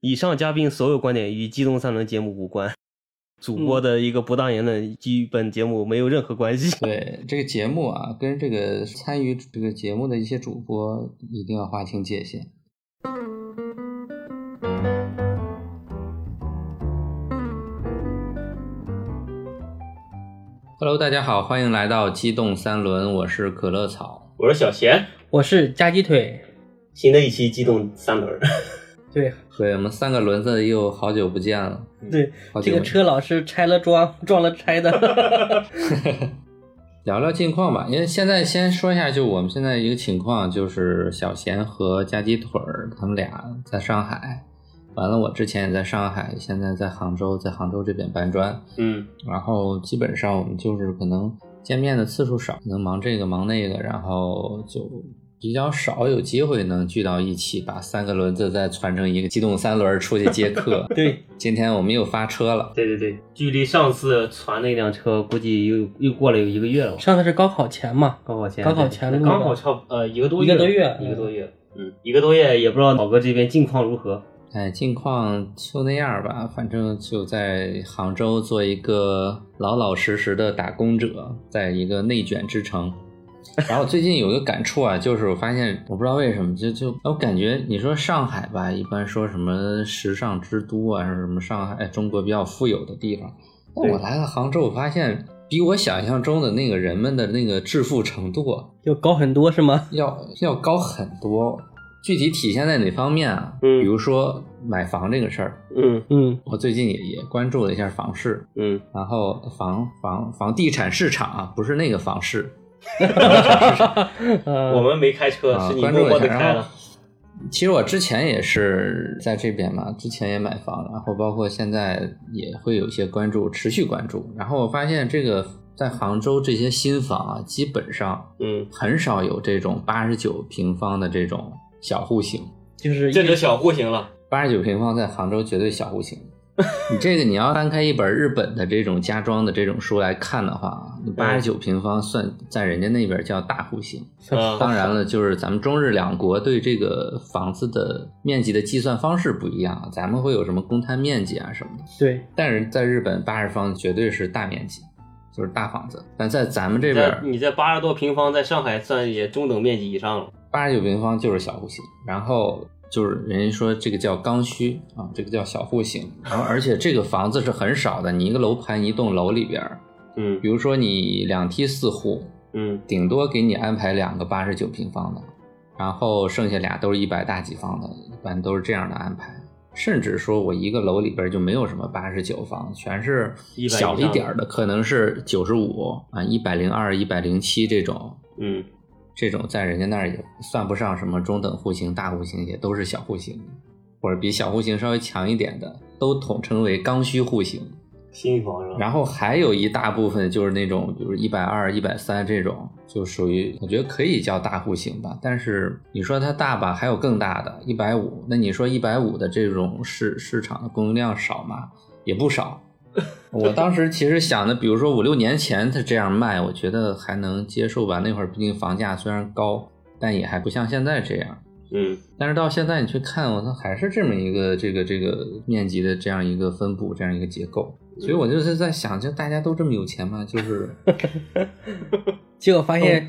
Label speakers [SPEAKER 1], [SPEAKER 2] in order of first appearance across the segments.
[SPEAKER 1] 以上嘉宾所有观点与《机动三轮》节目无关，主播的一个不当言论与本节目没有任何关 系。
[SPEAKER 2] 对这个节目啊，跟这个参与这个节目的一些主播一定要划清界限。Hello，大家好，欢迎来到机动三轮，我是可乐草。
[SPEAKER 3] 我是小贤，
[SPEAKER 4] 我是夹鸡腿，
[SPEAKER 1] 新的一期《机动三 轮》，
[SPEAKER 4] 对
[SPEAKER 2] 对我们三个轮子又好久不见了，
[SPEAKER 4] 对，
[SPEAKER 2] 好久
[SPEAKER 4] 这个
[SPEAKER 2] 没
[SPEAKER 4] 车老是拆了装，撞了拆的，。
[SPEAKER 2] 聊聊近况吧。因为现在先说一下，就我们现在一个情况，就是小贤和夹鸡腿儿他们俩在上海，完了我之前也在上海，现在在杭州，在杭州这边搬砖，
[SPEAKER 3] 嗯，
[SPEAKER 2] 然后基本上我们就是可能见面的次数少，可能忙这个忙那个，然后就比较少有机会能聚到一起，把三个轮子再攒成一个机动三轮儿出去接客
[SPEAKER 4] 对，
[SPEAKER 2] 今天我们又发车了，
[SPEAKER 3] 对对对，
[SPEAKER 1] 距离上次传那辆车，估计又又过了有一个月了吧？
[SPEAKER 4] 上次是高考前嘛，
[SPEAKER 1] 高考前，
[SPEAKER 4] 高考前的
[SPEAKER 1] 对
[SPEAKER 4] 路
[SPEAKER 1] 刚好
[SPEAKER 4] 吧
[SPEAKER 1] 差不呃一个多
[SPEAKER 4] 一
[SPEAKER 1] 月，
[SPEAKER 4] 个多月
[SPEAKER 1] 一个多月，嗯，一个多月，也不知道老哥这边近况如何。
[SPEAKER 2] 哎，近况就那样吧，反正就在杭州做一个老老实实的打工者，在一个内卷之城。然后最近有一个感触啊，就是我发现，我不知道为什么，就就我感觉，你说上海吧，一般说什么时尚之都啊，什么上海、哎中国比较富有的地方，但我来了杭州，我发现比我想象中的那个人们的那个致富程度啊
[SPEAKER 4] 又高很多是吗？
[SPEAKER 2] 要要高很多。具体体现在哪方面啊？
[SPEAKER 1] 嗯
[SPEAKER 2] 比如说买房这个事儿，
[SPEAKER 1] 嗯
[SPEAKER 4] 嗯，
[SPEAKER 2] 我最近也也关注了一下房市，
[SPEAKER 1] 嗯，
[SPEAKER 2] 然后房房房地产市场啊，不是那个房市，
[SPEAKER 3] 我
[SPEAKER 1] 嗯
[SPEAKER 4] 呃，
[SPEAKER 3] 们没开车，
[SPEAKER 2] 啊
[SPEAKER 3] 是，你
[SPEAKER 2] 关注
[SPEAKER 3] 默
[SPEAKER 2] 了
[SPEAKER 3] 默
[SPEAKER 2] 一下。
[SPEAKER 3] 的开
[SPEAKER 2] 然
[SPEAKER 3] 了
[SPEAKER 2] 后，，其实我之前也是在这边嘛，之前也买房，然后包括现在也会有一些关注，持续关注。然后我发现这个在杭州这些新房啊，基本上
[SPEAKER 3] 嗯，
[SPEAKER 2] 很少有这种八十九平方的这种小户型。
[SPEAKER 4] 就是
[SPEAKER 3] 这就小户型了，
[SPEAKER 2] 八十九平方在杭州绝对小户型。 你这个你要翻开一本日本的这种家装的这种书来看的话，你八十九平方算在人家那边叫大户型。
[SPEAKER 1] 嗯
[SPEAKER 3] 啊
[SPEAKER 2] 当然了，就是咱们中日两国对这个房子的面积的计算方式不一样，啊咱们会有什么公摊面积啊什么的，
[SPEAKER 4] 对，
[SPEAKER 2] 但是在日本八十方绝对是大面积，就是大房子。但在咱们这
[SPEAKER 3] 你在
[SPEAKER 2] 边
[SPEAKER 3] 你在八十多平方，在上海算也中等面积以上了，
[SPEAKER 2] 八十九平方就是小户型，然后就是人家说这个叫刚需啊，这个叫小户型，然后而且这个房子是很少的，你一个楼盘一栋楼里边儿，
[SPEAKER 3] 嗯
[SPEAKER 2] 比如说你两梯四户，
[SPEAKER 3] 嗯
[SPEAKER 2] 顶多给你安排两个八十九平方的，然后剩下俩都是一百大几方的，一般都是这样的安排。甚至说我一个楼里边就没有什么八十九房，全是
[SPEAKER 3] 100
[SPEAKER 2] 小一点儿的，可能是九十五啊、一百零二、一百零七这种，
[SPEAKER 3] 嗯，
[SPEAKER 2] 这种在人家那儿也算不上什么中等户型、大户型，也都是小户型，或者比小户型稍微强一点的，都统称为刚需户型。
[SPEAKER 3] 新房是吧？
[SPEAKER 2] 然后还有一大部分就是那种，比如一百二、一百三这种，就属于我觉得可以叫大户型吧。但是你说它大吧，还有更大的，一百五。那你说一百五的这种市市场的供应量少吗？也不少。我当时其实想的，比如说五六年前它这样卖，我觉得还能接受吧。那会儿毕竟房价虽然高，但也还不像现在这样。
[SPEAKER 3] 嗯，
[SPEAKER 2] 但是到现在你去看，我它还是这么一个这个这个面积的这样一个分布，这样一个结构。所以我就是在想，就大家都这么有钱吗？就是
[SPEAKER 4] 结果发现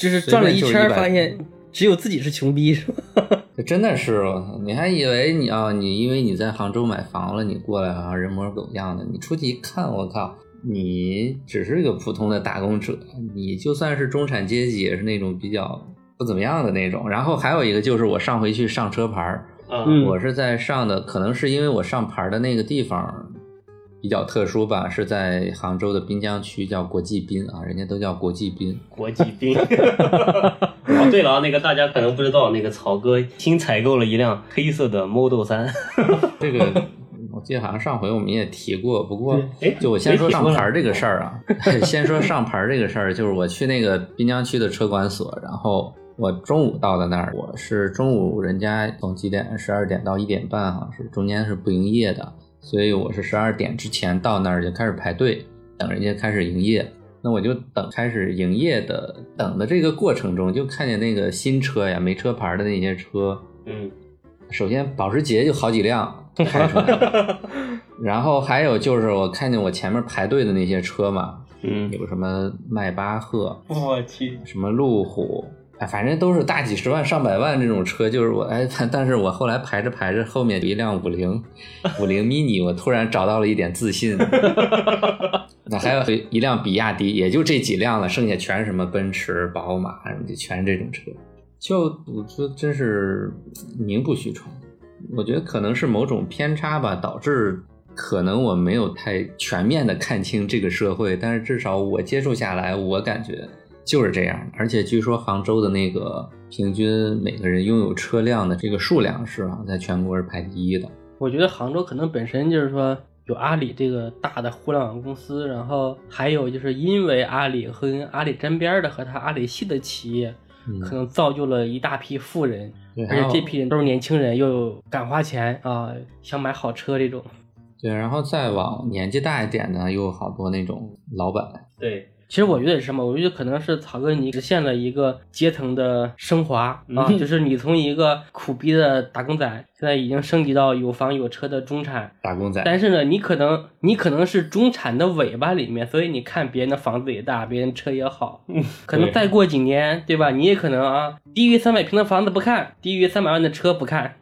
[SPEAKER 4] 就是转了一圈
[SPEAKER 2] 哦随便
[SPEAKER 4] 儿，
[SPEAKER 2] 就100
[SPEAKER 4] 发现只有自己是穷逼， 是吧？
[SPEAKER 2] 这真的是，我操！你还以为你啊，你因为你在杭州买房了，你过来好啊像人模狗样的，你出去一看，我靠，你只是一个普通的打工者，你就算是中产阶级，也是那种比较不怎么样的那种。然后还有一个就是我上回去上车牌儿，
[SPEAKER 3] 啊，
[SPEAKER 4] 嗯
[SPEAKER 2] 我是在上的，可能是因为我上牌的那个地方比较特殊吧，是在杭州的滨江区，叫国际滨啊，人家都叫国际滨。
[SPEAKER 3] 国际兵。 哦，对了啊，那个大家可能不知道，那个草哥新采购了一辆黑色的 Model 三，
[SPEAKER 2] 这个我记得好像上回我们也提过，不过
[SPEAKER 3] 对哎
[SPEAKER 2] 就我先说
[SPEAKER 3] 没提
[SPEAKER 2] 上
[SPEAKER 3] 过
[SPEAKER 2] 牌这个事儿啊，先说上牌这个事儿，就是 我去那个滨江区的车管所，然后。我中午到的那儿，我是中午人家从几点十二点到一点半，好像是中间是不营业的，所以我是十二点之前到那儿就开始排队，等人家开始营业。那我就等开始营业的等的这个过程中，就看见那个新车呀、没车牌的那些车，
[SPEAKER 3] 嗯
[SPEAKER 2] 首先保时捷就好几辆，开出来了。然后还有就是我看见我前面排队的那些车嘛，
[SPEAKER 3] 嗯，
[SPEAKER 2] 有什么迈巴赫，
[SPEAKER 3] 我去，
[SPEAKER 2] 什么路虎。哎，反正都是大几十万、上百万这种车，就是我哎， 但但是我后来排着排着，后面有一辆五菱，五菱 mini，我突然找到了一点自信。那还有一辆比亚迪，也就这几辆了，剩下全是什么奔驰、宝马，就全是这种车。就我觉得真是名不虚传。我觉得可能是某种偏差吧，导致可能我没有太全面的看清这个社会，但是至少我接触下来，我感觉就是这样。而且据说杭州的那个平均每个人拥有车辆的这个数量是啊，在全国是排第一的。
[SPEAKER 4] 我觉得杭州可能本身就是说有阿里这个大的互联网公司，然后还有就是因为阿里和跟阿里沾边儿的和它阿里系的企业，
[SPEAKER 2] 嗯
[SPEAKER 4] 可能造就了一大批富人，
[SPEAKER 2] 对
[SPEAKER 4] 而且
[SPEAKER 2] 还
[SPEAKER 3] 哦
[SPEAKER 4] 这
[SPEAKER 2] 有
[SPEAKER 4] 批人都是年轻人，又有敢花钱啊，想买好车这种。
[SPEAKER 2] 对，然后再往年纪大一点呢，又有好多那种老板，
[SPEAKER 3] 对，
[SPEAKER 4] 其实我觉得也是什么？我觉得可能是草哥你实现了一个阶层的升华啊，
[SPEAKER 3] 嗯
[SPEAKER 4] 就是你从一个苦逼的打工仔，现在已经升级到有房有车的中产。
[SPEAKER 2] 打工仔。
[SPEAKER 4] 但是呢，你可能你可能是中产的尾巴里面，所以你看别人的房子也大，别人车也好，
[SPEAKER 3] 嗯，
[SPEAKER 4] 可能
[SPEAKER 3] 对
[SPEAKER 4] 再过几年，对吧？你也可能啊，低于三百平的房子不看，低于三百万的车不看，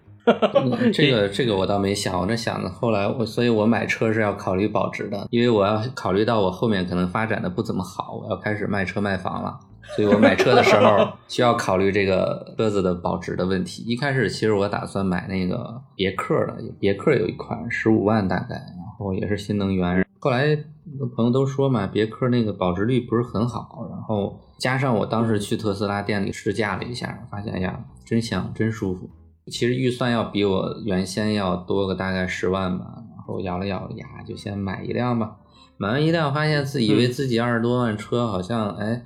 [SPEAKER 2] 嗯 这个这个我倒没想，我这想的后来我，所以我买车是要考虑保值的，因为我要考虑到我后面可能发展的不怎么好，我要开始卖车卖房了，所以我买车的时候需要考虑这个车子的保值的问题。一开始其实我打算买那个别克的，别克有一款十五万大概，然后也是新能源。后来朋友都说嘛，别克那个保值率不是很好，然后加上我当时去特斯拉店里试驾了一下，发现哎呀真香，真舒服。其实预算要比我原先要多个大概十万吧，然后咬了咬牙就先买一辆吧。买完一辆，发现自己以为自己二十多万车好像哎，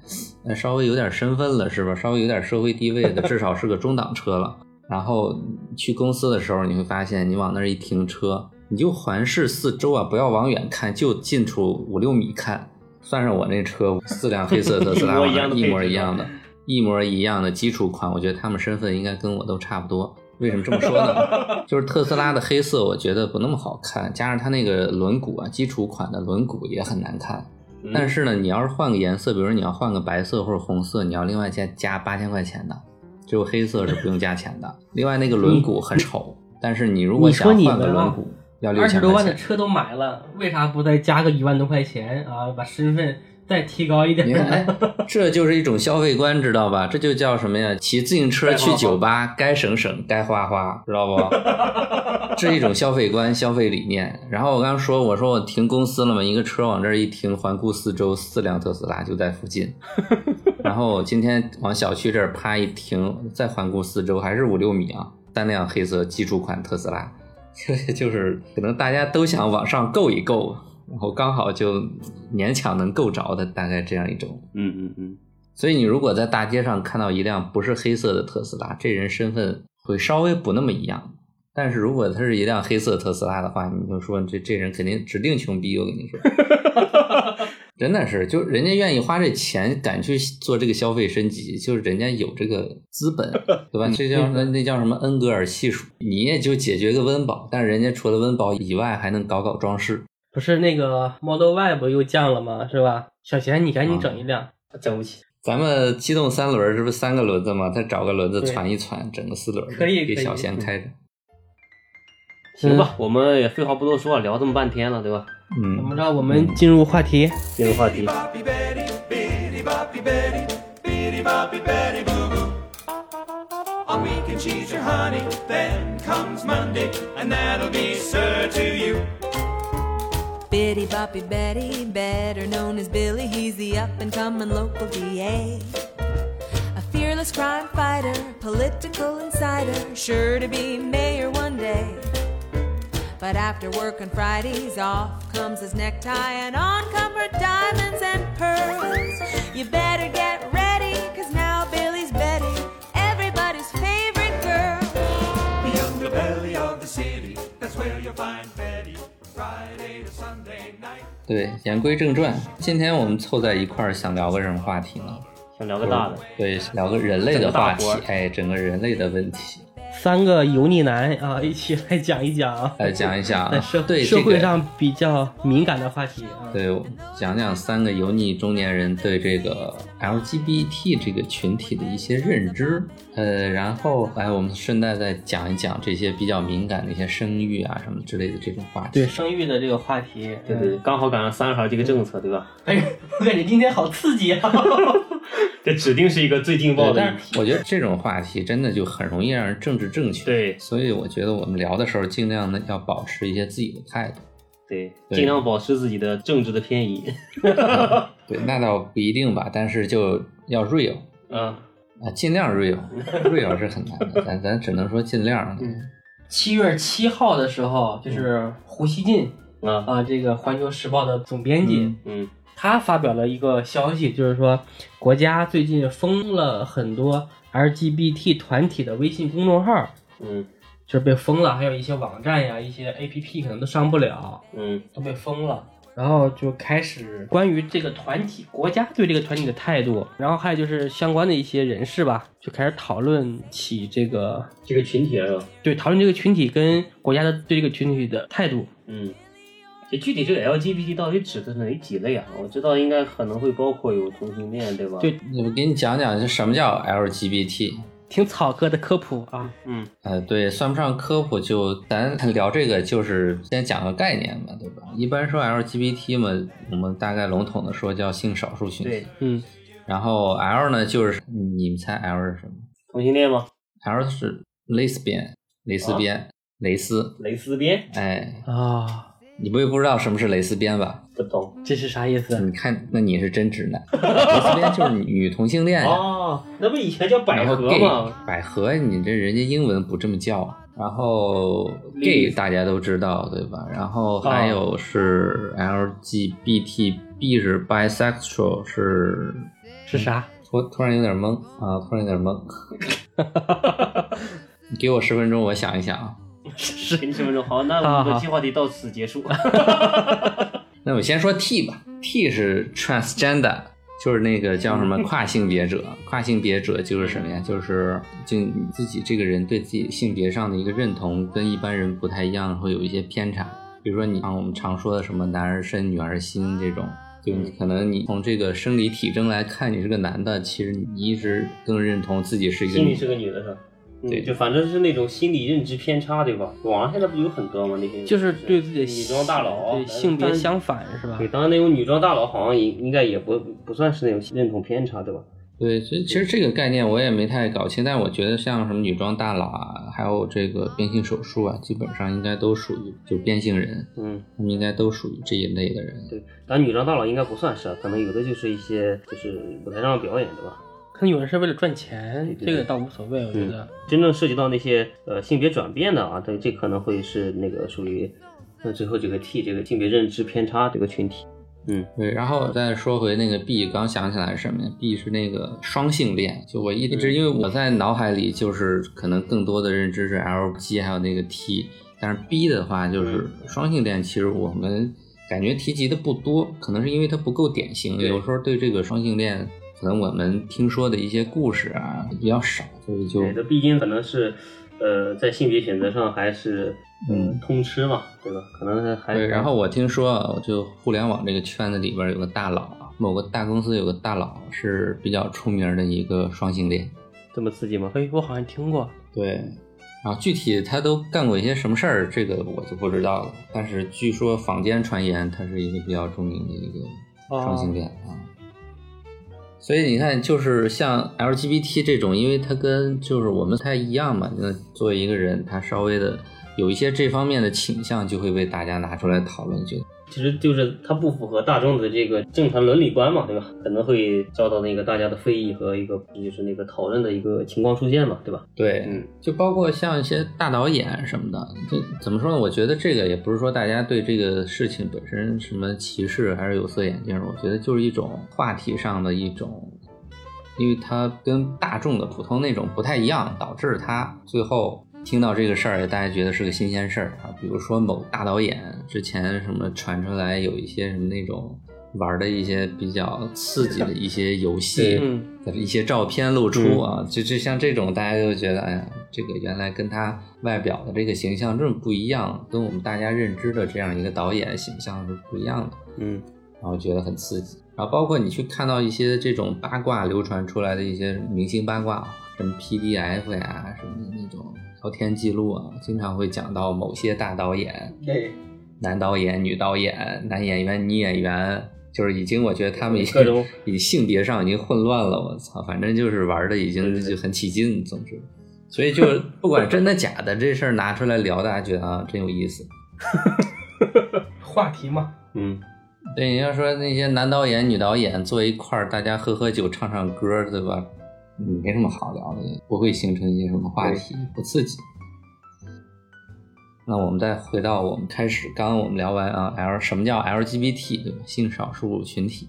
[SPEAKER 2] 哎稍微有点身份了是吧？稍微有点社会地位 的，至少是个中档车了。然后去公司的时候，你会发现你往那儿一停车，你就环视四周啊，不要往远看，就近处五六米看。算上我那车，四辆 黑色特斯拉
[SPEAKER 3] 一模一样的
[SPEAKER 2] 一模
[SPEAKER 3] 配置
[SPEAKER 2] 一样的，一模一样的基础款，我觉得他们身份应该跟我都差不多。为什么这么说呢？ 就是特斯拉的黑色，我觉得不那么好看，加上它那个轮毂啊，基础款的轮毂也很难看。
[SPEAKER 3] 嗯
[SPEAKER 2] 但是呢，你要是换个颜色，比如你要换个白色或者红色，你要另外再加八千块钱的，只有黑色是不用加钱的。另外那个轮毂很丑，但是你如果
[SPEAKER 4] 你
[SPEAKER 2] 想
[SPEAKER 4] 说你
[SPEAKER 2] 换个
[SPEAKER 4] 们
[SPEAKER 2] 轮
[SPEAKER 4] 啊
[SPEAKER 2] 毂，要六
[SPEAKER 4] 二十
[SPEAKER 2] 千
[SPEAKER 4] 多
[SPEAKER 2] 块
[SPEAKER 4] 万的
[SPEAKER 2] 钱。
[SPEAKER 4] 车都买了，为啥不再加个一万多块钱啊？把身份再提高一点
[SPEAKER 2] 你看，哎，这就是一种消费观，知道吧？这就叫什么呀？骑自行车去酒
[SPEAKER 4] 哦
[SPEAKER 2] 吧，该省省，该花花，知道不？ 这是一种消费观、消费理念。然后我刚说，我说我停公司了嘛，一个车往这儿一停，环顾四周，四辆特斯拉就在 附近。然后我今天往小区这儿啪一停，再环顾四周，还是五六米啊，三辆黑色基础款特斯拉。这 就是可能大家都想往上够一够，然后刚好就勉强能够着的，大概这样一种。
[SPEAKER 3] 嗯嗯嗯，
[SPEAKER 2] 所以你如果在大街上看到一辆不是黑色的特斯拉，这人身份会稍微不那么一样。但是如果它是一辆黑色特斯拉的话，你就说这这人肯定指定穷逼，我跟你说，真的是，就人家愿意花这钱，敢去做这个消费升级，就是人家有这个资本，对吧？这叫那那叫什么恩格尔系数，你也就解决个温饱，但是人家除了温饱以外，还能搞搞装饰。
[SPEAKER 4] 不是那个 Model Y 不又降了吗？是吧？小贤，你赶紧整一辆。
[SPEAKER 3] 整不起，
[SPEAKER 2] 咱们机动三轮儿，这不三个轮子吗？他找个轮子
[SPEAKER 4] 对
[SPEAKER 2] 攒一攒，整个四轮儿的
[SPEAKER 4] 可以
[SPEAKER 2] 给
[SPEAKER 4] 可以
[SPEAKER 2] 小贤开着。
[SPEAKER 3] 行吧，我们也废话不多说，聊这么半天了，对吧？
[SPEAKER 2] 嗯
[SPEAKER 4] 怎么着？我们进入话题。
[SPEAKER 3] 进入话题，
[SPEAKER 5] On week and cheese or honey, then comes Monday, and that'll be sir to you.
[SPEAKER 6] Bitty Boppy Betty, better known as Billy, he's the up and coming local DA. A fearless crime fighter, political insider, sure to be mayor one day. But after work on Fridays, off comes his necktie, and on come her diamonds and pearls. You better get ready, cause now Billy's Betty, everybody's favorite girl.
[SPEAKER 5] Beyond the belly of the city, that's where you'll find Betty. Friday to Sunday night.
[SPEAKER 2] 对，言归正传，今天我们凑在一块儿想聊个什么话题呢？
[SPEAKER 3] 想聊个大的，
[SPEAKER 2] 嗯对，聊个人类的话题
[SPEAKER 3] 整个大活儿，
[SPEAKER 2] 哎，整个人类的问题。
[SPEAKER 4] 三个油腻男啊一起来讲一 讲
[SPEAKER 2] 来讲一下啊
[SPEAKER 4] 在社
[SPEAKER 2] 对
[SPEAKER 4] 社
[SPEAKER 2] 这个
[SPEAKER 4] 会上比较敏感的话题啊。
[SPEAKER 2] 对，讲讲三个油腻中年人对这个 LGBT 这个群体的一些认知。呃，然后哎，我们顺带再讲一讲这些比较敏感的一些生育啊什么之类的这种话题。
[SPEAKER 4] 对嗯生育的这个话题，嗯
[SPEAKER 1] 对
[SPEAKER 2] 嗯
[SPEAKER 1] 对，对刚好赶上三孩这个政策，对吧？
[SPEAKER 4] 哎呀，我感觉今天好刺激啊！
[SPEAKER 1] 这指定是一个最劲
[SPEAKER 2] 对
[SPEAKER 1] 爆的
[SPEAKER 2] 但
[SPEAKER 1] 一题。
[SPEAKER 2] 是我觉得这种话题真的就很容易让人政治正确。，
[SPEAKER 1] 对
[SPEAKER 2] 所以我觉得我们聊的时候尽量的要保持一些自己的态度。
[SPEAKER 1] 对，
[SPEAKER 2] 对
[SPEAKER 1] 尽量保持自己的政治的 偏移。
[SPEAKER 2] 对，那倒不一定吧，但是就要 real
[SPEAKER 1] 嗯，
[SPEAKER 2] 啊，尽量 real，real 是很难的，咱咱只能说尽量。
[SPEAKER 4] 七月七号的时候，就是胡锡进
[SPEAKER 1] 啊，
[SPEAKER 4] 啊，这个《环球时报》的总编辑，
[SPEAKER 1] 嗯，
[SPEAKER 4] 他发表了一个消息，就是说国家最近封了很多 LGBT 团体的微信公众号，
[SPEAKER 1] 嗯，
[SPEAKER 4] 就是被封了，还有一些网站呀、一些 APP 可能都上不了，
[SPEAKER 1] 嗯，
[SPEAKER 4] 都被封了。然后就开始关于这个团体，国家对这个团体的态度，然后还有就是相关的一些人士吧，就开始讨论起这个
[SPEAKER 1] 这个群体来啊了，
[SPEAKER 4] 对讨论这个群体跟国家的对这个群体的态度。
[SPEAKER 1] 嗯，这具体这个 LGBT 到底指的哪几类啊？我知道应该可能会包括有同性恋，对吧？
[SPEAKER 4] 对
[SPEAKER 2] 我给你讲讲，就什么叫 LGBT。
[SPEAKER 4] 听草哥的科普啊，
[SPEAKER 1] 嗯，
[SPEAKER 2] 呃，对，算不上科普，就咱聊这个，就是先讲个概念嘛，对吧？一般说 LGBT 嘛，我们大概笼统的说叫性少数群体
[SPEAKER 1] 对。，
[SPEAKER 4] 嗯，
[SPEAKER 2] 然后 L 呢，就是你们猜 L 是什么
[SPEAKER 1] 同性恋吗？
[SPEAKER 2] ？L 是 lesbian，蕾丝边，
[SPEAKER 1] 啊
[SPEAKER 2] 蕾丝。
[SPEAKER 1] 蕾丝边？
[SPEAKER 2] 哎，
[SPEAKER 4] 啊、
[SPEAKER 2] 你不会不知道什么是蕾丝边吧？
[SPEAKER 1] 不懂。
[SPEAKER 4] 这是啥意思？
[SPEAKER 2] 你看，那你是真直男。蕾丝边就是女同性恋呀、
[SPEAKER 1] 哦，那不以前叫百
[SPEAKER 2] 然后
[SPEAKER 1] 合
[SPEAKER 2] gay
[SPEAKER 1] 吗？
[SPEAKER 2] 百合，你这人家英文不这么叫。然后 gay 大家都知道对吧？然后
[SPEAKER 1] 啊
[SPEAKER 2] 还有是 LGBTB 是 bisexual 是，
[SPEAKER 4] 是啥？
[SPEAKER 2] 突突然有点懵啊，突然有点懵。 你给我十分钟，我想一想啊。
[SPEAKER 1] 是你什么时候？好，那
[SPEAKER 4] 好
[SPEAKER 1] 我
[SPEAKER 4] 好
[SPEAKER 1] 们本期话题到此结束。
[SPEAKER 2] 那我先说 T 吧，T 是 transgender，就是那个叫什么跨性别者。跨性别者就是什么呀？就是就你自己这个人对自己性别上的一个认同跟一般人不太一样，会有一些偏差。比如说你像我们常说的什么男儿身女儿心这种，就你可能你从这个生理体征来看你是个男的，其实你一直更认同自己是一个
[SPEAKER 1] 心
[SPEAKER 2] 女
[SPEAKER 1] 里
[SPEAKER 2] 的
[SPEAKER 1] 是。个女的是吧？嗯
[SPEAKER 2] 对
[SPEAKER 1] 就反正是那种心理认知偏差，对吧？网上现在不有很多吗？那些
[SPEAKER 4] 就是对自己的
[SPEAKER 1] 女装大佬，呃
[SPEAKER 4] 对性别相反是吧
[SPEAKER 1] 对，？当然那种女装大佬好像也应该也不不算是那种认同偏差，对吧？
[SPEAKER 2] 对，所以其实这个概念我也没太搞清，但我觉得像什么女装大佬啊，还有这个变性手术啊，基本上应该都属于就变性人，
[SPEAKER 1] 嗯，
[SPEAKER 2] 他们应该都属于这一类的人。
[SPEAKER 1] 对。但女装大佬应该不算是，啊，可能有的就是一些就是舞台上的表演，对吧？
[SPEAKER 4] 可能有人是为了赚钱，
[SPEAKER 1] 对对
[SPEAKER 4] 这个倒无所谓，我觉得。
[SPEAKER 1] 真正涉及到那些呃性别转变的啊，这这可能会是那个属于那最后这个 T 这个性别认知偏差这个群体。
[SPEAKER 2] 对，然后再说回那个 B，刚想起来是什么呀？B 是那个双性恋，就我一直、因为我在脑海里就是可能更多的认知是 LG 还有那个 T，但是 B 的话就是双性恋，其实我们感觉提及的不多，可能是因为它不够典型，
[SPEAKER 1] 对
[SPEAKER 2] 有时候对这个双性恋。可能我们听说的一些故事啊比较少，所以就
[SPEAKER 1] 对，这毕竟可能是，呃，在性别选择上还是
[SPEAKER 2] 嗯
[SPEAKER 1] 通吃嘛，对吧？可能还
[SPEAKER 2] 对。然后我听说，啊，就互联网这个圈子里边有个大佬啊，某个大公司有个大佬是比较出名的一个双性恋，
[SPEAKER 1] 这么刺激吗？
[SPEAKER 4] 哎，我好像听过，
[SPEAKER 2] 对，然后具体他都干过一些什么事儿，这个我就不知道了。但是据说坊间传言，他是一个比较著名的一个双性恋啊。所以你看，就是像 LGBT 这种，因为它跟就是我们不太一样嘛。那作为一个人，他稍微的有一些这方面的倾向，就会被大家拿出来讨论，觉得
[SPEAKER 1] 其实就是它不符合大众的这个正常伦理观嘛，对吧？可能会遭到那个大家的非议和一个就是那个讨论的一个情况出现嘛，对吧？
[SPEAKER 2] 对，
[SPEAKER 1] 嗯
[SPEAKER 2] 就包括像一些大导演什么的，这怎么说呢？我觉得这个也不是说大家对这个事情本身什么歧视还是有色眼镜，我觉得就是一种话题上的一种，因为它跟大众的普通那种不太一样，导致他最后听到这个事儿，大家觉得是个新鲜事儿啊。比如说某大导演之前什么传出来有一些什么那种玩的一些比较刺激的一些游戏，
[SPEAKER 4] 嗯，
[SPEAKER 2] 一些照片露出啊，就就像这种，大家就觉得哎呀，这个原来跟他外表的这个形象这么不一样，跟我们大家认知的这样一个导演形象是不一样的，
[SPEAKER 1] 嗯，
[SPEAKER 2] 然后觉得很刺激。然后包括你去看到一些这种八卦流传出来的一些明星八卦，啊什么 PDF 呀、什么那种聊天记录啊，经常会讲到某些大导演，
[SPEAKER 3] 哎，
[SPEAKER 2] 男导演、女导演、男演员、女演员，就是已经我觉得他们已
[SPEAKER 1] 各种
[SPEAKER 2] 经以性别上已经混乱了。我操，反正就是玩的已经就很起劲，总之，所以就不管真的假的这事儿拿出来聊，大家觉得啊真有意思。
[SPEAKER 4] 话题嘛，
[SPEAKER 1] 嗯，
[SPEAKER 2] 对，你要说那些男导演、女导演坐一块儿，大家喝喝酒、唱唱歌，对吧？嗯，没什么好聊的，也不会形成一些什么话题，不刺激。那我们再回到我们开始，刚刚我们聊完啊，L 什么叫 LGBT，对吧？性少数群体。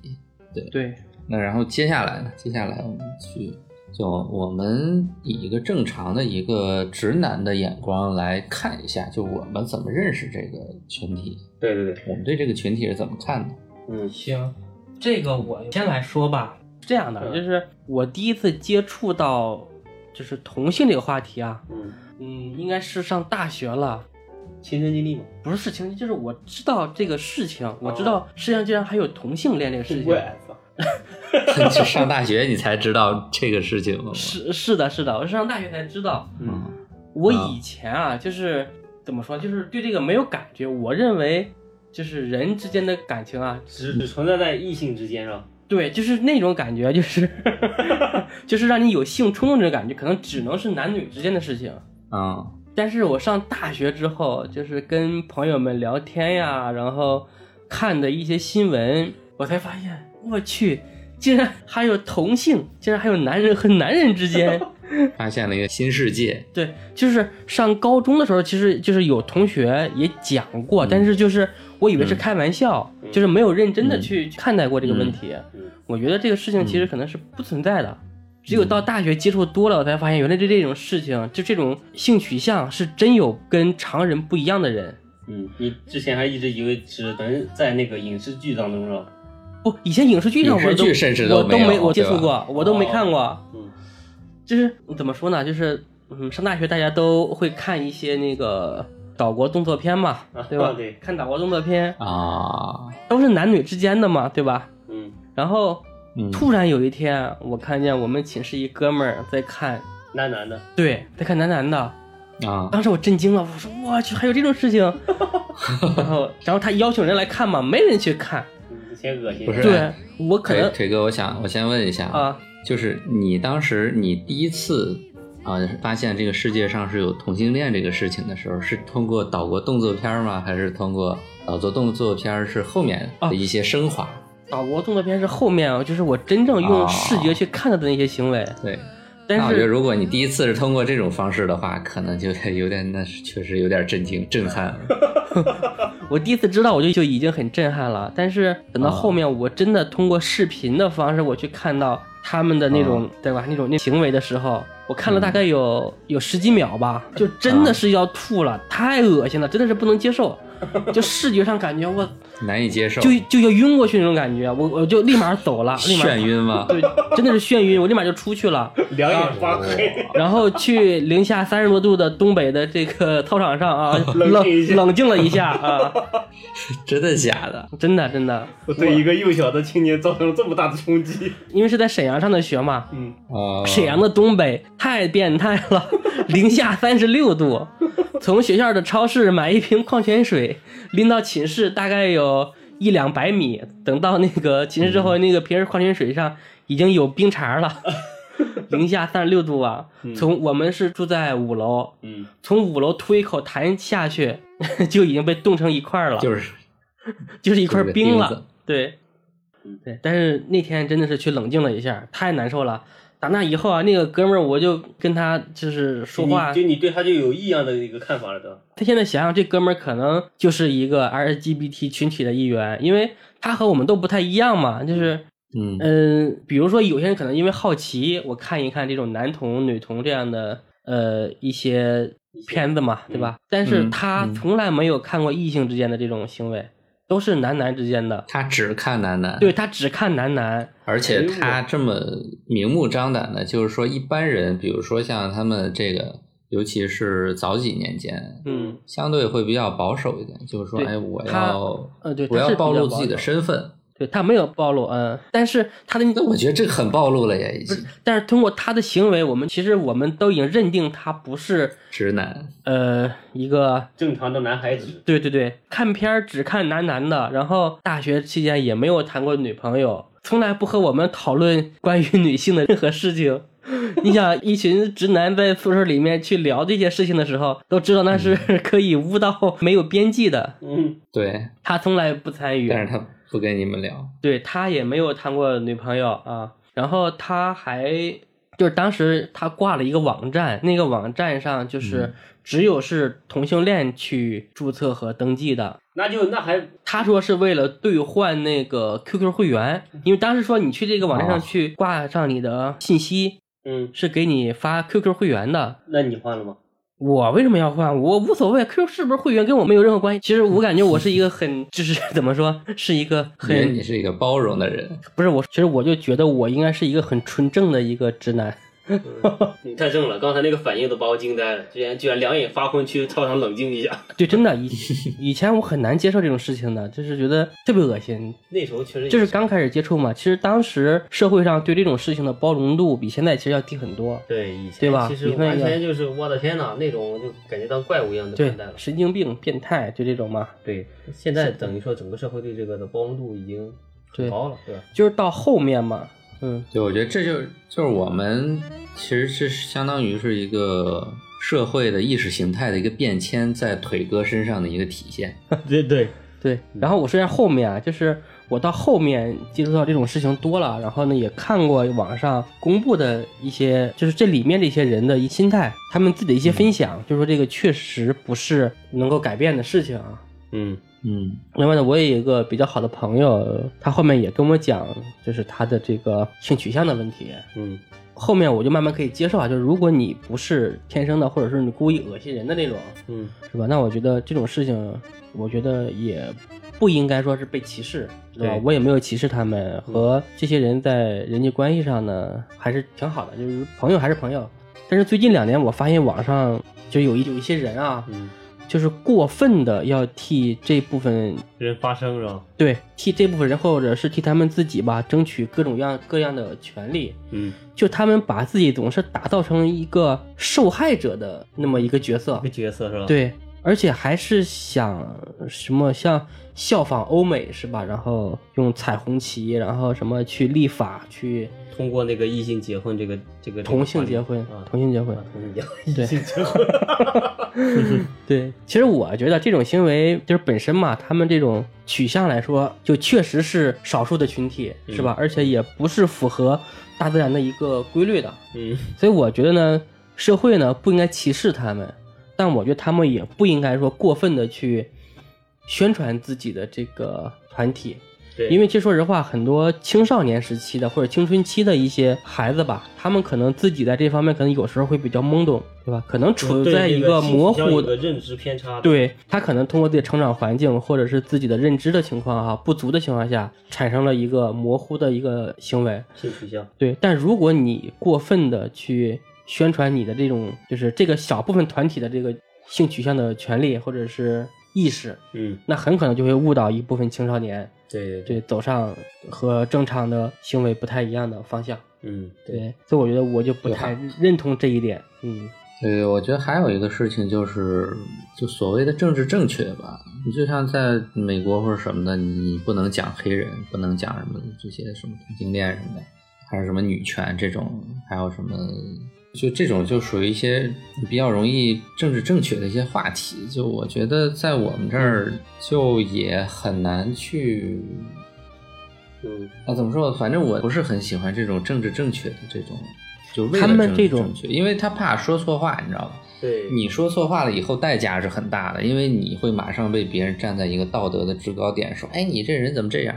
[SPEAKER 4] 对，
[SPEAKER 2] 那然后接下来呢？接下来我们去，就我们以一个正常的一个直男的眼光来看一下，就我们怎么认识这个群体，
[SPEAKER 3] 对对对，
[SPEAKER 2] 我们对这个群体是怎么看的？
[SPEAKER 3] 嗯，
[SPEAKER 4] 行，这个我先来说吧。是这样的，
[SPEAKER 3] 嗯
[SPEAKER 4] 就是我第一次接触到就是同性这个话题啊，
[SPEAKER 3] 嗯，
[SPEAKER 4] 嗯，应该是上大学了，
[SPEAKER 3] 亲身经历嘛，
[SPEAKER 4] 不是事情，就是我知道这个事情，我知
[SPEAKER 1] 哦
[SPEAKER 4] 道世界上竟然还有同性恋这个事情。
[SPEAKER 3] 操，
[SPEAKER 2] 就上大学你才知道这个事情吗？
[SPEAKER 4] 是是的，是的，我是上大学才知道。
[SPEAKER 3] 嗯，
[SPEAKER 4] 我
[SPEAKER 2] 啊
[SPEAKER 4] 以前啊，就是怎么说，就是对这个没有感觉。我认为，就是人之间的感情啊，
[SPEAKER 3] 只只存在在异性之间是吧？
[SPEAKER 4] 对，就是那种感觉，就是 就是让你有性冲动这种感觉，可能只能是男女之间的事情。
[SPEAKER 2] 啊，
[SPEAKER 4] 但是我上大学之后，就是跟朋友们聊天呀，然后看的一些新闻，我才发现，我去，竟然还有同性，竟然还有男人和男人之间。
[SPEAKER 2] 发现了一个新世界。
[SPEAKER 4] 对，就是上高中的时候，其实就是有同学也讲过，
[SPEAKER 2] 嗯
[SPEAKER 4] 但是就是我以为是开玩笑，就是没有认真的去看待过这个问题。
[SPEAKER 3] 嗯
[SPEAKER 4] 我觉得这个事情其
[SPEAKER 2] 嗯
[SPEAKER 4] 实可能是不存在的，只有到大学接触多了，我才发现原来这这种事情，就这种性取向是真有跟常人不一样的人。
[SPEAKER 3] 嗯，你之前还一直以为只能在那个影视剧当中是吧？
[SPEAKER 4] 不，哦以前影视剧上我
[SPEAKER 2] 影视
[SPEAKER 4] 都
[SPEAKER 2] 剧甚至
[SPEAKER 4] 我
[SPEAKER 2] 都没有
[SPEAKER 4] 没我接触
[SPEAKER 2] 对吧
[SPEAKER 4] 过，我都没
[SPEAKER 3] 哦
[SPEAKER 4] 看过。
[SPEAKER 3] 嗯
[SPEAKER 4] 就是怎么说呢？就是嗯，上大学大家都会看一些那个岛国动作片嘛，对吧？
[SPEAKER 3] 对
[SPEAKER 4] 看岛国动作片
[SPEAKER 2] 啊，
[SPEAKER 4] 都是男女之间的嘛，对吧？
[SPEAKER 3] 嗯，
[SPEAKER 4] 然后
[SPEAKER 2] 嗯
[SPEAKER 4] 突然有一天，我看见我们寝室一哥们儿在看，
[SPEAKER 3] 男男的，
[SPEAKER 4] 对，在看男男的。
[SPEAKER 2] 啊，
[SPEAKER 4] 当时我震惊了，我说我去，还有这种事情。然后，然后他邀请人来看嘛，没人去看。
[SPEAKER 3] 嗯有些恶心，
[SPEAKER 2] 不是
[SPEAKER 4] 对我可
[SPEAKER 2] 腿
[SPEAKER 4] 能
[SPEAKER 2] 腿哥，我想我先问一下，
[SPEAKER 4] 啊，
[SPEAKER 2] 就是你当时你第一次啊发现这个世界上是有同性恋这个事情的时候，是通过岛国动作片儿吗？还是通过岛国动作片儿是后面
[SPEAKER 4] 哦
[SPEAKER 2] 的一些升华？
[SPEAKER 4] 岛国动作片是后面啊，就是我真正用
[SPEAKER 2] 哦
[SPEAKER 4] 视觉去看到的那些行为。
[SPEAKER 2] 对。
[SPEAKER 4] 但
[SPEAKER 2] 那我觉得，
[SPEAKER 4] 啊是
[SPEAKER 2] 如果你第一次是通过这种方式的话，可能就 有点，那是确实有点震惊、震撼了。
[SPEAKER 4] 我第一次知道，我就就已经很震撼了。但是等到
[SPEAKER 2] 啊
[SPEAKER 4] 后面，我真的通过视频的方式，我去看到他们的那
[SPEAKER 3] 啊
[SPEAKER 4] 种，对吧？那种那行为的时候，我看了大概有、
[SPEAKER 3] 嗯
[SPEAKER 4] 有十几秒吧，就真的是要吐了，太恶心了，真的是不能 接受。就视觉上感觉
[SPEAKER 3] 哦
[SPEAKER 4] 我
[SPEAKER 2] 难以接受，
[SPEAKER 4] 就就要晕过去那种感觉，我我就立马走了，立马
[SPEAKER 2] 眩晕吗？
[SPEAKER 4] 对，真的是眩晕，我立马就出去了，
[SPEAKER 3] 两眼发黑，
[SPEAKER 4] 然后去零下三十多度的东北的这个操场上啊，冷
[SPEAKER 3] 冷静一下
[SPEAKER 4] 冷静了一下啊，
[SPEAKER 2] 真的假的？
[SPEAKER 4] 真的真的，
[SPEAKER 3] 我对一个幼小的青年造成了这么大的冲击。
[SPEAKER 4] 因为是在沈阳上的学嘛，
[SPEAKER 3] 嗯，
[SPEAKER 2] 哦，
[SPEAKER 4] 沈阳的东北太变态了， 零下三十六度，从学校的超市买一瓶矿泉水，拎到寝室大概有一两百米，等到那个寝室之后，那个瓶儿矿泉水上已经有冰碴儿了， 零下三十六度啊！
[SPEAKER 2] 嗯
[SPEAKER 4] 从我们是住在五楼，
[SPEAKER 3] 嗯，
[SPEAKER 4] 从五楼吐一口痰下去， 就已经被冻成一块儿了，
[SPEAKER 2] 就是是
[SPEAKER 4] 就是一块
[SPEAKER 2] 就是个
[SPEAKER 4] 冰
[SPEAKER 2] 钉
[SPEAKER 4] 了
[SPEAKER 2] 子。
[SPEAKER 4] 对，对，但是那天真的是去冷静了一下，太难受了。打那以后啊，那个哥们儿我就跟他就是说话，
[SPEAKER 3] 你就你对他就有异样的一个看法了，对吧？
[SPEAKER 4] 他现在想想，这哥们儿可能就是一个 LGBT 群体的一员，因为他和我们都不太一样嘛，就是。
[SPEAKER 2] 嗯
[SPEAKER 4] 嗯、比如说有些人可能因为好奇，我看一看这种男同、女同这样的呃一些片子嘛，对吧？但是
[SPEAKER 2] 嗯
[SPEAKER 4] 他
[SPEAKER 2] 嗯
[SPEAKER 4] 从来没有看过异性之间的这种行为，都是男男之间的。
[SPEAKER 2] 他只看男男，
[SPEAKER 4] 对，他只看男男，
[SPEAKER 2] 而且他这么明目张胆的，就是说一般人，比如说像他们这个尤其是早几年间，
[SPEAKER 4] 嗯，
[SPEAKER 2] 相对会比较保守一点，就是说，
[SPEAKER 4] 对
[SPEAKER 2] 哎，我
[SPEAKER 4] 他
[SPEAKER 2] 要
[SPEAKER 4] 呃对
[SPEAKER 2] 我
[SPEAKER 4] 他是
[SPEAKER 2] 要
[SPEAKER 4] 比较
[SPEAKER 2] 暴露自己
[SPEAKER 4] 保
[SPEAKER 2] 的
[SPEAKER 4] 守
[SPEAKER 2] 身份。
[SPEAKER 4] 对他没有暴露，嗯，但是他的
[SPEAKER 2] 那我觉得这很暴露了呀，已经
[SPEAKER 4] 但是通过他的行为，我们其实我们都已经认定他不是
[SPEAKER 2] 直男。
[SPEAKER 4] 呃一个
[SPEAKER 3] 正常的男孩子，
[SPEAKER 4] 对对对，看片儿只看男男的，然后大学期间也没有谈过女朋友，从来不和我们讨论关于女性的任何事情。 你想，一群直男在宿舍里面去聊这些事情的时候，都知道那是 可以污到没有边际的。
[SPEAKER 3] 嗯，
[SPEAKER 2] 对，
[SPEAKER 4] 他从来不参与，
[SPEAKER 2] 但是他不跟你们聊。
[SPEAKER 4] 对他也没有谈过女朋友啊。然后他还就是当时他挂了一个网站，那个网站上就是只有是同性恋去注册和登记的。
[SPEAKER 3] 那就那还
[SPEAKER 4] 他说是为了兑换那个 QQ 会员，因为当时说你去这个网站上
[SPEAKER 2] 哦
[SPEAKER 4] 去挂上你的信息，
[SPEAKER 3] 嗯，
[SPEAKER 4] 是给你发 QQ 会员的。
[SPEAKER 3] 那你换了吗？
[SPEAKER 4] 我为什么要换？我无所谓，QQ 是不是会员跟我没有任何关系。其实我感觉我是一个很，就是怎么说，是一个
[SPEAKER 2] 因为
[SPEAKER 4] 很
[SPEAKER 2] 你是一个包容的人，
[SPEAKER 4] 不是我，其实我就觉得我应该是一个很纯正的一个直男。
[SPEAKER 3] 你太正了，刚才那个反应都把我惊呆了，居然居然两眼发昏去操场冷静一下。
[SPEAKER 4] 对，真 的以以前我很难接受这种事情的，就是觉得特别恶心。
[SPEAKER 3] 那时候确实也
[SPEAKER 4] 就是刚开始接触嘛，其实当时社会上对这种事情的包容度比现在其实要低很多。
[SPEAKER 3] 对以前
[SPEAKER 4] 对吧
[SPEAKER 3] 其实
[SPEAKER 4] 你看
[SPEAKER 3] 完
[SPEAKER 4] 一下
[SPEAKER 3] 全就是我的天呐，那种就感觉当怪物一样的
[SPEAKER 4] 对
[SPEAKER 3] 看待了，。
[SPEAKER 4] 神经病、变态，就这种嘛。
[SPEAKER 3] 对，现在等于说整个社会对这个的包容度已经很
[SPEAKER 4] 对
[SPEAKER 3] 高了，对 吧？
[SPEAKER 4] 就是到后面嘛，嗯，
[SPEAKER 2] 对，我觉得这就就是我们其实是相当于是一个社会的意识形态的一个变迁，在腿哥身上的一个体现。
[SPEAKER 1] 对对，
[SPEAKER 4] 对。然后我说一下后面啊，就是我到后面接触到这种事情多了，然后呢也看过网上公布的一些，就是这里面这些人的一心态，他们自己的一些分享，就说这个确实不是能够改变的事情啊。
[SPEAKER 3] 嗯，
[SPEAKER 2] 嗯，
[SPEAKER 4] 另外呢，我也有一个比较好的朋友，他后面也跟我讲，就是他的这个性取向的问题。
[SPEAKER 3] 嗯，
[SPEAKER 4] 后面我就慢慢可以接受啊，就是如果你不是天生的，或者是你故意恶心人的那种，
[SPEAKER 3] 嗯，
[SPEAKER 4] 是吧？那我觉得这种事情，我觉得也不应该说是被歧视，对吧
[SPEAKER 3] 对？嗯
[SPEAKER 4] 我也没有歧视他们，和这些人在人际关系上呢，还是挺好的，就是朋友还是朋友。但是最近两年，我发现网上就有一有一些人啊，
[SPEAKER 3] 嗯，
[SPEAKER 4] 就是过分的要替这部分
[SPEAKER 3] 人发声是吧？
[SPEAKER 4] 对替这部分人，或者是替他们自己吧，争取各种样各样的权利。
[SPEAKER 3] 嗯，
[SPEAKER 4] 就他们把自己总是打造成一个受害者的那么一个角色
[SPEAKER 3] 一个，角色
[SPEAKER 1] 嗯
[SPEAKER 3] 是吧？，
[SPEAKER 4] 对，而且还是想什么像效仿欧美是吧？然后用彩虹旗，然后什么去立法去
[SPEAKER 3] 通过那个异性结婚这个这个
[SPEAKER 4] 同性结婚
[SPEAKER 1] 嗯
[SPEAKER 3] 啊，，
[SPEAKER 4] 同性结婚
[SPEAKER 3] 啊，同性结婚，
[SPEAKER 4] 对
[SPEAKER 3] 异性结 婚，
[SPEAKER 4] 对，其实我觉得这种行为就是本身嘛，他们这种取向来说，就确实是少数的群体，是吧？而且也不是符合大自然的一个规律的，
[SPEAKER 3] 嗯，
[SPEAKER 4] 所以我觉得呢，社会呢不应该歧视他们，但我觉得他们也不应该说过分的去宣传自己的这个团体，
[SPEAKER 3] 对，
[SPEAKER 4] 因为其实说实话，很多青少年时期的或者青春期的一些孩子吧，他们可能自己在这方面可能有时候会比较懵懂，对吧？可能处
[SPEAKER 3] 对
[SPEAKER 4] 在
[SPEAKER 3] 这
[SPEAKER 4] 一
[SPEAKER 3] 个性取
[SPEAKER 4] 模
[SPEAKER 3] 向有
[SPEAKER 4] 糊
[SPEAKER 3] 个
[SPEAKER 4] 的。
[SPEAKER 3] 认知偏差的，
[SPEAKER 4] 对他可能通过自己的成长环境或者是自己的认知的情况啊不足的情况下，产生了一个模糊的一个行为，
[SPEAKER 3] 性取向，
[SPEAKER 4] 对，但如果你过分的去宣传你的这种，就是这个小部分团体的这个性取向的权利或者是意识，
[SPEAKER 3] 嗯，
[SPEAKER 4] 那很可能就会误导一部分青少年，
[SPEAKER 3] 对对对，
[SPEAKER 4] 对，走上和正常的行为不太一样的方向。
[SPEAKER 3] 嗯，对，
[SPEAKER 4] 对，所以我觉得我就不太认同这一点。嗯，
[SPEAKER 2] 对，我觉得还有一个事情就是，就所谓的政治正确吧。你就像在美国或者什么的，你不能讲黑人，不能讲什么这些什么同性恋什么的，还有什么女权这种，还有什么。就这种就属于一些比较容易政治正确的一些话题，就我觉得在我们这儿就也很难去
[SPEAKER 3] 嗯，
[SPEAKER 2] 啊，怎么说？反正我不是很喜欢这种政治正确的这种，就为了
[SPEAKER 4] 他们
[SPEAKER 2] 政治
[SPEAKER 4] 这种
[SPEAKER 2] 正确，因为他怕说错话，你知道吧？
[SPEAKER 3] 对，
[SPEAKER 2] 你说错话了以后，代价是很大的，因为你会马上被别人站在一个道德的制高点说：“哎，你这人怎么这样？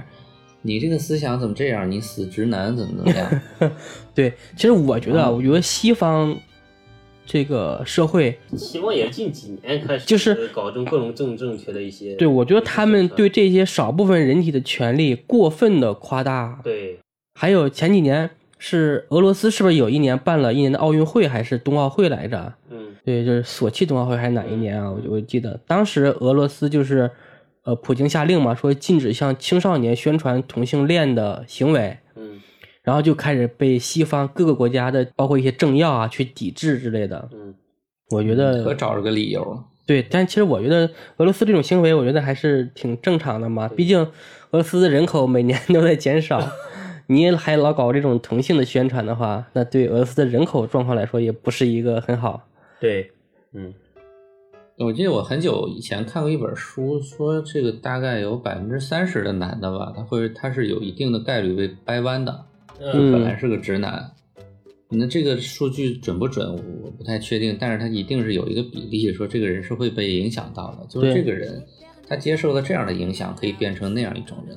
[SPEAKER 2] 你这个思想怎么这样？你死直男怎么怎么样
[SPEAKER 4] 对，其实我觉得啊，我觉得西方这个社会
[SPEAKER 3] 希望也是近几年开始
[SPEAKER 4] 就是
[SPEAKER 3] 搞这种各种政治正确的一些，
[SPEAKER 4] 对，我觉得他们对这些少部分人体的权利过分的夸大。
[SPEAKER 3] 对
[SPEAKER 4] 还有前几年是俄罗斯是不是有一年办了一年的奥运会还是冬奥会来着？
[SPEAKER 1] 嗯，
[SPEAKER 4] 对，就是索契冬奥会还是哪一年啊？我就我记得当时俄罗斯就是，呃，普京下令嘛，说禁止向青少年宣传同性恋的行为，
[SPEAKER 1] 嗯
[SPEAKER 4] 然后就开始被西方各个国家的，包括一些政要啊，去抵制之类的。
[SPEAKER 1] 嗯，
[SPEAKER 4] 我觉
[SPEAKER 2] 嗯可
[SPEAKER 4] 得
[SPEAKER 2] 找着个理由。
[SPEAKER 4] 对，但其实我觉得俄罗斯这种行为，我觉得还是挺正常的嘛。毕竟俄罗斯的人口每年 都在减少，你还老搞这种同性的宣传的话，那对俄罗斯的人口状况来说，也不是一个很好。
[SPEAKER 7] 对，
[SPEAKER 1] 嗯，
[SPEAKER 2] 我记得我很久以前看过一本书，说这个大概有百分之三十的男的吧，他会他是有一定的概率被掰弯的，就本来是个直男。那这个数据准不准，我不太确定，但是他一定是有一个比例，说这个人是会被影响到的，就是
[SPEAKER 4] 对
[SPEAKER 2] 这个人他接受了这样的影响，可以变成那样一种人。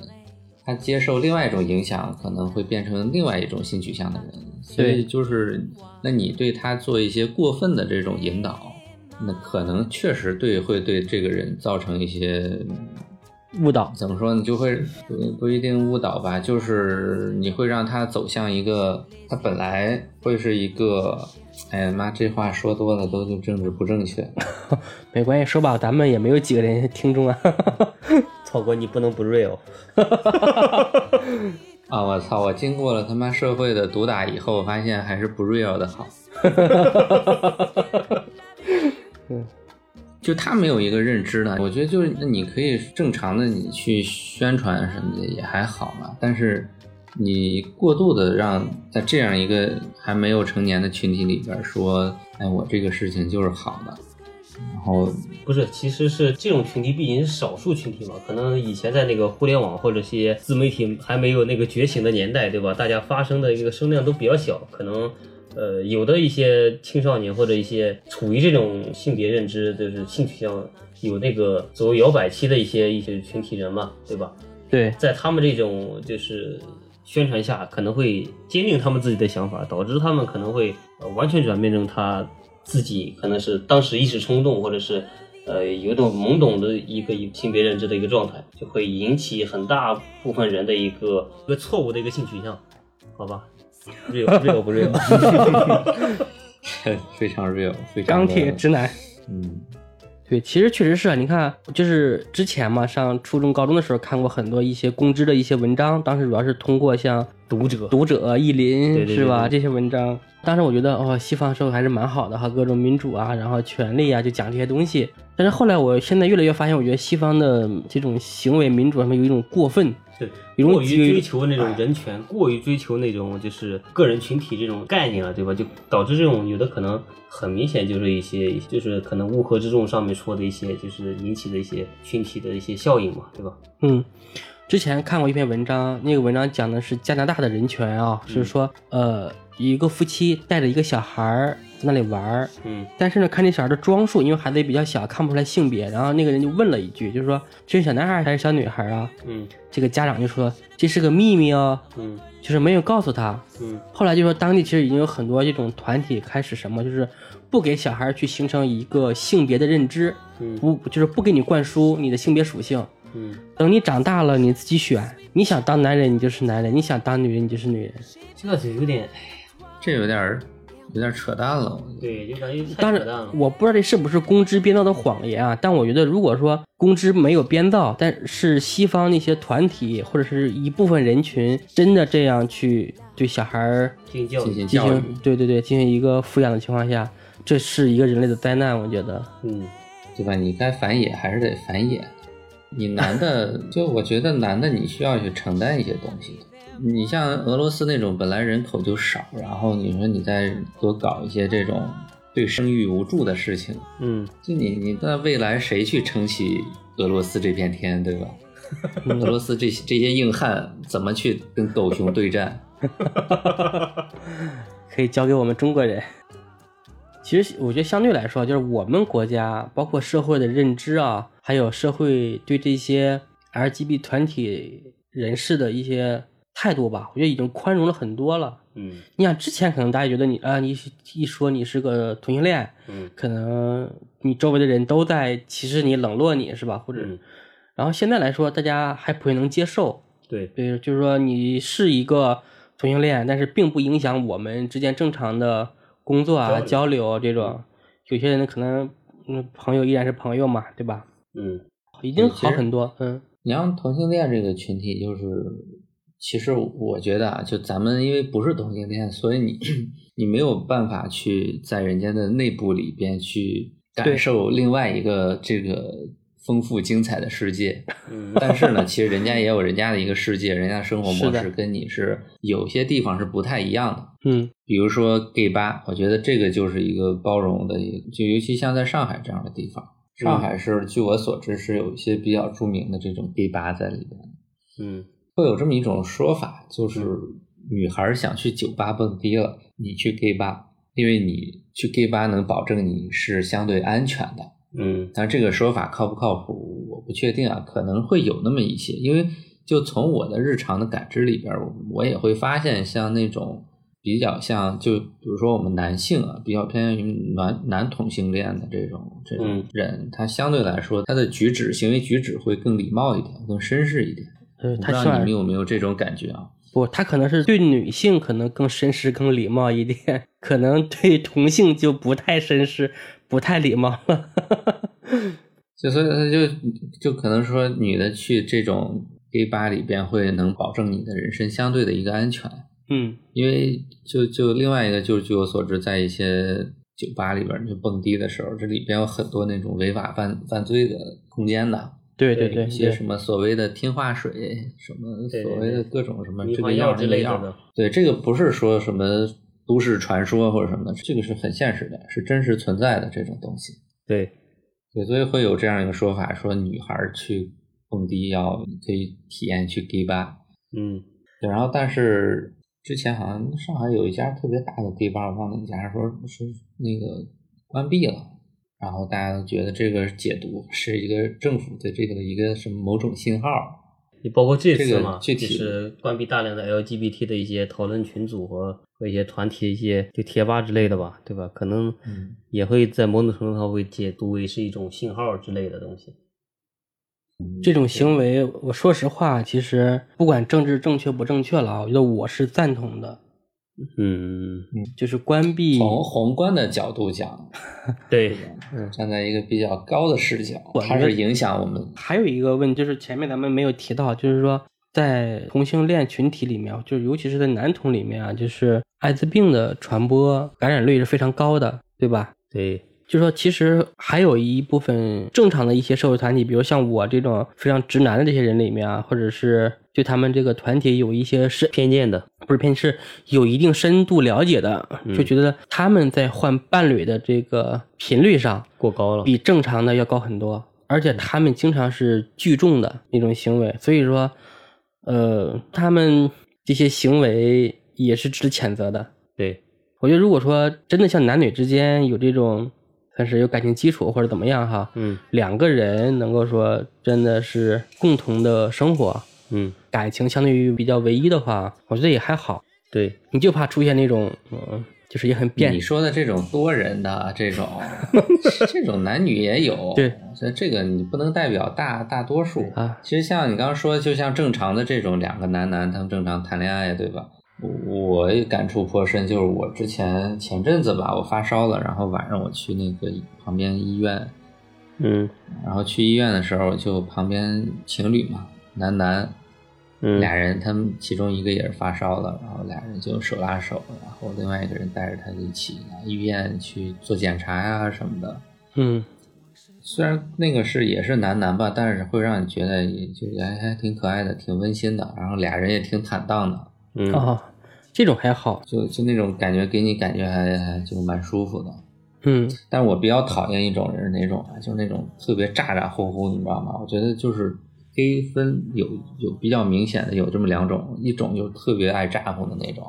[SPEAKER 2] 他接受另外一种影响，可能会变成另外一种性取向的人。所以
[SPEAKER 4] 对
[SPEAKER 2] 就是，那你对他做一些过分的这种引导，那可能确实对会对这个人造成一些嗯
[SPEAKER 4] 误导。
[SPEAKER 2] 怎么说呢，就会不不一定误导吧，就是你会让他走向一个他本来会是一个，哎呀妈，这话说多了都就政治不正确。
[SPEAKER 4] 没关系，说吧，咱们也没有几个人听众啊。
[SPEAKER 7] 草哥你不能不哦 real。
[SPEAKER 2] 啊！我操！我经过了他妈社会的毒打以后，我发现还是不 real 的好。 就他没有一个认知呢，我觉得就是那你可以正常的你去宣传什么的也还好嘛，但是你过度的让在这样一个还没有成年的群体里边说，哎，我这个事情就是好的，然 后
[SPEAKER 1] 不是，其实是这种群体毕竟是少数群体嘛，可能以前在那个互联网或者些自媒体还没有那个觉醒的年代，对吧？大家发声的一个声量都比较小，可能。呃，有的一些青少年或者一些处于这种性别认知，就是性取向有那个所谓摇摆期的一些一些群体人嘛，对吧？
[SPEAKER 4] 对，
[SPEAKER 1] 在他们这种就是宣传下，可能会坚定他们自己的想法，导致他们可能会、呃完全转变成他自己可能是当时一时冲动，或者是呃有一种懵懂的一个性别认知的一个状态，就会引起很大部分人的一个一个错误的一个性取向，好吧？
[SPEAKER 7] real real 不 real？
[SPEAKER 2] 非常 real，非常
[SPEAKER 4] 钢
[SPEAKER 2] 的
[SPEAKER 4] 铁直男。
[SPEAKER 2] 嗯，
[SPEAKER 4] 对，其实确实是啊，你看，就是之前嘛，上初中、高中的时候看过很多一些公知的一些文章，当时主要是通过像
[SPEAKER 1] 读者
[SPEAKER 4] 读者、意林
[SPEAKER 1] 对对对
[SPEAKER 4] 是吧
[SPEAKER 1] 对
[SPEAKER 4] 这些文章，当时我觉得哦，西方社会还是蛮好的哈，各种民主啊，然后权利啊，就讲这些东西。但是后来我现在越来越发现，我觉得西方的这种行为民主上面有一种过分，
[SPEAKER 1] 对，
[SPEAKER 4] 有种
[SPEAKER 1] 过于追
[SPEAKER 4] 有
[SPEAKER 1] 求那种人权，过于追求那种就是个人群体这种概念了，对吧？就导致这种有的可能很明显就是一些，就是可能乌合之众上面说的一些，就是引起的一些群体的一些效应嘛，对吧？
[SPEAKER 4] 嗯，之前看过一篇文章，那个文章讲的是加拿大的人权啊，
[SPEAKER 1] 嗯
[SPEAKER 4] 是说呃，一个夫妻带着一个小孩儿在那里玩儿，
[SPEAKER 1] 嗯
[SPEAKER 4] 但是呢，看这小孩的装束，因为孩子也比较小，看不出来性别。然后那个人就问了一句，就是说这是小男孩还是小女孩啊？
[SPEAKER 1] 嗯
[SPEAKER 4] 这个家长就说这是个秘密哦，
[SPEAKER 1] 嗯
[SPEAKER 4] 就是没有告诉他。
[SPEAKER 1] 嗯
[SPEAKER 4] 后来就说当地其实已经有很多这种团体开始什么，就是不给小孩去形成一个性别的认知，
[SPEAKER 1] 嗯
[SPEAKER 4] 不就是不给你灌输你的性别属性。
[SPEAKER 1] 嗯，
[SPEAKER 4] 等你长大了，你自己选，你想当男人你就是男人，你想当女人你就是女人。
[SPEAKER 1] 这个就有点，
[SPEAKER 2] 这有点儿有点儿扯淡了，我觉得。
[SPEAKER 1] 对，就感觉
[SPEAKER 4] 当
[SPEAKER 1] 太扯
[SPEAKER 4] 然
[SPEAKER 1] 淡了，。
[SPEAKER 4] 我不知道这是不是公知编造的谎言啊，但我觉得如果说公知没有编造，但是西方那些团体或者是一部分人群真的这样去对小孩儿
[SPEAKER 1] 进行教
[SPEAKER 2] 进
[SPEAKER 1] 育
[SPEAKER 2] 行，
[SPEAKER 4] 进
[SPEAKER 2] 教育
[SPEAKER 4] 行，对对对，进行一个抚养的情况下，这是一个人类的灾难，我觉得。
[SPEAKER 1] 嗯
[SPEAKER 2] 对吧？你该反野还是得反野。你男的，就我觉得男的你需要去承担一些东西的。你像俄罗斯那种本来人口就少，然后你说你再多搞一些这种对生育无助的事情，
[SPEAKER 1] 嗯，
[SPEAKER 2] 就你你那未来谁去撑起俄罗斯这片天，对吧？ 俄罗斯这些这些硬汉怎么去跟狗熊对战？
[SPEAKER 4] 可以交给我们中国人。其实我觉得相对来说，就是我们国家包括社会的认知啊，还有社会对这些 LGBT 团体人士的一些态度吧，我觉得已经宽容了很多了。
[SPEAKER 1] 嗯
[SPEAKER 4] 你想之前可能大家觉得你啊、你一说你是个同性恋，
[SPEAKER 1] 嗯
[SPEAKER 4] 可能你周围的人都在歧视你、冷落你，是吧？或者，
[SPEAKER 1] 嗯，
[SPEAKER 4] 然后现在来说，大家还普遍能接受，
[SPEAKER 1] 对，
[SPEAKER 4] 对，就是说你是一个同性恋，但是并不影响我们之间正常的工作啊、
[SPEAKER 3] 交
[SPEAKER 4] 交流这
[SPEAKER 2] 嗯
[SPEAKER 4] 种。有些人可能，嗯，朋友依然是朋友嘛，对吧？
[SPEAKER 3] 嗯，
[SPEAKER 4] 已经
[SPEAKER 2] 嗯其
[SPEAKER 4] 好
[SPEAKER 2] 实
[SPEAKER 4] 很多，嗯
[SPEAKER 2] 你像同性恋这个群体，就是其实我觉得啊，就咱们因为不是同性恋，所以你 你没有办法去在人家的内部里边去
[SPEAKER 4] 对
[SPEAKER 2] 感受另外一个这个丰富精彩的世界。
[SPEAKER 1] 嗯
[SPEAKER 2] 但是呢，其实人家也有人家的一个世界，人家的生 活
[SPEAKER 4] 是
[SPEAKER 2] 模
[SPEAKER 4] 的
[SPEAKER 2] 式跟你是有些地方是不太一样的。
[SPEAKER 4] 嗯，
[SPEAKER 2] 比如说 gay 吧，我觉得这个就是一个包容的一个，就尤其像在上海这样的地方，上海是据我所知是有一些比较著名的这种 gay 吧在里边，
[SPEAKER 3] 嗯，
[SPEAKER 2] 会有这么一种说法，就是女孩想去酒吧蹦迪了，你去 gay 吧，因为你去 gay 吧能保证你是相对安全的。
[SPEAKER 3] 嗯，
[SPEAKER 2] 但这个说法靠不靠谱，我不确定啊，可能会有那么一些，因为就从我的日常的感知里边儿，我我也会发现，像那种比较像，就比如说我们男性啊，比较偏向于男男同性恋的这种这种
[SPEAKER 3] 嗯
[SPEAKER 2] 人，他相对来说他的举止、行为举止会更礼貌一点，更绅士一点。
[SPEAKER 4] 呃，
[SPEAKER 2] 我不
[SPEAKER 4] 他
[SPEAKER 2] 知道
[SPEAKER 4] 算
[SPEAKER 2] 你们有没有这种感觉啊？
[SPEAKER 4] 不，他可能是对女性可能更绅士、更礼貌一点，可能对同性就不太绅士、不太礼貌了。
[SPEAKER 2] 就所以他就就可能说，女的去这种 gay 吧里边会能保证你的人身相对的一个安全。
[SPEAKER 4] 嗯，
[SPEAKER 2] 因为就就另外一个就是据我所知，在一些酒吧里边儿就蹦迪的时候，这里边有很多那种违法犯犯罪的空间的，
[SPEAKER 4] 对对对
[SPEAKER 2] 一些
[SPEAKER 4] 对，
[SPEAKER 2] 什么所谓的听话水，什么
[SPEAKER 3] 对对
[SPEAKER 2] 所谓的各种
[SPEAKER 1] 嗯
[SPEAKER 2] 什么
[SPEAKER 3] 迷
[SPEAKER 2] 这
[SPEAKER 3] 幻
[SPEAKER 2] 个
[SPEAKER 3] 药
[SPEAKER 2] 药
[SPEAKER 3] 之
[SPEAKER 2] 那个
[SPEAKER 3] 类的
[SPEAKER 2] 药，
[SPEAKER 3] 呢，
[SPEAKER 2] 对，这个不是说什么都市传说或者什么的，这个是很现实的，是真实存在的这种东西。
[SPEAKER 3] 对，
[SPEAKER 2] 对，所以会有这样一个说法，说女孩儿去蹦迪要可以体验去 gay 吧，
[SPEAKER 3] 嗯，
[SPEAKER 2] 对，然后但是之前好像上海有一家特别大的地方，我忘了哪家，说说那个关闭了，然后大家都觉得这个解读是一个政府对这个的一个什么某种信号。
[SPEAKER 3] 你包括这次
[SPEAKER 2] 这个
[SPEAKER 3] 嘛，
[SPEAKER 2] 具体
[SPEAKER 3] 就是关闭大量的 LGBT 的一些讨论群组和和一些团体、一些就贴吧之类的吧，对吧？可能
[SPEAKER 2] 嗯
[SPEAKER 3] 也会在某种程度上会解读为是一种信号之类的东西。
[SPEAKER 4] 这种行为，我说实话，其实不管政治正确不正确了啊，我觉得我是赞同的，
[SPEAKER 3] 嗯，
[SPEAKER 4] 就是关闭。
[SPEAKER 2] 从宏观的角度讲，
[SPEAKER 3] 对，
[SPEAKER 2] 站在一个比较高的视角
[SPEAKER 4] 我，
[SPEAKER 2] 它
[SPEAKER 4] 觉
[SPEAKER 2] 是
[SPEAKER 4] 得
[SPEAKER 2] 影响我们。
[SPEAKER 4] 还有一个问题，就是前面咱们没有提到，就是说在同性恋群体里面，就是尤其是在男同里面啊，就是艾滋病的传播感染率是非常高的，对吧？
[SPEAKER 3] 对，
[SPEAKER 4] 就说其实还有一部分正常的一些社会团体，比如像我这种非常直男的这些人里面啊，或者是对他们这个团体有一些深
[SPEAKER 3] 偏见的，
[SPEAKER 4] 不是偏是有一定深度了解的，就觉得他们在换伴侣的这个频率上
[SPEAKER 3] 过高了。
[SPEAKER 4] 比正常的要高很多，而且他们经常是聚众的那种行为，所以说，呃，他们这些行为也是值得谴责的。
[SPEAKER 3] 对，
[SPEAKER 4] 我觉得如果说真的像男女之间有这种，算是有感情基础或者怎么样哈，
[SPEAKER 3] 嗯
[SPEAKER 4] 两个人能够说真的是共同的生活，
[SPEAKER 3] 嗯，
[SPEAKER 4] 感情相对于比较唯一的话，我觉得也还好。
[SPEAKER 3] 对，
[SPEAKER 4] 你就怕出现那种，嗯，就是也很变
[SPEAKER 2] 你，说的这种多人的啊 这种，这种男女也有。
[SPEAKER 4] 对，
[SPEAKER 2] 所以这个你不能代表大大多数
[SPEAKER 4] 啊
[SPEAKER 2] 其实像你刚刚说，就像正常的这种两个男男他们正常谈恋爱，对吧？我也感触颇深，就是我之前前阵子吧，我发烧了，然后晚上我去那个旁边医院，
[SPEAKER 3] 嗯
[SPEAKER 2] 然后去医院的时候，就旁边情侣嘛，男男，
[SPEAKER 3] 嗯
[SPEAKER 2] 俩人，他们其中一个也是发烧了，然后俩人就手拉手，然后另外一个人带着他一起来医院去做检查呀、什么的。
[SPEAKER 4] 嗯，
[SPEAKER 2] 虽然那个是也是男男吧，但是会让你觉得也就哎还挺可爱的，挺温馨的，然后俩人也挺坦荡的，
[SPEAKER 3] 嗯，
[SPEAKER 4] 哦，这种还好，
[SPEAKER 2] 就就那种感觉给你感觉还还就蛮舒服的。
[SPEAKER 4] 嗯，
[SPEAKER 2] 但是我比较讨厌一种人是哪种啊？就是那种特别咋咋呼呼，你知道吗？我觉得就是 gay 分有有比较明显的有这么两种，一种就是特别爱咋呼的那种，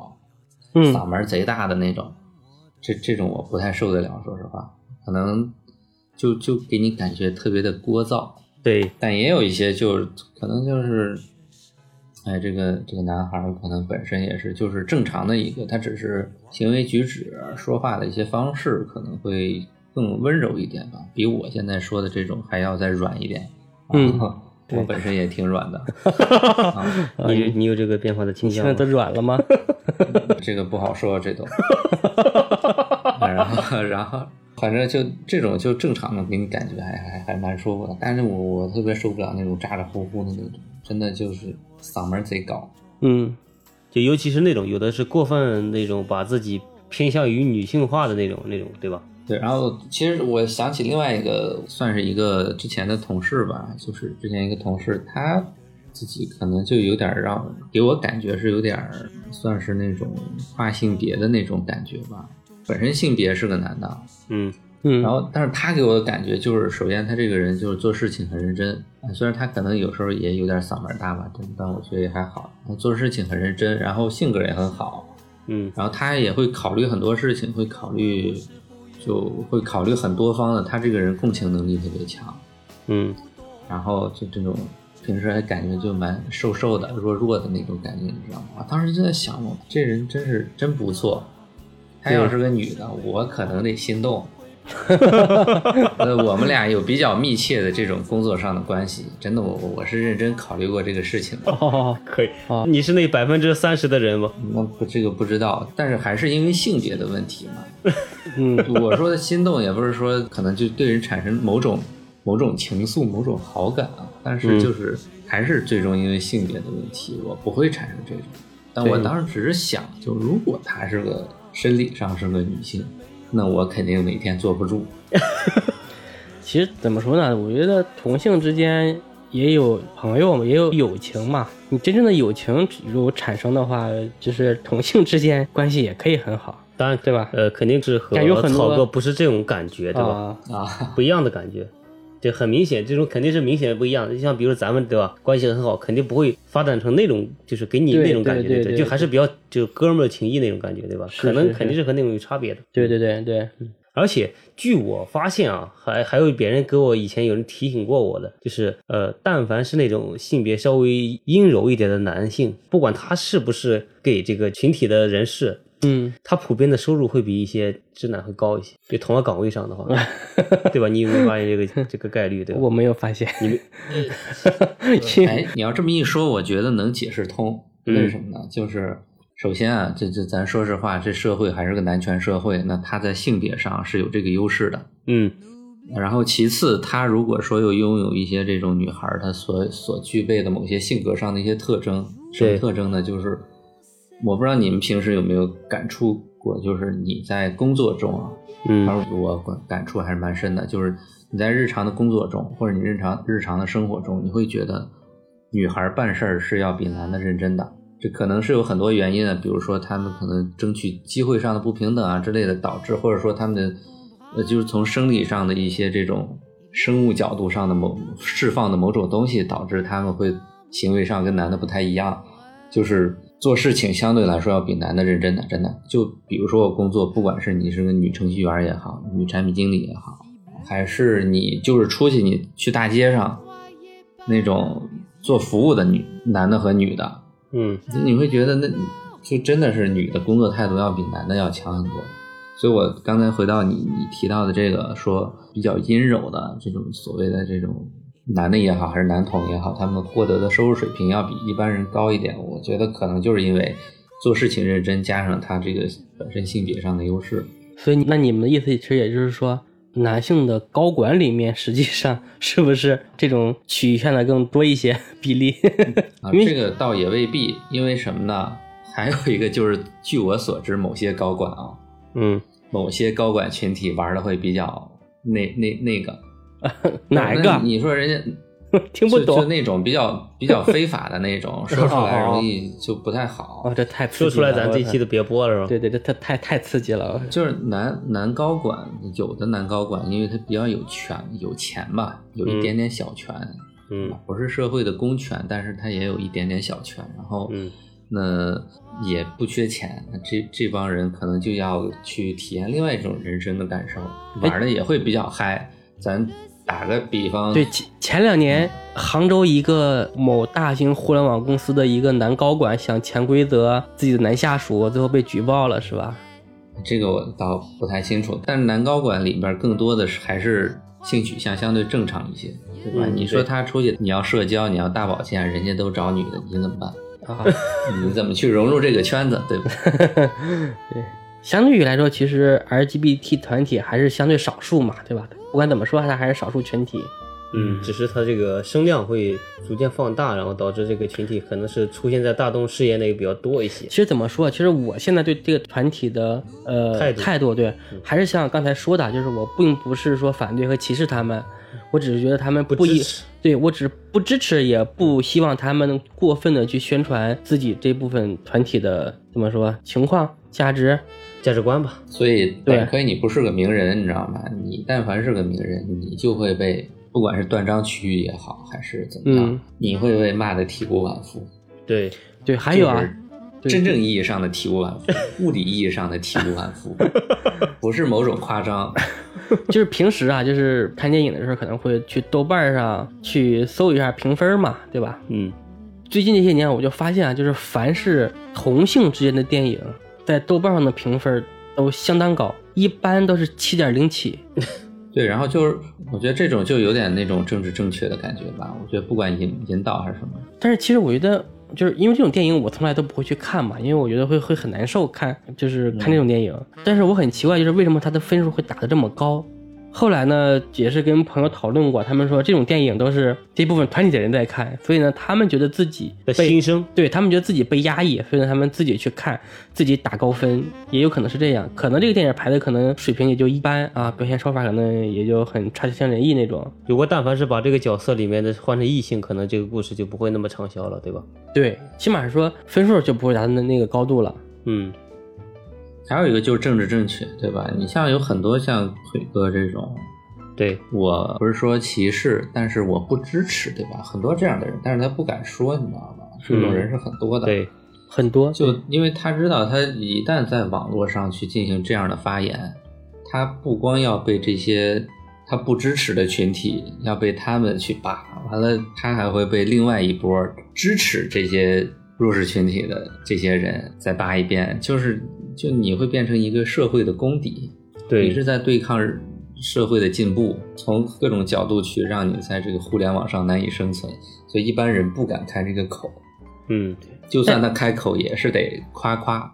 [SPEAKER 4] 嗯
[SPEAKER 2] 嗓门儿贼大的那种，这这种我不太受得了，说实话，可能就就给你感觉特别的聒噪。
[SPEAKER 3] 对，
[SPEAKER 2] 但也有一些就是可能就是，哎，这个这个男孩儿可能本身也是就是正常的一个，他只是行为举止、啊说话的一些方式可能会更温柔一点吧，比我现在说的这种还要再软一点。
[SPEAKER 4] 嗯
[SPEAKER 2] 然后我本身也挺软的，
[SPEAKER 1] 你有你有这个变化的倾
[SPEAKER 4] 现
[SPEAKER 1] 向
[SPEAKER 4] 在
[SPEAKER 1] 吗
[SPEAKER 4] 都？软了吗？
[SPEAKER 2] 这个不好说，这都。哎然后，然后，反正就这种就正常的，给你感觉还还还蛮舒服的。但是我我特别受不了那种咋咋呼呼的那种，真的就是嗓门儿贼高。
[SPEAKER 4] 嗯，
[SPEAKER 1] 就尤其是那种有的是过分那种把自己偏向于女性化的那种那种，对吧？
[SPEAKER 2] 对，然后其实我想起另外一个，算是一个之前的同事吧，就是之前一个同事，他自己可能就有点儿让给我感觉是有点儿算是那种跨性别的那种感觉吧。本身性别是个男的，啊
[SPEAKER 1] 嗯
[SPEAKER 2] 然后，但是他给我的感觉就是，首先他这个人就是做事情很认真，啊虽然他可能有时候也有点嗓门大吧，但但我觉得也还好。他做事情很认真，然后性格也很好，
[SPEAKER 1] 嗯
[SPEAKER 2] 然后他也会考虑很多事情，会考虑就会考虑很多方的。他这个人共情能力特别强，
[SPEAKER 1] 嗯
[SPEAKER 2] 然后就这种平时还感觉就蛮瘦瘦的、弱弱的那种感觉，你知道吗？我当时就在想，我这人真是真不错。她要是个女的，我可能得心动。呃，我们俩有比较密切的这种工作上的关系，真的我，我我是认真考虑过这个事情的。
[SPEAKER 4] 哦，
[SPEAKER 1] 可以。你是那百分之三十的人吗？
[SPEAKER 2] 那不这个不知道，但是还是因为性别的问题嘛。
[SPEAKER 4] 嗯，
[SPEAKER 2] 我说的心动也不是说可能就对人产生某种某种情愫、某种好感啊，但是就是还是最终因为性别的问题，我不会产生这种。但我当时只是想，就如果她是个生理上是个女性，那我肯定每天坐不住。
[SPEAKER 4] 其实怎么说呢？我觉得同性之间也有朋友嘛，也有友情嘛。你真正的友情如果产生的话，就是同性之间关系也可以很好，
[SPEAKER 1] 当然，
[SPEAKER 4] 对吧？
[SPEAKER 1] 呃，肯定是和
[SPEAKER 4] 感觉很多
[SPEAKER 1] 草哥不是这种感觉，对吧？
[SPEAKER 4] 啊，
[SPEAKER 1] 不一样的感觉，对，很明显，这种肯定是明显不一样的。就像比如咱们对吧，关系很好，肯定不会发展成那种就是给你
[SPEAKER 4] 对
[SPEAKER 1] 那种感觉，
[SPEAKER 4] 对对
[SPEAKER 1] 对，
[SPEAKER 4] 对
[SPEAKER 1] 就还是比较就哥们儿情谊那种感觉，对吧？可
[SPEAKER 4] 是
[SPEAKER 1] 能
[SPEAKER 4] 是
[SPEAKER 1] 肯定是和那种有差别的。
[SPEAKER 4] 对对对对，
[SPEAKER 1] 而且据我发现啊，还还有别人给我以前有人提醒过我的，就是呃，但凡是那种性别稍微阴柔一点的男性，不管他是不是给这个群体的人士，
[SPEAKER 4] 嗯，
[SPEAKER 1] 他普遍的收入会比一些直男会高一些，就同个岗位上的 话，对吧？你有没有发现这个这个概率，对吧？
[SPEAKER 4] 我没有发现，
[SPEAKER 1] 你 们
[SPEAKER 4] 因为
[SPEAKER 2] 哎，你要这么一说，我觉得能解释通。
[SPEAKER 1] 嗯
[SPEAKER 2] 为什么呢？就是首先啊，这这咱说实话，这社会还是个男权社会，那他在性别上是有这个优势的。
[SPEAKER 1] 嗯
[SPEAKER 2] 然后其次，他如果说又拥有一些这种女孩儿她所所具备的某些性格上的一些特征，什么
[SPEAKER 1] 对
[SPEAKER 2] 特征呢？就是我不知道你们平时有没有感触过，就是你在工作中啊，
[SPEAKER 1] 嗯
[SPEAKER 2] 而我感感触还是蛮深的，就是你在日常的工作中，或者你日常日常的生活中，你会觉得女孩办事儿是要比男的认真的。这可能是有很多原因的，啊比如说他们可能争取机会上的不平等啊之类的导致，或者说他们的呃就是从生理上的一些这种生物角度上的某释放的某种东西，导致他们会行为上跟男的不太一样。就是做事情相对来说要比男的认真的，真的。就比如说我工作，不管是你是个女程序员也好，女产品经理也好，还是你就是出去你去大街上那种做服务的女男的和女的，
[SPEAKER 1] 嗯，
[SPEAKER 2] 你会觉得那就真的是女的工作态度要比男的要强很多。所以我刚才回到你你提到的这个说比较阴柔的这种所谓的这种男的也好，还是男童也好，他们获得的收入水平要比一般人高一点。我觉得可能就是因为做事情认真，加上他这个本身性别上的优势。
[SPEAKER 4] 所以那你们的意思其实也就是说，男性的高管里面实际上是不是这种取向的更多一些比例？
[SPEAKER 2] 啊，
[SPEAKER 4] 因为
[SPEAKER 2] 这个倒也未必，因为什么呢？还有一个就是，据我所知，某些高管啊，
[SPEAKER 1] 嗯，
[SPEAKER 2] 某些高管群体玩的会比较那那那个
[SPEAKER 4] 哪一
[SPEAKER 2] 那
[SPEAKER 4] 个？
[SPEAKER 2] 你说人家
[SPEAKER 4] 听不
[SPEAKER 2] 就就
[SPEAKER 4] 懂哦
[SPEAKER 2] 那种比较比较非法的 那种，说出来容易就不太好
[SPEAKER 4] 哦，。这太刺
[SPEAKER 1] 说
[SPEAKER 4] 激
[SPEAKER 1] 出来
[SPEAKER 4] 了
[SPEAKER 1] 咱这期都别播了是吧？
[SPEAKER 4] 对对对，这太太刺激了。啊
[SPEAKER 2] 就是男男高管，有的男高管，因为他比较有权有钱吧，有一点点小权，啊
[SPEAKER 1] 嗯
[SPEAKER 2] 不是社会的公权，但是他也有一点点小权，然后
[SPEAKER 1] 嗯
[SPEAKER 2] 那也不缺钱，那这这帮人可能就要去体验另外一种人生的感受，
[SPEAKER 4] 哎
[SPEAKER 2] 玩的也会比较嗨。咱打个比方，
[SPEAKER 4] 对，前前两年杭州一个某大型互联网公司的一个男高管想潜规则自己的男下属，最后被举报了，是吧？
[SPEAKER 2] 这个我倒不太清楚，但是男高管里边更多的是还是性取向相对正常一些，对吧？
[SPEAKER 4] 嗯
[SPEAKER 2] 你说他出去，你要社交，你要大保健，人家都找女的，你怎么办？
[SPEAKER 4] 啊，
[SPEAKER 2] 你怎么去融入这个圈子，对吧？
[SPEAKER 4] 相对于来说，其实 LGBT 团体还是相对少数嘛，对吧？不管怎么说，它还是少数群体。
[SPEAKER 1] 嗯，只是它这个声量会逐渐放大，然后导致这个群体可能是出现在大众视野内比较多一些
[SPEAKER 4] 其。实怎么说，其实我现在对这个团体的呃
[SPEAKER 1] 态度嗯
[SPEAKER 4] 对，还是像刚才说的，啊就是我并不是说反对和歧视他们，我只是觉得他们 不
[SPEAKER 1] 嗯支
[SPEAKER 4] 一
[SPEAKER 1] 持，
[SPEAKER 4] 对我只不支持，也不希望他们过分的去宣传自己这部分团体的怎么说情况、价值。
[SPEAKER 1] 价值观吧，
[SPEAKER 2] 所以
[SPEAKER 4] 对
[SPEAKER 2] 本科你不是个名人，你知道吗？你但凡是个名人，你就会被不管是断章取义也好，还是怎么样，
[SPEAKER 4] 嗯
[SPEAKER 2] 你会被骂的体无完肤。
[SPEAKER 1] 对，
[SPEAKER 4] 对，还有啊，
[SPEAKER 2] 就是真正意义上的体无完肤，物理意义上的体无 完肤，不是某种夸张。
[SPEAKER 4] 就是平时啊，就是看电影的时候，可能会去豆瓣上去搜一下评分嘛，对吧？
[SPEAKER 1] 嗯，
[SPEAKER 4] 最近这些年，我就发现啊，就是凡是同性之间的电影，在豆瓣上的评分都相当高，一般都是七点零起。
[SPEAKER 2] 对，然后就是我觉得这种就有点那种政治正确的感觉吧。我觉得不管引引导还是什么，
[SPEAKER 4] 但是其实我觉得，就是因为这种电影我从来都不会去看嘛，因为我觉得会会很难受看，就是看这种电影。但是我很奇怪，就是为什么它的分数会打得这么高？后来呢，也是跟朋友讨论过，他们说这种电影都是这部分团体的人在看，所以呢，他们觉得自己
[SPEAKER 1] 的
[SPEAKER 4] 被
[SPEAKER 1] 心声，
[SPEAKER 4] 对他们觉得自己被压抑，所以他们自己去看，自己打高分，也有可能是这样。可能这个电影排的可能水平也就一般啊，表现手法可能也就很差强人意那种。
[SPEAKER 1] 如果但凡是把这个角色里面的换成异性，可能这个故事就不会那么畅销了，对吧？
[SPEAKER 4] 对，起码是说分数就不会达到那那个高度了。
[SPEAKER 1] 嗯，
[SPEAKER 2] 还有一个就是政治正确，对吧？你像有很多像腿哥这种，
[SPEAKER 1] 对，
[SPEAKER 2] 我不是说歧视，但是我不支持，对吧？很多这样的人，但是他不敢说，你知道吗？这种人是很多的。
[SPEAKER 1] 对，
[SPEAKER 4] 很多
[SPEAKER 2] 就因为他知道，他一旦在网络上去进行这样的发言，他不光要被这些他不支持的群体要被他们去霸，完了他还会被另外一波支持这些弱势群体的这些人再扒一遍，就是就你会变成一个社会的公敌，
[SPEAKER 1] 对，
[SPEAKER 2] 你是在对抗社会的进步，从各种角度去让你在这个互联网上难以生存，所以一般人不敢开这个口。
[SPEAKER 1] 嗯，
[SPEAKER 2] 就算他开口也是得夸夸，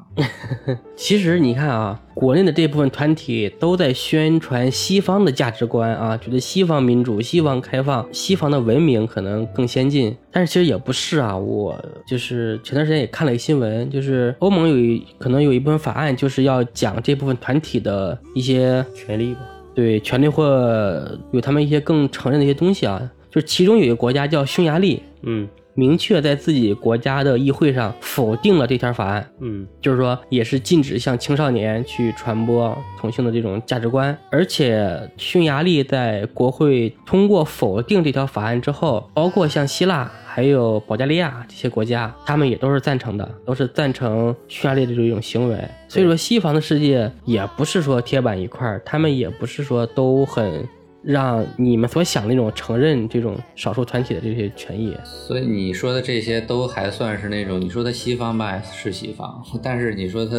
[SPEAKER 4] 其实你看啊，国内的这部分团体都在宣传西方的价值观啊，觉得西方民主、西方开放、西方的文明可能更先进，但是其实也不是啊。我就是前段时间也看了一个新闻，就是欧盟有一可能有一部分法案，就是要讲这部分团体的一些
[SPEAKER 1] 权力吧，
[SPEAKER 4] 对权利或有他们一些更承认的一些东西啊。就是其中有一个国家叫匈牙利，
[SPEAKER 1] 嗯
[SPEAKER 4] 明确在自己国家的议会上否定了这条法案。
[SPEAKER 1] 嗯，
[SPEAKER 4] 就是说也是禁止向青少年去传播同性的这种价值观。而且匈牙利在国会通过否定这条法案之后，包括像希腊。还有保加利亚这些国家，他们也都是赞成的，都是赞成匈牙利的这种行为。所以说，西方的世界也不是说铁板一块儿，他们也不是说都很让你们所想的那种承认这种少数团体的这些权益。
[SPEAKER 2] 所以你说的这些都还算是那种，你说他西方吧是西方，但是你说他，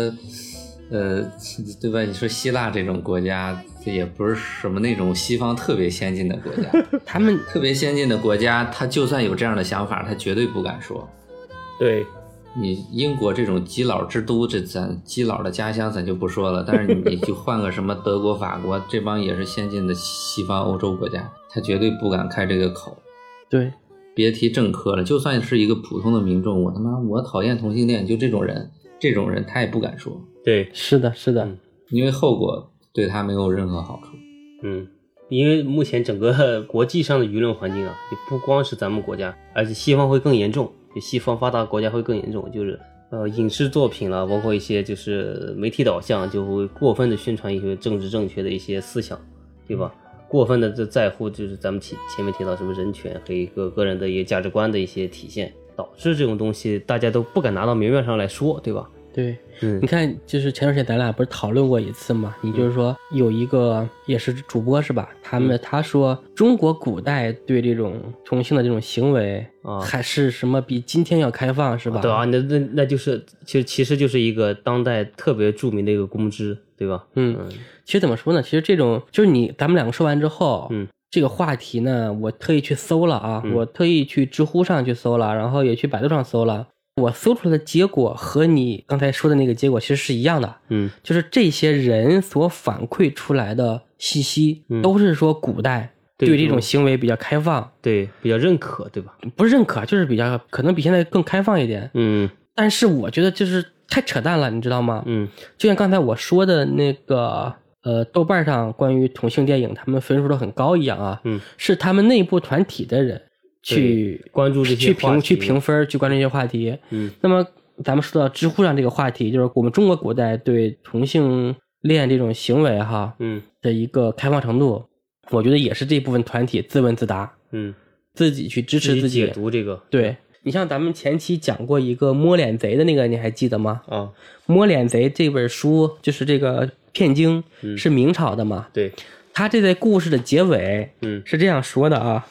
[SPEAKER 2] 呃， 对吧？你说希腊这种国家，这也不是什么那种西方特别先进的国家，
[SPEAKER 4] 他们
[SPEAKER 2] 特别先进的国家，他就算有这样的想法，他绝对不敢说。
[SPEAKER 1] 对，
[SPEAKER 2] 你英国这种基佬之都，这咱基佬的家乡咱就不说了，但是你就换个什么德国、法国，这帮也是先进的西方欧洲国家，他绝对不敢开这个口。
[SPEAKER 4] 对
[SPEAKER 2] 别提政客了，就算是一个普通的民众，我他妈我讨厌同性恋，就这种人，这种人他也不敢说，
[SPEAKER 1] 对，
[SPEAKER 4] 是的，是的，
[SPEAKER 2] 因为后果对他没有任何好处。
[SPEAKER 1] 嗯，因为目前整个国际上的舆论环境啊，也不光是咱们国家，而且西方会更严重，就西方发达国家会更严重，就是呃影视作品啦，包括一些就是媒体导向，就会过分的宣传一些政治正确的一些思想，对吧？过分的在在乎就是咱们前前面提到什么人权和一个个人的一个价值观的一些体现，导致这种东西大家都不敢拿到明面上来说，对吧？
[SPEAKER 4] 对。
[SPEAKER 1] 嗯
[SPEAKER 4] 你看，就是前段时间咱俩不是讨论过一次嘛？你就是说有一个也是主播是吧？他们
[SPEAKER 1] 嗯
[SPEAKER 4] 他说中国古代对这种同性的这种行为
[SPEAKER 1] 啊
[SPEAKER 4] 还是什么比今天要开放是吧？
[SPEAKER 1] 对啊，那那那就是，其实其实就是一个当代特别著名的一个公知，对吧？
[SPEAKER 4] 嗯
[SPEAKER 1] 嗯
[SPEAKER 4] 嗯，其实怎么说呢？其实这种就是你咱们两个说完之后，
[SPEAKER 1] 嗯，
[SPEAKER 4] 这个话题呢，我特意去搜了啊，
[SPEAKER 1] 嗯
[SPEAKER 4] 我特意去知乎上去搜了，然后也去百度上搜了。我搜出来的结果和你刚才说的那个结果其实是一样的，
[SPEAKER 1] 嗯
[SPEAKER 4] 就是这些人所反馈出来的信息，
[SPEAKER 1] 嗯
[SPEAKER 4] 都是说古代
[SPEAKER 1] 对
[SPEAKER 4] 对这种
[SPEAKER 1] 嗯
[SPEAKER 4] 行为比较开放，
[SPEAKER 1] 对，比较认可，对吧？
[SPEAKER 4] 不是认可，就是比较可能比现在更开放一点。
[SPEAKER 1] 嗯
[SPEAKER 4] 但是我觉得就是太扯淡了，你知道吗？
[SPEAKER 1] 嗯
[SPEAKER 4] 就像刚才我说的那个，呃，豆瓣上关于同性电影他们分数都很高一样啊，
[SPEAKER 1] 嗯，
[SPEAKER 4] 是他们内部团体的人去
[SPEAKER 1] 关注这些
[SPEAKER 4] 去
[SPEAKER 1] 话
[SPEAKER 4] 评
[SPEAKER 1] 题
[SPEAKER 4] 去评分去关注这些话题。
[SPEAKER 1] 嗯
[SPEAKER 4] 那么咱们说到知乎上这个话题，就是我们中国古代对同性恋这种行为哈
[SPEAKER 1] 嗯
[SPEAKER 4] 的一个开放程度，我觉得也是这部分团体自问自答，
[SPEAKER 1] 嗯，
[SPEAKER 4] 自己去支持
[SPEAKER 1] 自
[SPEAKER 4] 自
[SPEAKER 1] 己
[SPEAKER 4] 己
[SPEAKER 1] 解。读这个
[SPEAKER 4] 对你像咱们前期讲过一个摸脸贼的那个，你还记得吗？
[SPEAKER 1] 啊，
[SPEAKER 4] 《摸脸贼》这本书，就是这个《骗经》
[SPEAKER 1] 嗯
[SPEAKER 4] 是明朝的嘛？
[SPEAKER 1] 对，
[SPEAKER 4] 他这在故事的结尾，
[SPEAKER 1] 嗯
[SPEAKER 4] 是这样说的啊，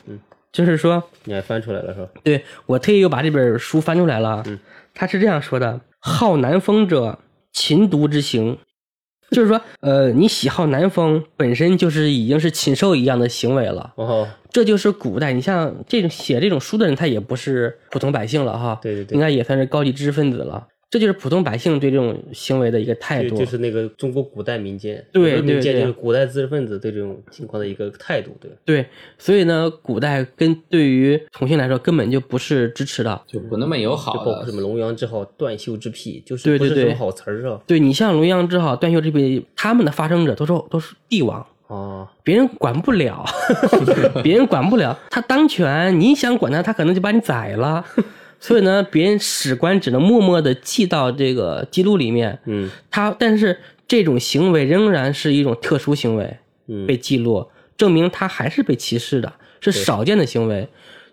[SPEAKER 4] 就是说，
[SPEAKER 1] 你还翻出来了是吧？
[SPEAKER 4] 对我特意又把这本书翻出来了，啊
[SPEAKER 1] 嗯
[SPEAKER 4] 他是这样说的：好南风者，禽毒之行。就是说，呃，你喜好南风本身就是已经是禽兽一样的行为了，
[SPEAKER 1] 哦，
[SPEAKER 4] 这就是古代。你像这种写这种书的人，他也不是普通百姓了哈，
[SPEAKER 1] 对对对
[SPEAKER 4] 应该也算是高级知识分子了。这就是普通百姓对这种行为的一个态
[SPEAKER 1] 就
[SPEAKER 4] 度，
[SPEAKER 1] 就是那个中国古代民间，
[SPEAKER 4] 对
[SPEAKER 1] 不是民
[SPEAKER 4] 对
[SPEAKER 1] 间
[SPEAKER 4] 对
[SPEAKER 1] 就是古代知识分子对这种情况的一个态度，对，
[SPEAKER 4] 对，所以呢，古代跟对于同性来说根本就不是支持的。
[SPEAKER 2] 就不那么友
[SPEAKER 1] 就
[SPEAKER 2] 好
[SPEAKER 1] 包括
[SPEAKER 2] 的
[SPEAKER 1] 什。么龙阳之好、断袖之癖，就是不
[SPEAKER 4] 对对
[SPEAKER 1] 是什
[SPEAKER 4] 对
[SPEAKER 1] 么好词儿啊？
[SPEAKER 4] 对你像龙阳之好、断袖之辈，他们的发生者都是都是帝王，
[SPEAKER 1] 啊，
[SPEAKER 4] 别人管不了， 别人管不了，他当权，你想管他，他可能就把你宰了。所以呢，别人史官只能默默的记到这个记录里面。
[SPEAKER 1] 嗯
[SPEAKER 4] 他但是这种行为仍然是一种特殊行为，
[SPEAKER 1] 嗯，
[SPEAKER 4] 被记录，证明他还是被歧视的，是少见的行为。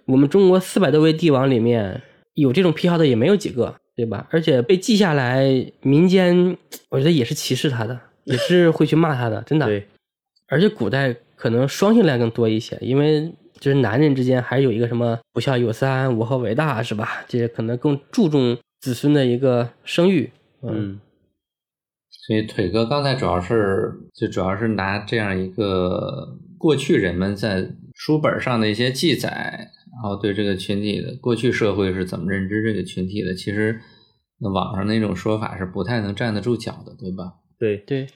[SPEAKER 4] 我们中国四百多位帝王里面，有这种癖好的也没有几个，对吧？而且被记下来，民间我觉得也是歧视他的，也是会去骂他的，真的。
[SPEAKER 1] 对，
[SPEAKER 4] 而且古代可能双性恋更多一些，因为就是男人之间还有一个什么“不孝有三，无后为大”，是吧？这些可能更注重子孙的一个生育。
[SPEAKER 1] 嗯
[SPEAKER 2] 所以腿哥刚才主要是就主要是拿这样一个过去人们在书本上的一些记载，然后对这个群体的过去社会是怎么认知这个群体的，其实那网上那种说法是不太能站得住脚的，对吧？
[SPEAKER 1] 对，
[SPEAKER 4] 对，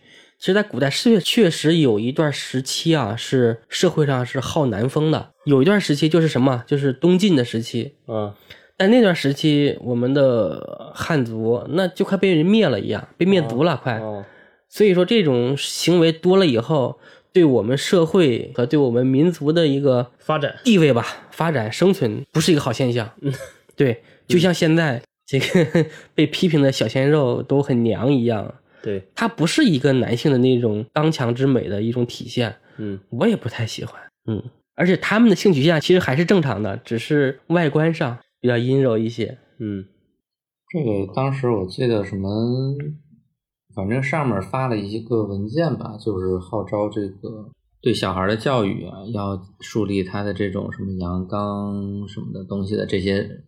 [SPEAKER 4] 其实，在古代是确确实有一段时期啊，是社会上是好男风的。有一段时期就是什么，啊就是东晋的时期。
[SPEAKER 1] 啊，
[SPEAKER 4] 但那段时期，我们的汉族那就快被人灭了一样，被灭族了，快。
[SPEAKER 1] 哦，
[SPEAKER 4] 所以说，这种行为多了以后，对我们社会和对我们民族的一个
[SPEAKER 1] 发展，
[SPEAKER 4] 地位吧、发展、生存，不是一个好现象。 对，就
[SPEAKER 1] 嗯
[SPEAKER 4] 像现在这个 被批评的小鲜肉都很娘一样。
[SPEAKER 1] 对，
[SPEAKER 4] 它不是一个男性的那种刚强之美的一种体现，
[SPEAKER 1] 嗯
[SPEAKER 4] 我也不太喜欢。嗯，而且他们的性取向其实还是正常的，只是外观上比较阴柔一些。
[SPEAKER 1] 嗯
[SPEAKER 2] 这个当时我记得什么，反正上面发了一个文件吧，就是号召这个对小孩的教育啊，要树立他的这种什么阳刚什么的东西的这些。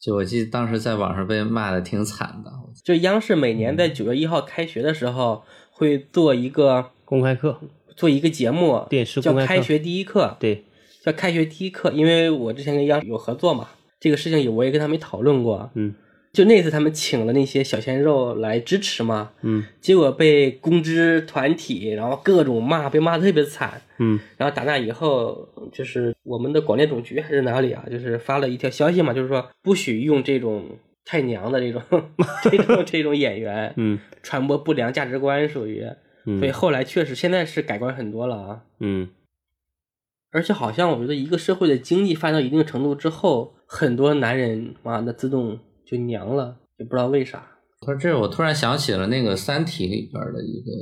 [SPEAKER 2] 就我记得当时在网上被骂的挺惨的，我
[SPEAKER 4] 就央视每年在九月一号开学的时候，会做一个
[SPEAKER 1] 公开课，
[SPEAKER 4] 做一个节目，
[SPEAKER 1] 电视
[SPEAKER 4] 叫
[SPEAKER 1] 公开
[SPEAKER 4] 《
[SPEAKER 1] 课
[SPEAKER 4] 开学第一课》，
[SPEAKER 1] 对，
[SPEAKER 4] 叫《开学第一课》，因为我之前跟央视有合作嘛，这个事情也我也跟他们讨论过。啊
[SPEAKER 1] 嗯
[SPEAKER 4] 就那次他们请了那些小鲜肉来支持嘛，
[SPEAKER 1] 嗯
[SPEAKER 4] 结果被公知团体，然后各种骂，被骂的特别惨。
[SPEAKER 1] 嗯
[SPEAKER 4] 然后打那以后，就是我们的广电总局还是哪里啊，就是发了一条消息嘛，就是说不许用这种太娘的 这种这种这种演员，
[SPEAKER 1] 嗯
[SPEAKER 4] 传播不良价值观属于。
[SPEAKER 1] 嗯，
[SPEAKER 4] 所以后来确实现在是改观很多了啊，
[SPEAKER 1] 嗯
[SPEAKER 4] 而且好像我觉得一个社会的经济发展到一定程度之后，很多男人妈的自动就娘了，也不知道为啥。
[SPEAKER 2] 他这我突然想起了那个《三体》里边的一个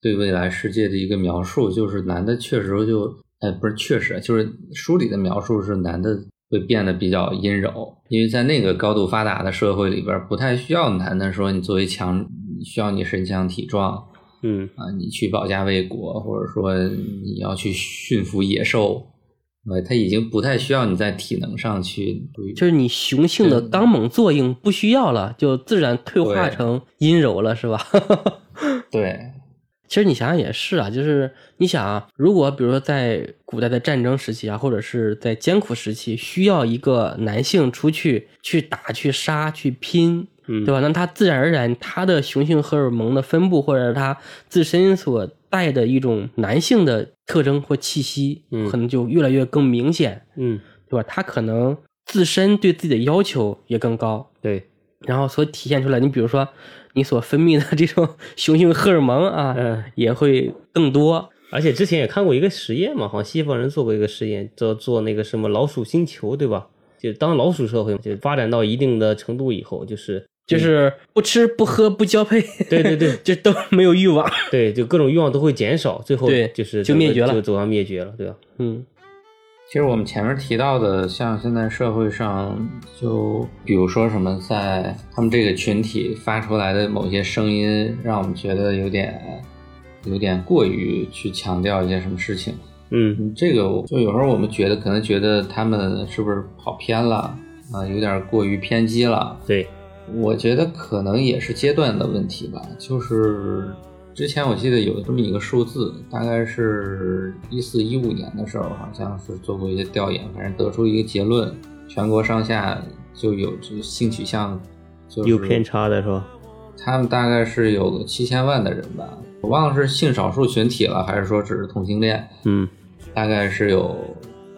[SPEAKER 2] 对未来世界的一个描述，就是男的确实就，哎，不是确实，就是书里的描述是男的会变得比较阴柔，因为在那个高度发达的社会里边，不太需要男的说你作为强，你需要你身强体壮，
[SPEAKER 1] 嗯
[SPEAKER 2] 啊，你去保家卫国，或者说你要去驯服野兽，呃，他已经不太需要你在体能上去，
[SPEAKER 4] 就是你雄性的刚猛作用不需要了，就自然退化
[SPEAKER 2] 对
[SPEAKER 4] 成阴柔了，是吧？
[SPEAKER 2] 对，
[SPEAKER 4] 其实你想想也是啊，就是你想啊，如果比如说在古代的战争时期啊，或者是在艰苦时期，需要一个男性出去去打、去杀、去拼，
[SPEAKER 1] 嗯
[SPEAKER 4] 对吧？那他自然而然他的雄性荷尔蒙的分布，或者他自身所带的一种男性的特征或气息，
[SPEAKER 1] 嗯
[SPEAKER 4] 可能就越来越更明显，
[SPEAKER 1] 嗯，
[SPEAKER 4] 对吧？他可能自身对自己的要求也更高，
[SPEAKER 1] 对，
[SPEAKER 4] 然后所体现出来，你比如说你所分泌的这种 雄性荷尔蒙啊，
[SPEAKER 1] 嗯
[SPEAKER 4] 也会更多。
[SPEAKER 1] 而且之前也看过一个实验嘛，好像西方人做过一个实验，叫做那个什么老鼠星球，对吧？就当老鼠社会嘛就发展到一定的程度以后，就是
[SPEAKER 4] 就是不吃不喝不交配，
[SPEAKER 1] 嗯对对对
[SPEAKER 4] 就都没有欲望。
[SPEAKER 1] 对，就各种欲望都会减少，最后
[SPEAKER 4] 对
[SPEAKER 1] 就是
[SPEAKER 4] 就灭绝了
[SPEAKER 1] 就走向灭绝了，对吧？
[SPEAKER 4] 嗯，
[SPEAKER 2] 其实我们前面提到的，像现在社会上，就比如说什么，在他们这个群体发出来的某些声音，让我们觉得有点有点过于去强调一些什么事情。
[SPEAKER 1] 嗯，
[SPEAKER 2] 嗯这个我就有时候我们觉得，可能觉得他们是不是跑偏了啊、有点过于偏激了。
[SPEAKER 1] 对，
[SPEAKER 2] 我觉得可能也是阶段的问题吧，就是之前我记得有这么一个数字，大概是一四一五年的时候，好像是做过一些调研，反正得出一个结论，全国上下就有这性取向就是
[SPEAKER 1] 有偏差的是吧？
[SPEAKER 2] 他们大概是有个七千万的人吧，我忘了是性少数群体了，还是说只是同性恋，
[SPEAKER 1] 嗯，
[SPEAKER 2] 大概是有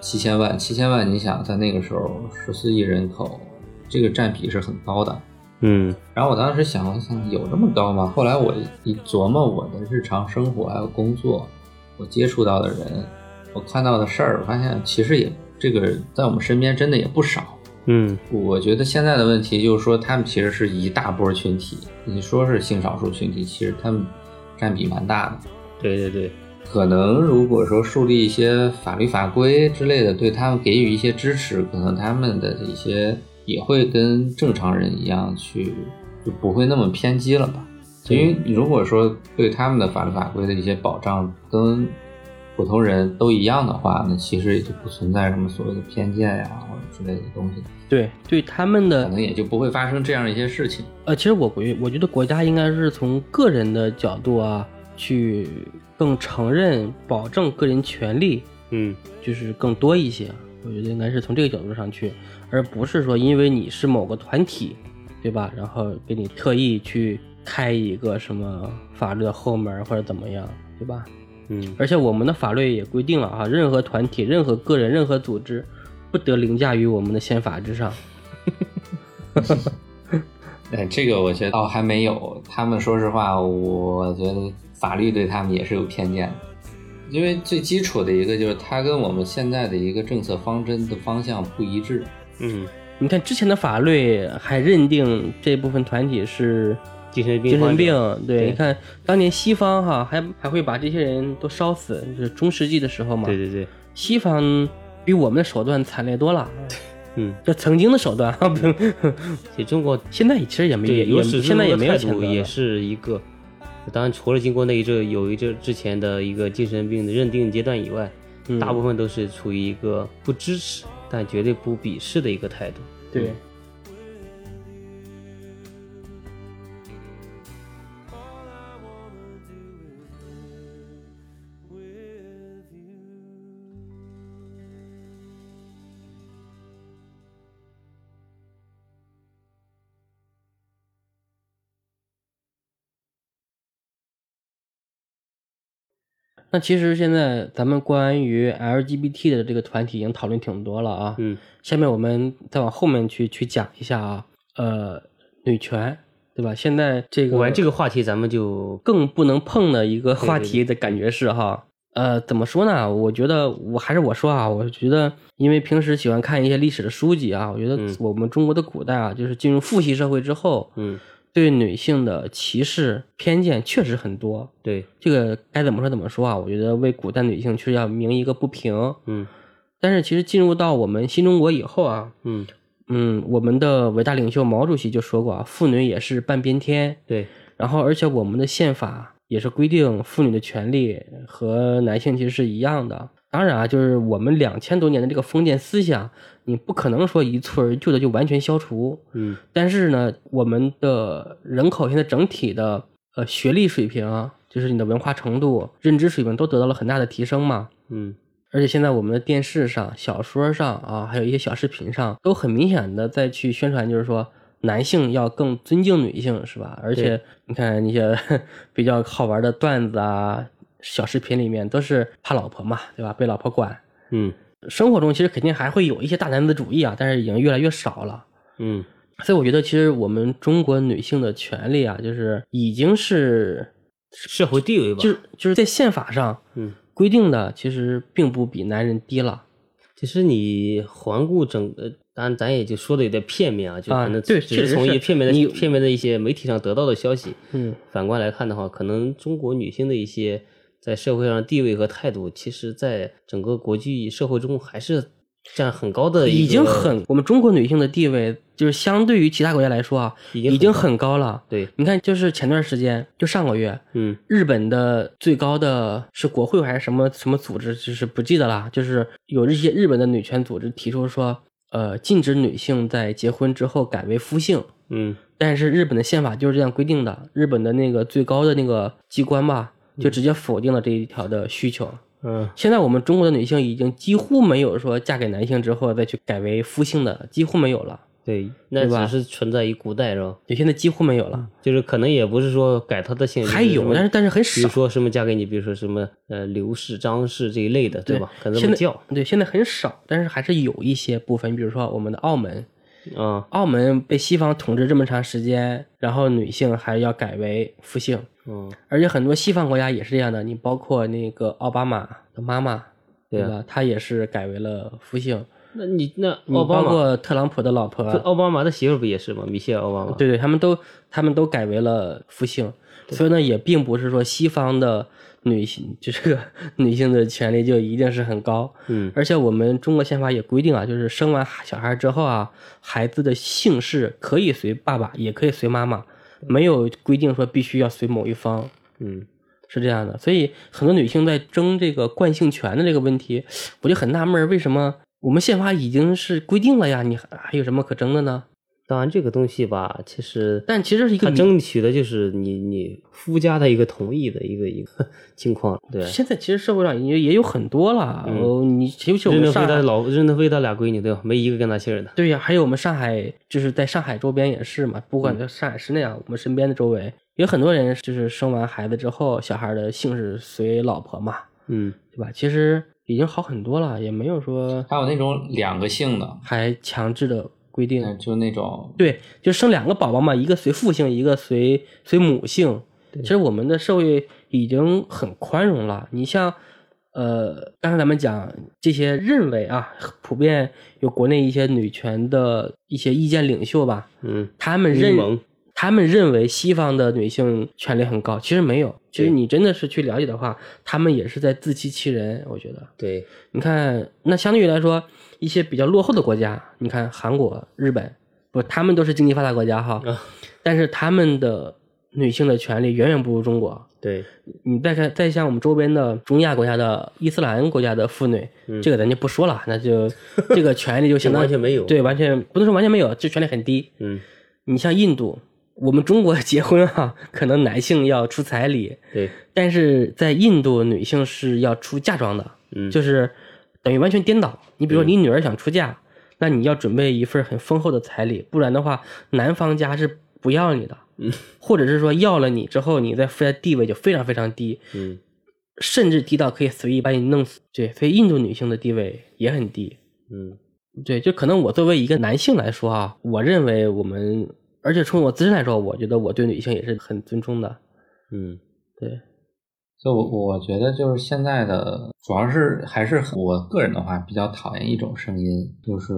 [SPEAKER 2] 七千万。七千万，你想在那个时候十四亿人口，这个占比是很高的。
[SPEAKER 1] 嗯
[SPEAKER 2] 然后我当时想了想，有这么高吗？后来我一琢磨我的日常生活还有工作，我接触到的人，我看到的事儿，我发现其实也这个在我们身边真的也不少。
[SPEAKER 1] 嗯
[SPEAKER 2] 我觉得现在的问题就是说，他们其实是一大波群体。你说是性少数群体，其实他们占比蛮大的。
[SPEAKER 1] 对对对，
[SPEAKER 2] 可能如果说树立一些法律法规之类的，对他们给予一些支持，可能他们的一些也会跟正常人一样去，就不会那么偏激了吧？因为你如果说对他们的法律法规的一些保障跟普通人都一样的话，那其实也就不存在什么所谓的偏见呀、或者之类的东西，
[SPEAKER 4] 对，对他们
[SPEAKER 2] 可
[SPEAKER 4] 的
[SPEAKER 2] 能也就不会发生这样一些事情。
[SPEAKER 4] 呃，其实我国我觉得国家应该是从个人的角度啊，去更承认、保证个人权利，
[SPEAKER 1] 嗯
[SPEAKER 4] 就是更多一些。我觉得应该是从这个角度上去，而不是说因为你是某个团体，对吧？然后给你特意去开一个什么法律的后门或者怎么样，对吧？
[SPEAKER 1] 嗯，
[SPEAKER 4] 而且我们的法律也规定了啊，任何团体、任何个人、任何组织，不得凌驾于我们的宪法之上。
[SPEAKER 2] 哎，这个我觉得倒还没有。他们说实话，我觉得法律对他们也是有偏见的，因为最基础的一个就是它跟我们现在的一个政策方针的方向不一致。
[SPEAKER 1] 嗯，
[SPEAKER 4] 你看之前的法律还认定这部分团体是
[SPEAKER 1] 精神病
[SPEAKER 4] 精神
[SPEAKER 1] 患者
[SPEAKER 4] 病，对，
[SPEAKER 1] 对
[SPEAKER 4] 你看当年西方哈还还会把这些人都烧死，就是中世纪的时候嘛，
[SPEAKER 1] 对对对，
[SPEAKER 4] 西方比我们的手段惨烈多了。
[SPEAKER 1] 嗯，
[SPEAKER 4] 这曾经的手段 啊，不，
[SPEAKER 1] 其实中国
[SPEAKER 4] 现在其实也没
[SPEAKER 1] 对，
[SPEAKER 4] 也
[SPEAKER 1] 有
[SPEAKER 4] 也
[SPEAKER 1] 史之
[SPEAKER 4] 现在也
[SPEAKER 1] 中的
[SPEAKER 4] 没有
[SPEAKER 1] 态
[SPEAKER 4] 谴
[SPEAKER 1] 度
[SPEAKER 4] 责
[SPEAKER 1] 也
[SPEAKER 4] 了
[SPEAKER 1] 是一个，当然除了经过那一阵有一阵之前的一个精神病的认定阶段以外，
[SPEAKER 4] 嗯
[SPEAKER 1] 大部分都是处于一个不支持但绝对不鄙视的一个态度。
[SPEAKER 4] 对。那其实现在咱们关于 LGBT 的这个团体已经讨论挺多了啊，
[SPEAKER 1] 嗯
[SPEAKER 4] 下面我们再往后面去去讲一下啊，呃，女权，对吧？现在这个
[SPEAKER 1] 果然这个话题咱们就
[SPEAKER 4] 更不能碰的一个话题的感觉是哈，呃，怎么说呢？我觉得我还是我说啊，我觉得因为平时喜欢看一些历史的书籍啊，我觉得
[SPEAKER 1] 嗯
[SPEAKER 4] 我们中国的古代啊，就是进入父系社会之后，
[SPEAKER 1] 嗯
[SPEAKER 4] 对女性的歧视偏见确实很多。
[SPEAKER 1] 对
[SPEAKER 4] 这个该怎么说怎么说啊？我觉得为古代女性是要鸣一个不平。
[SPEAKER 1] 嗯
[SPEAKER 4] 但是其实进入到我们新中国以后啊，
[SPEAKER 1] 嗯
[SPEAKER 4] 嗯，我们的伟大领袖毛主席就说过啊，妇女也是半边天。
[SPEAKER 1] 对
[SPEAKER 4] 然后，而且我们的宪法也是规定妇女的权利和男性其实是一样的。当然啊，就是我们两千多年的这个封建思想，你不可能说一蹴而就的就完全消除。
[SPEAKER 1] 嗯
[SPEAKER 4] 但是呢，我们的人口现在整体的呃学历水平啊，就是你的文化程度、认知水平都得到了很大的提升嘛。
[SPEAKER 1] 嗯
[SPEAKER 4] 而且现在我们的电视上、小说上啊，还有一些小视频上，都很明显的在去宣传，就是说男性要更尊敬女性，是吧？而且你看一些 比较好玩的段子啊、小视频里面，都是怕老婆嘛，对吧？被老婆管。
[SPEAKER 1] 嗯
[SPEAKER 4] 生活中其实肯定还会有一些大男子主义啊，但是已经越来越少了。
[SPEAKER 1] 嗯
[SPEAKER 4] 所以我觉得，其实我们中国女性的权利啊，就是已经是
[SPEAKER 1] 社会地位吧，
[SPEAKER 4] 就是就是在宪法上
[SPEAKER 1] 嗯。
[SPEAKER 4] 规定的，其实并不比男人低了。
[SPEAKER 1] 其实你环顾整个，当然咱也就说的有点片面啊，就
[SPEAKER 4] 啊
[SPEAKER 1] 可能
[SPEAKER 4] 对
[SPEAKER 1] 只
[SPEAKER 4] 确
[SPEAKER 1] 是
[SPEAKER 4] 实
[SPEAKER 1] 从
[SPEAKER 4] 是
[SPEAKER 1] 一片面
[SPEAKER 4] 你
[SPEAKER 1] 的片面的一些媒体上得到的消息。
[SPEAKER 4] 嗯，
[SPEAKER 1] 反观来看的话，可能中国女性的一些在社会上的地位和态度，其实在整个国际社会中还是占很高的一个，
[SPEAKER 4] 已经很，我们中国女性的地位就是相对于其他国家来说啊，
[SPEAKER 1] 已经
[SPEAKER 4] 已经很高了。
[SPEAKER 1] 对，
[SPEAKER 4] 你看，就是前段时间，就上个月，
[SPEAKER 1] 嗯
[SPEAKER 4] 日本的最高的是国会还是什么什么组织，就是不记得啦。就是有一些日本的女权组织提出说，呃，禁止女性在结婚之后改为夫姓。
[SPEAKER 1] 嗯
[SPEAKER 4] 但是日本的宪法就是这样规定的，日本的那个最高的那个机关吧，就直接否定了这一条的需求。
[SPEAKER 1] 嗯
[SPEAKER 4] 现在我们中国的女性已经几乎没有说嫁给男性之后再去改为夫姓的，几乎没有了，
[SPEAKER 1] 对，那
[SPEAKER 4] 对吧
[SPEAKER 1] 只是存在于古代是吧？
[SPEAKER 4] 对，现在几乎没有了，
[SPEAKER 1] 就是可能也不是说改他的姓，
[SPEAKER 4] 还有，但是但是很
[SPEAKER 1] 比如
[SPEAKER 4] 少，
[SPEAKER 1] 说什么嫁给你，比如说什么呃刘氏、张氏这一类的，对吧？可能这
[SPEAKER 4] 现
[SPEAKER 1] 么
[SPEAKER 4] 在
[SPEAKER 1] 叫
[SPEAKER 4] 对，现在很少，但是还是有一些部分，比如说我们的澳门，
[SPEAKER 1] 啊，
[SPEAKER 4] 澳门被西方统治这么长时间，然后女性还要改为夫姓，
[SPEAKER 1] 嗯，
[SPEAKER 4] 而且很多西方国家也是这样的，你包括那个奥巴马的妈妈，
[SPEAKER 1] 对啊
[SPEAKER 4] 吧？她也是改为了夫姓，
[SPEAKER 1] 那你那
[SPEAKER 4] 你
[SPEAKER 1] 奥巴
[SPEAKER 4] 包
[SPEAKER 1] 马，
[SPEAKER 4] 括特朗普的老婆，
[SPEAKER 1] 不奥巴马的媳妇儿不也是吗？米歇尔奥巴马，
[SPEAKER 4] 对对，他们都他们都改为了夫姓，所以呢，也并不是说西方的女性就这个 女性的权利就一定是很高，
[SPEAKER 1] 嗯
[SPEAKER 4] 而且我们中国宪法也规定啊，就是生完小孩之后啊，孩子的姓氏可以随爸爸，也可以随妈妈，没有规定说必须要随某一方。
[SPEAKER 1] 嗯
[SPEAKER 4] 是这样的，所以很多女性在争这个惯性权的这个问题，我就很纳闷儿，为什么我们宪法已经是规定了呀，你还还有什么可争的呢？
[SPEAKER 1] 当然这个东西吧，其实
[SPEAKER 4] 但其实是一个
[SPEAKER 1] 他
[SPEAKER 4] 理
[SPEAKER 1] 争取的就是你你夫家的一个同意的一个一个 情况，对。
[SPEAKER 4] 现在其实社会上也也有很多了，
[SPEAKER 1] 嗯
[SPEAKER 4] 哦，你尤其我
[SPEAKER 1] 任正非
[SPEAKER 4] 们上
[SPEAKER 1] 他
[SPEAKER 4] 海，
[SPEAKER 1] 老任正非他俩闺女对吧？没一个跟他姓儿的。
[SPEAKER 4] 对呀、还有我们上海，就是在上海周边也是嘛，不管
[SPEAKER 1] 嗯
[SPEAKER 4] 在上海市内啊，我们身边的周围有很多人，就是生完孩子之后，小孩的姓氏随老婆嘛，
[SPEAKER 1] 嗯，
[SPEAKER 4] 对吧？其实已经好很多了，也没有说
[SPEAKER 2] 还有那种两个姓的，
[SPEAKER 4] 还强制的规定。
[SPEAKER 2] 嗯，就那种
[SPEAKER 4] 对，就生两个宝宝嘛，一个随父姓，一个随随母姓。其实我们的社会已经很宽容了。你像，呃，刚才咱们讲这些认为啊，普遍有国内一些女权的一些意见领袖吧，
[SPEAKER 1] 嗯，
[SPEAKER 4] 他们
[SPEAKER 1] 民
[SPEAKER 4] 认
[SPEAKER 1] 盟
[SPEAKER 4] 他们认为西方的女性权利很高，其实没有。其
[SPEAKER 1] 对
[SPEAKER 4] 实你真的是去了解的话，他们也是在自欺欺人。我觉得，
[SPEAKER 1] 对，
[SPEAKER 4] 你看，那相对于来说，一些比较落后的国家，你看韩国、日本，不，他们都是经济发达国家哈，
[SPEAKER 1] 啊
[SPEAKER 4] 但是他们的女性的权利远远不如中国。
[SPEAKER 1] 对，
[SPEAKER 4] 你再看，再像我们周边的中亚国家的伊斯兰国家的妇女，这个咱就不说了，那就这个权利就相
[SPEAKER 1] 嗯
[SPEAKER 4] 当于
[SPEAKER 1] 完全没有
[SPEAKER 4] 对，完全不能说完全没有，就权利很低。
[SPEAKER 1] 嗯，
[SPEAKER 4] 你像印度，我们中国结婚啊，可能男性要出彩礼，
[SPEAKER 1] 对，
[SPEAKER 4] 但是在印度，女性是要出嫁妆的，
[SPEAKER 1] 嗯
[SPEAKER 4] 就是等于完全颠倒。你比如说，你女儿想出嫁，那你要准备一份很丰厚的彩礼，不然的话，男方家是不要你的，嗯，或者是说要了你之后，你在夫家地位就非常非常低，
[SPEAKER 1] 嗯，
[SPEAKER 4] 甚至低到可以随意把你弄死。对，所以印度女性的地位也很低。
[SPEAKER 1] 嗯，
[SPEAKER 4] 对，就可能我作为一个男性来说啊，我认为我们，而且从我自身来说，我觉得我对女性也是很尊重的。
[SPEAKER 1] 嗯，
[SPEAKER 4] 对，
[SPEAKER 2] 就我我觉得就是现在的，主要是还是很我个人的话比较讨厌一种声音，就是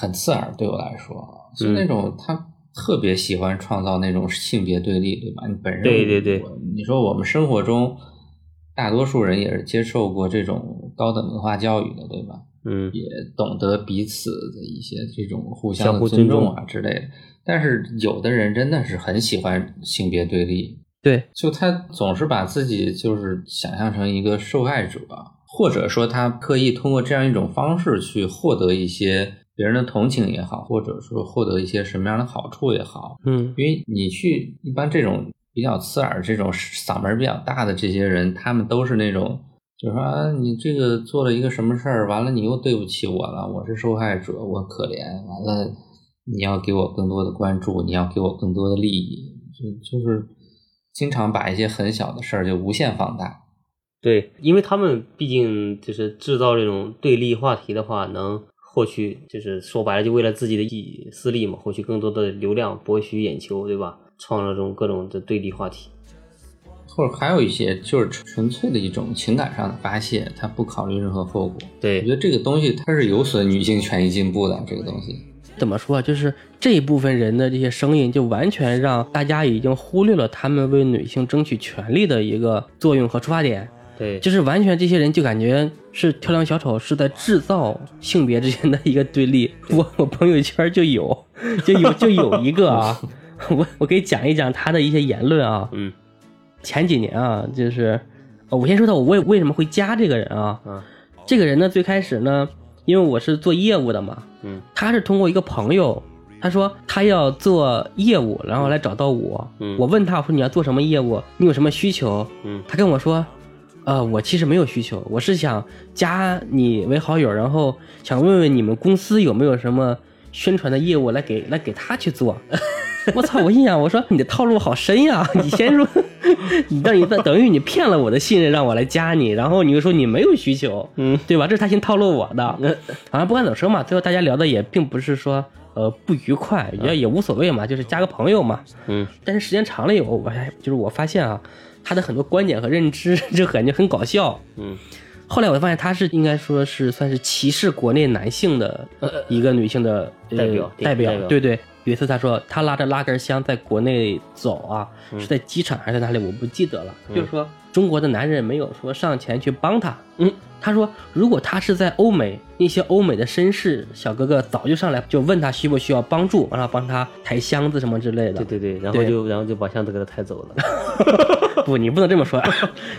[SPEAKER 2] 很刺耳，对我来说，啊就
[SPEAKER 1] 嗯
[SPEAKER 2] 那种他特别喜欢创造那种性别对立，对吧？你本身
[SPEAKER 1] 对对对
[SPEAKER 2] 我，你说我们生活中大多数人也是接受过这种高等文化教育的，对吧？
[SPEAKER 1] 嗯，
[SPEAKER 2] 也懂得彼此的一些这种互
[SPEAKER 1] 相
[SPEAKER 2] 相
[SPEAKER 1] 互
[SPEAKER 2] 的
[SPEAKER 1] 尊
[SPEAKER 2] 尊
[SPEAKER 1] 重
[SPEAKER 2] 重啊之类的。但是有的人真的是很喜欢性别对立，
[SPEAKER 4] 对，
[SPEAKER 2] 就他总是把自己就是想象成一个受害者，或者说他刻意通过这样一种方式去获得一些别人的同情也好，或者说获得一些什么样的好处也好。
[SPEAKER 4] 嗯
[SPEAKER 2] 因为你去一般这种比较刺耳、这种嗓门比较大的这些人，他们都是那种，就是说、啊、你这个做了一个什么事儿，完了你又对不起我了，我是受害者，我可怜，完了你要给我更多的关注，你要给我更多的利益，就就是经常把一些很小的事儿就无限放大。
[SPEAKER 1] 对，因为他们毕竟就是制造这种对立话题的话，能获取就是说白了，就为了自己的利私利嘛，获取更多的流量，博取眼球，对吧？创造这种各种的对立话题。
[SPEAKER 2] 或者还有一些就是纯粹的一种情感上的发泄，他不考虑任何后果。我觉
[SPEAKER 1] 对，
[SPEAKER 2] 得这个东西它是有损女性权益进步的，这个东西。
[SPEAKER 4] 怎么说啊？就是这一部分人的这些声音，就完全让大家已经忽略了他们为女性争取权利的一个作用和出发点。
[SPEAKER 1] 对，
[SPEAKER 4] 就是完全这些人就感觉是跳梁小丑，是在制造性别之间的一个对立。我我朋友圈就有， 就有就有一个啊， 我我给讲一讲他的一些言论啊。
[SPEAKER 1] 嗯，
[SPEAKER 4] 前几年啊，就是呃我先说到我为为什么会加这个人啊。
[SPEAKER 1] 嗯，
[SPEAKER 4] 这个人呢，最开始呢，因为我是做业务的嘛，
[SPEAKER 1] 嗯，
[SPEAKER 4] 他是通过一个朋友。他说他要做业务，然后来找到我。
[SPEAKER 1] 嗯
[SPEAKER 4] 我问他，我说你要做什么业务？你有什么需求？
[SPEAKER 1] 嗯
[SPEAKER 4] 他跟我说，呃，我其实没有需求，我是想加你为好友，然后想问问你们公司有没有什么宣传的业务来给来给他去做。 我操！我心想，我说你的套路好深呀！你先 说，你让你等于你骗了我的信任，让我来加你，然后你又说你没有需求，
[SPEAKER 1] 嗯，
[SPEAKER 4] 对吧？这是他先套路我的。好像不管怎么说嘛，最后大家聊的也并不是说呃不愉快，也也无所谓嘛，就是加个朋友嘛。
[SPEAKER 1] 嗯，
[SPEAKER 4] 但是时间长了以后，我还就是我发现啊，他的很多观点和认知就感觉很搞笑。
[SPEAKER 1] 嗯，
[SPEAKER 4] 后来我发现他是应该说是算是歧视国内男性的一个女性的、
[SPEAKER 1] 呃
[SPEAKER 4] 呃
[SPEAKER 1] 代表
[SPEAKER 4] 代表
[SPEAKER 1] 代表
[SPEAKER 4] 对对。有一次他说他拉着拉杆箱在国内走啊，
[SPEAKER 1] 嗯
[SPEAKER 4] 是在机场还是在哪里我不记得了，就是说中国的男人没有说上前去帮他，嗯，他说如果他是在欧美，那些欧美的绅士小哥哥早就上来就问他需不需要帮助，然后帮他抬箱子什么之类的，
[SPEAKER 1] 对对对，然后
[SPEAKER 4] 对
[SPEAKER 1] 就然后就把箱子给他抬走了。
[SPEAKER 4] 不，你不能这么说。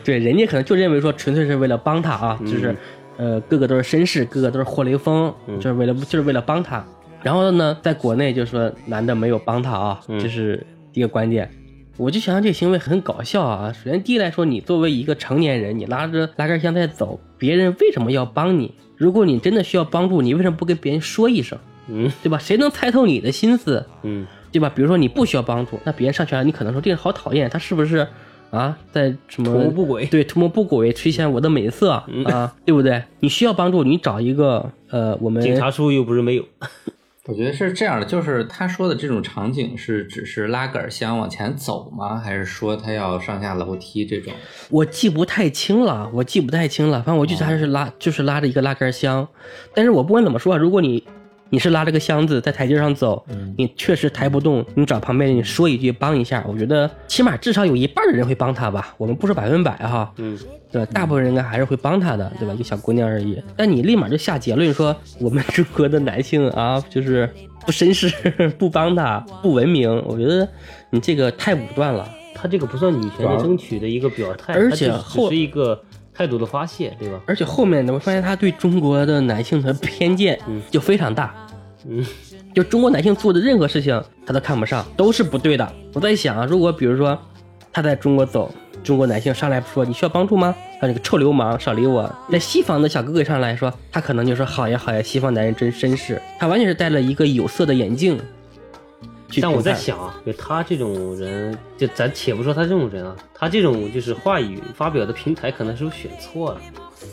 [SPEAKER 4] 对，人家可能就认为说，纯粹是为了帮他啊，就是，呃，个个都是绅士，个个都是霍雷锋，就是为了就是为了帮他。然后呢，在国内就说男的没有帮他啊，这是一个观点。我就想想这行为很搞笑啊。首先，第一来说，你作为一个成年人，你拉着拉杆箱在走，别人为什么要帮你？如果你真的需要帮助，你为什么不跟别人说一声？
[SPEAKER 1] 嗯
[SPEAKER 4] 对吧？谁能猜透你的心思？
[SPEAKER 1] 嗯，
[SPEAKER 4] 对吧？比如说你不需要帮助，那别人上前来，你可能说这个人好讨厌，他是不是啊在什么
[SPEAKER 1] 图谋不轨嗯
[SPEAKER 4] 对，图谋不轨，垂涎我的美色、啊，对不对？你需要帮助，你找一个呃，我们
[SPEAKER 1] 警察叔又不是没有。
[SPEAKER 2] 我觉得是这样的，就是他说的这种场景是只是拉杆箱往前走吗？还是说他要上下楼梯这种？
[SPEAKER 4] 我记不太清了，我记不太清了，反正我就记得他是拉，就是拉着一个拉杆箱。但是我不管怎么说啊，如果你你是拉着个箱子在台阶上走，你确实抬不动，你找旁边人说一句帮一下，我觉得起码至少有一半的人会帮他吧。我们不说百分百哈，嗯，对吧？大部分人应该还是会帮他的，对吧？一个小姑娘而已。但你立马就下结论说 我们中国的男性啊，就是不绅士， 不帮他，不文明，我觉得你这个太武断了。
[SPEAKER 1] 他这个不算女权的争取的一个表态，
[SPEAKER 4] 而
[SPEAKER 1] 他
[SPEAKER 4] 且
[SPEAKER 1] 就
[SPEAKER 4] 后
[SPEAKER 1] 只是一个态度的发泄，对吧？
[SPEAKER 4] 而且后面呢，我发现他对中国的男性的偏见就非常大，
[SPEAKER 1] 嗯，
[SPEAKER 4] 就中国男性做的任何事情他都看不上，都是不对的。我在想啊，如果比如说他在中国走，中国男性上来说你需要帮助吗？啊，你个臭流氓，少理我！那西方的小哥哥上来说，他可能就说好呀好呀，西方男人真绅士，他完全是戴了一个有色的眼镜。去
[SPEAKER 1] 但我
[SPEAKER 4] 评
[SPEAKER 1] 在
[SPEAKER 4] 判
[SPEAKER 1] 想啊，就他这种人，就咱且不说他这种人啊，他这种就是话语发表的平台，可能是不是选错了，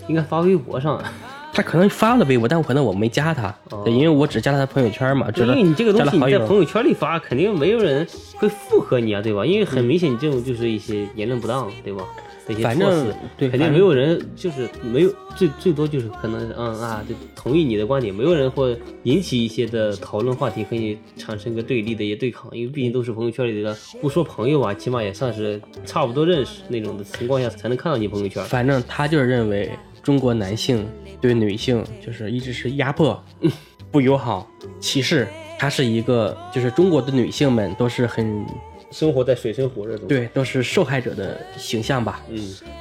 [SPEAKER 1] 应该发微博上啊。
[SPEAKER 4] 他可能发了微博，但我可能我没加他，对，因为我只加了他朋友圈嘛，只
[SPEAKER 1] 哦因为你这个
[SPEAKER 4] 加
[SPEAKER 1] 东
[SPEAKER 4] 了
[SPEAKER 1] 西
[SPEAKER 4] 好
[SPEAKER 1] 你在
[SPEAKER 4] 友
[SPEAKER 1] 朋友圈里发，肯定没有人会附和你啊，对吧？因为很明显，你这种就是一些言论不当，对吧？的一些
[SPEAKER 4] 嗯反
[SPEAKER 1] 措
[SPEAKER 4] 正
[SPEAKER 1] 施
[SPEAKER 4] 对
[SPEAKER 1] 肯
[SPEAKER 4] 反
[SPEAKER 1] 定
[SPEAKER 4] 正
[SPEAKER 1] 没有人，就是没有最最多就是可能嗯啊，就同意你的观点，没有人会引起一些的讨论话题，和你产生个对立的一些对抗，因为毕竟都是朋友圈里的，不说朋友吧，起码也算是差不多认识那种的情况下才能看到你朋友圈。
[SPEAKER 4] 反正他就是认为中国男性对女性就是一直是压迫、 不友好、歧视。他是一个，就是中国的女性们都是很
[SPEAKER 1] 生活在水深火热中，，
[SPEAKER 4] 对，都是受害者的形象吧，
[SPEAKER 1] 嗯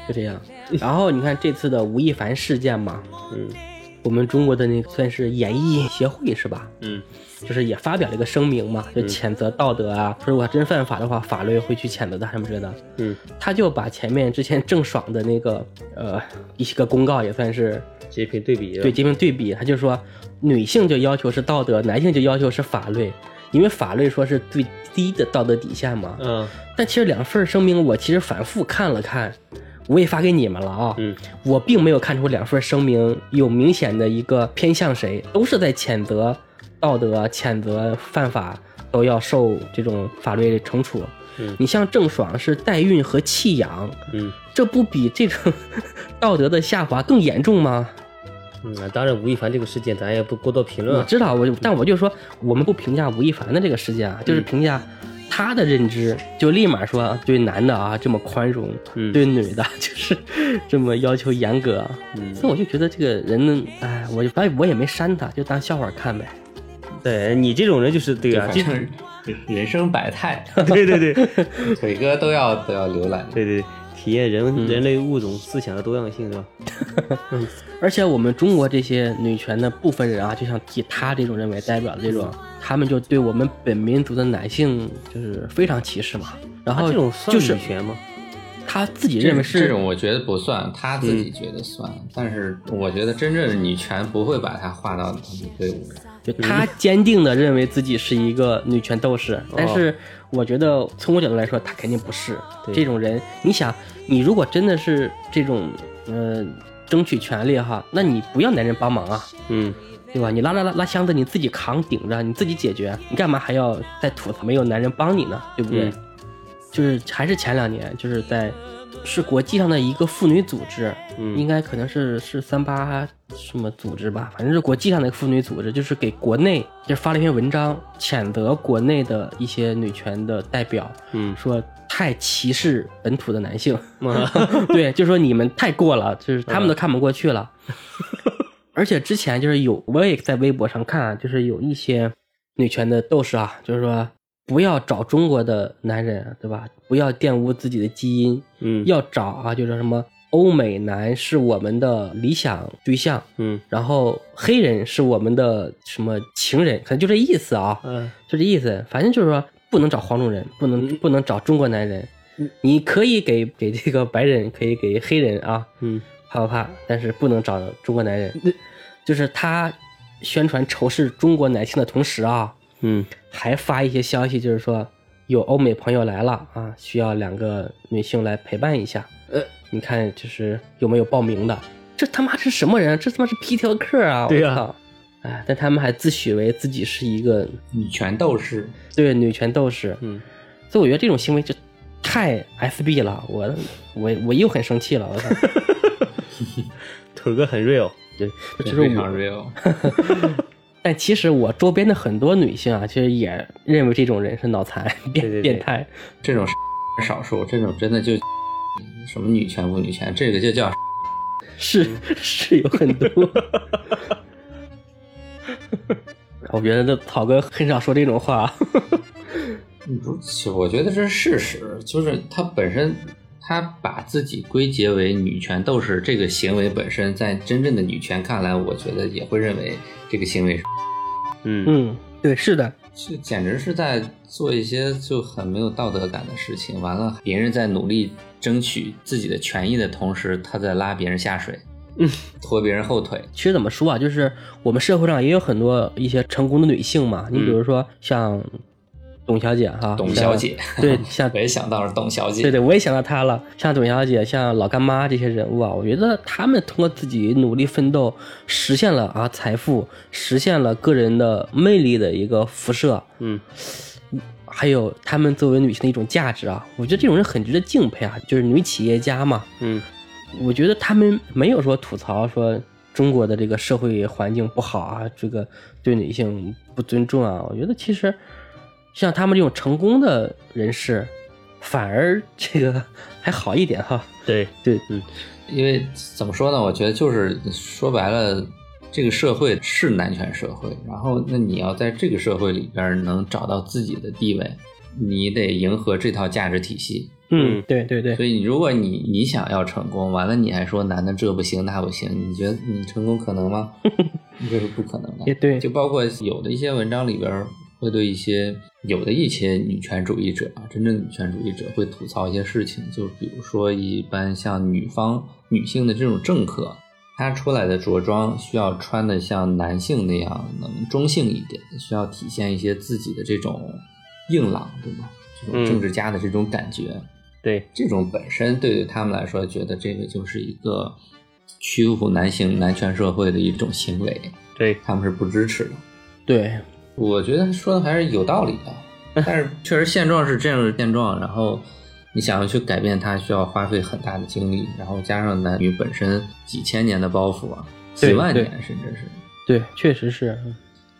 [SPEAKER 4] 就这样。然后你看这次的吴亦凡事件嘛，
[SPEAKER 1] 嗯，
[SPEAKER 4] 我我们中国的那个算是演艺协会是吧？
[SPEAKER 3] 嗯，
[SPEAKER 4] 就是也发表了一个声明嘛，就谴责道德啊，说如果真犯法的话，法律会去谴责他什么之类的。
[SPEAKER 3] 嗯，
[SPEAKER 4] 他就把前面之前郑爽的那个呃一些个公告也算是
[SPEAKER 3] 截屏对
[SPEAKER 1] 啊
[SPEAKER 3] 比，
[SPEAKER 4] 对，进行对比，他就说女性就要求是道德，男性就要求是法律，因为法律说是最低的道德底线嘛。
[SPEAKER 3] 嗯
[SPEAKER 4] 但其实两份声明我其实反复看了看，我也发给你们了啊。
[SPEAKER 3] 嗯，
[SPEAKER 4] 我并没有看出两份声明有明显的一个偏向谁，都是在谴责道德、谴责犯法都要受这种法律惩处。
[SPEAKER 3] 嗯
[SPEAKER 4] 你像郑爽是代孕和弃养，
[SPEAKER 3] 嗯
[SPEAKER 4] 这不比这种 道德的下滑更严重吗？
[SPEAKER 3] 嗯，当然吴亦凡这个事件咱也不过多评论
[SPEAKER 4] 我
[SPEAKER 3] 啊，
[SPEAKER 4] 知道，我就但我就说，我们不评价吴亦凡的这个事件啊，
[SPEAKER 3] 嗯
[SPEAKER 4] 就是评价他的认知，就立马说对男的啊这么宽容，
[SPEAKER 3] 嗯
[SPEAKER 4] 对女的啊 就是这么要求严格，啊
[SPEAKER 3] 嗯
[SPEAKER 4] 所以我就觉得这个人，哎，我就反正我也没删他，就当笑话看呗。
[SPEAKER 3] 对你这种人就是对啊，
[SPEAKER 2] 反
[SPEAKER 3] 这
[SPEAKER 2] 正人生百态，
[SPEAKER 3] 对对对对
[SPEAKER 2] 腿哥都要都要浏览。
[SPEAKER 3] 对对，体验人、
[SPEAKER 4] 嗯
[SPEAKER 3] 人类物种思想的多样性是吧？
[SPEAKER 4] 而且我们中国这些女权的部分人啊，就像以他这种人为代表的这种，
[SPEAKER 3] 嗯
[SPEAKER 4] 他们就对我们本民族的男性就是非常歧视嘛。然
[SPEAKER 3] 啊
[SPEAKER 4] 后
[SPEAKER 3] 这种
[SPEAKER 4] 哦就
[SPEAKER 3] 算
[SPEAKER 4] 是
[SPEAKER 3] 女权吗？
[SPEAKER 4] 他自己认为是
[SPEAKER 2] 这种，我觉得不算，他自己觉得算，但是我觉得真正的女权不会把它划到他们队伍里。
[SPEAKER 4] 就她坚定的认为自己是一个女权斗士，但是我觉得从我角度来说，她肯定不是
[SPEAKER 3] 对
[SPEAKER 4] 这种人。你想，你如果真的是这种，呃，争取权利哈，那你不要男人帮忙啊，
[SPEAKER 3] 嗯，
[SPEAKER 4] 对吧？你拉拉拉拉箱子，你自己扛顶着，你自己解决，你干嘛还要再吐槽没有男人帮你呢？对不对？
[SPEAKER 3] 嗯
[SPEAKER 4] 就是还是前两年，就是在是国际上的一个妇女组织，
[SPEAKER 3] 嗯
[SPEAKER 4] 应该可能是是三八什么组织吧，反正是国际上的一个妇女组织，就是给国内就是发了一篇文章，谴责国内的一些女权的代表，
[SPEAKER 3] 嗯
[SPEAKER 4] 说太歧视本土的男性， 对，就说你们太过了，就是他们都看不过去了。而且之前就是有，我也在微博上看啊，就是有一些女权的斗士啊，就是说不要找中国的男人，啊对吧？不要玷污自己的基因，
[SPEAKER 3] 嗯
[SPEAKER 4] 要找啊，就是什么欧美男是我们的理想对象，
[SPEAKER 3] 嗯
[SPEAKER 4] 然后黑人是我们的什么情人，可能就这意思啊，
[SPEAKER 3] 嗯
[SPEAKER 4] 就这意思。反正就是说，不能找黄种人，不能不能找中国男人。
[SPEAKER 3] 嗯
[SPEAKER 4] 你可以给给这个白人，可以给黑人啊，
[SPEAKER 3] 嗯
[SPEAKER 4] 怕不怕？但是不能找中国男人。就是他宣传仇视中国男性的同时啊，
[SPEAKER 3] 嗯
[SPEAKER 4] 还发一些消息，就是说有欧美朋友来了啊，需要两个女性来陪伴一下。
[SPEAKER 3] 呃，
[SPEAKER 4] 你看就是有没有报名的？这他妈是什么人？啊这他妈是皮条客啊！
[SPEAKER 3] 对呀
[SPEAKER 4] 呀、哎，但他们还自诩为自己是一个
[SPEAKER 2] 女权斗士，
[SPEAKER 4] 对女权斗士，
[SPEAKER 3] 嗯，
[SPEAKER 4] 所以我觉得这种行为就太 SB 了，我我我又很生气了，我操！
[SPEAKER 3] 腿哥很 real，对，
[SPEAKER 4] 就是
[SPEAKER 2] 非常
[SPEAKER 4] 我
[SPEAKER 2] real。
[SPEAKER 4] 但其实我周边的很多女性啊，其实也认为这种人是脑残、变
[SPEAKER 3] 对对
[SPEAKER 4] 变态。
[SPEAKER 2] 这种是少数，这种真的就 什么女权不女权，这个就叫
[SPEAKER 4] 是
[SPEAKER 3] 嗯
[SPEAKER 4] 是有很 多。我觉得草哥很少说这 种话，
[SPEAKER 2] 不是，我觉得这是事实，就是他本身他把自己归结为女权斗士这个行为本身，在真正的女权看来，我觉得也会认为这个行为是
[SPEAKER 3] 嗯
[SPEAKER 4] 嗯，对，是的，
[SPEAKER 2] 这简直是在做一些就很没有道德感的事情。完了，别人在努力争取自己的权益的同时，他在拉别人下水，嗯，拖别人后腿。
[SPEAKER 4] 其实怎么说啊，就是我们社会上也有很多一些成功的女性嘛，
[SPEAKER 3] 嗯
[SPEAKER 4] 你比如说像董小姐哈，
[SPEAKER 2] 董
[SPEAKER 4] 像
[SPEAKER 2] 小姐
[SPEAKER 4] 对，像
[SPEAKER 2] 我也想到了董小姐，
[SPEAKER 4] 对对，我也想到她了，像董小姐、像老干妈这些人物啊，我觉得他们通过自己努力奋斗，实现了啊财富，实现了个人的魅力的一个辐射，
[SPEAKER 3] 嗯，
[SPEAKER 4] 还有她们作为女性的一种价值啊，我觉得这种人很值得敬佩啊，就是女企业家嘛，
[SPEAKER 3] 嗯
[SPEAKER 4] 我觉得他们没有说吐槽说中国的这个社会环境不好啊，这个对女性不尊重啊。我觉得其实像他们这种成功的人士，反而这个还好一点哈。
[SPEAKER 3] 对，
[SPEAKER 4] 对，
[SPEAKER 2] 因为怎么说呢？我觉得就是说白了，这个社会是男权社会，然后那你要在这个社会里边能找到自己的地位，你得迎合这套价值体系。
[SPEAKER 4] 嗯，对对对，
[SPEAKER 2] 所以如果你你想要成功，完了你还说男的这不行那不行，你觉得你成功可能吗？ 这是不可能
[SPEAKER 4] 也
[SPEAKER 2] 的。
[SPEAKER 4] 对，
[SPEAKER 2] 就包括有的一些文章里边儿会对一些有的一些女权主义者啊，真正女权主义者会吐槽一些事情，就比如说一般像女方女性的这种政客，她出来的着装需要穿的像男性那样能中性一点，需要体现一些自己的这种硬朗，对吗？这种政治家的这种感觉。
[SPEAKER 1] 对，
[SPEAKER 2] 这种本身对于他们来说，觉得这个就是一个屈服男性男权社会的一种行为，
[SPEAKER 1] 对
[SPEAKER 2] 他们是不支持的。
[SPEAKER 4] 对，
[SPEAKER 2] 我觉得说的还是有道理 的，但是确实现状是这样的现状，然后你想要去改变它，需要花费很大的精力，然后加上男女本身几千年的包袱啊，
[SPEAKER 4] 对
[SPEAKER 2] 几万
[SPEAKER 4] 对
[SPEAKER 2] 年甚至是。
[SPEAKER 4] 对，确实是，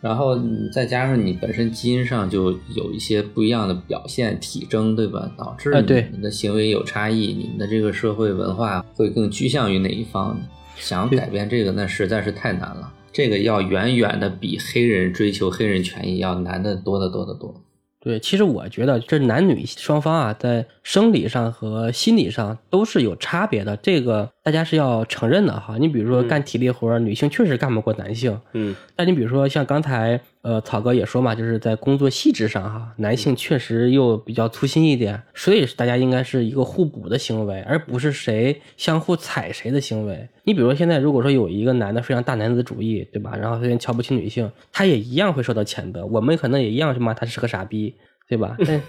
[SPEAKER 2] 然后你再加上你本身基因上就有一些不一样的表现体征，对吧？导致
[SPEAKER 4] 啊
[SPEAKER 2] 你
[SPEAKER 4] 对
[SPEAKER 2] 们的行为有差异，你们的这个社会文化会更趋向于哪一方？想改变这个，那实在是太难了。这个要远远的比黑人追求黑人权益要难得多得多得多。
[SPEAKER 4] 对，其实我觉得这男女双方啊，在生理上和心理上都是有差别的，这个大家是要承认的哈。你比
[SPEAKER 2] 嗯
[SPEAKER 4] 如说干体力活儿，女性确实干不过男性，
[SPEAKER 1] 嗯，
[SPEAKER 4] 但你比如说像刚才呃草哥也说嘛，就是在工作细致上哈，男性确实又比较粗心一点，所以大家应该是一个互补的行为，而不是谁相互踩谁的行为。你比如说现在如果说有一个男的非常大男子主义，对吧？然后非常瞧不起女性，他也一样会受到谴责，我们可能也一样去骂他是个傻逼。对吧？但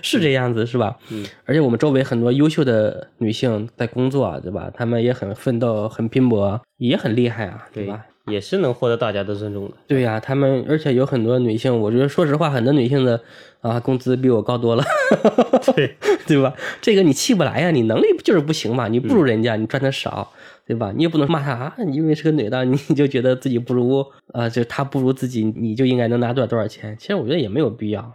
[SPEAKER 4] 是这样子是吧？嗯。而且我们周围很多优秀的女性在工作，啊对吧？她们也很奋斗、很拼搏，也很厉害啊，对
[SPEAKER 1] 对
[SPEAKER 4] 吧？，
[SPEAKER 1] 也是能获得大家的尊重的。
[SPEAKER 4] 对呀、他们而且有很多女性，我觉得说实话，很多女性的啊工资比我高多了，对 对吧？这个你气不来呀，你能力就是不行嘛，你不如人家，你赚的少，对吧？你也不能骂她啊，你因为是个女的，你就觉得自己不如啊，就她不如自己，你就应该能拿多少多少钱。其实我觉得也没有必要。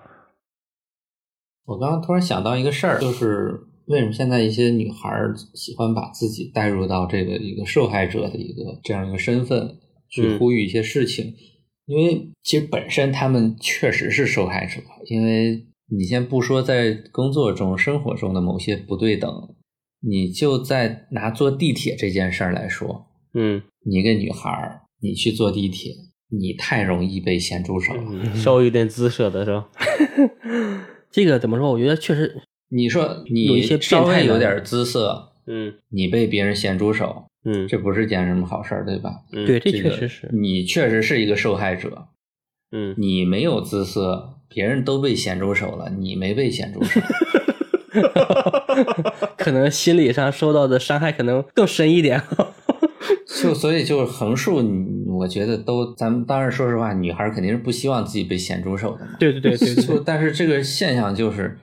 [SPEAKER 2] 我刚刚突然想到一个事儿，就是为什么现在一些女孩儿喜欢把自己带入到这个一个受害者的一个这样一个身份去呼吁一些事情，因为其实本身她们确实是受害者，因为你先不说在工作中、生活中的某些不对等，你就在拿坐地铁这件事儿来说，
[SPEAKER 1] 嗯，
[SPEAKER 2] 你一个女孩儿，你去坐地铁，你太容易被咸猪手了。
[SPEAKER 4] 嗯
[SPEAKER 1] 稍微有点姿色的是 吧？
[SPEAKER 4] 这个怎么说？我觉得确实
[SPEAKER 2] 你说你
[SPEAKER 4] 有一些
[SPEAKER 2] 稍
[SPEAKER 4] 变态
[SPEAKER 2] 微有
[SPEAKER 4] 的
[SPEAKER 2] 点姿色，
[SPEAKER 1] 嗯
[SPEAKER 2] 你被别人咸猪手，
[SPEAKER 1] 嗯
[SPEAKER 2] 这不是件什么好事儿，对吧？
[SPEAKER 1] 嗯
[SPEAKER 4] 对，这
[SPEAKER 2] 这个
[SPEAKER 4] 确实是。
[SPEAKER 2] 你确实是一个受害者，
[SPEAKER 1] 嗯，
[SPEAKER 2] 你没有姿色，别人都被咸猪手了，你没被咸猪手。
[SPEAKER 4] 可能心理上受到的伤害可能更深一点。
[SPEAKER 2] 就所以就是横竖，你我觉得都，咱们当然说实话，女孩肯定是不希望自己被咸猪手的嘛。
[SPEAKER 4] 对对对对
[SPEAKER 2] 就但是这个现象就是，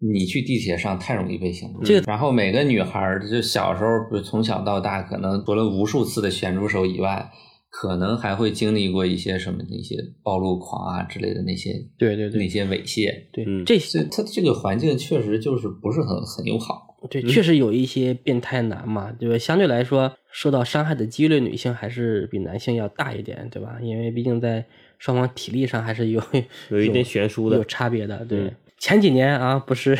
[SPEAKER 2] 你去地铁上太容易被咸猪手。
[SPEAKER 4] 这个
[SPEAKER 2] 然后每个女孩儿就小时候，不是从小到大，可能除了无数次的咸猪手以外，可能还会经历过一些什么那些暴露狂啊之类的那些
[SPEAKER 4] 对对
[SPEAKER 2] 那
[SPEAKER 4] 对
[SPEAKER 2] 些猥亵。
[SPEAKER 4] 对，
[SPEAKER 1] 嗯
[SPEAKER 4] 这
[SPEAKER 2] 所以它这个环境确实就是不是很很友好。
[SPEAKER 4] 对
[SPEAKER 1] 嗯
[SPEAKER 4] 确实有一些变态男嘛，对吧？相对来说，受到伤害的几率，女性还是比男性要大一点，对吧？因为毕竟在双方体力上还是有
[SPEAKER 1] 有一点悬殊
[SPEAKER 4] 有
[SPEAKER 1] 的。
[SPEAKER 4] 差别的。对，
[SPEAKER 1] 嗯
[SPEAKER 4] 前几年啊，不是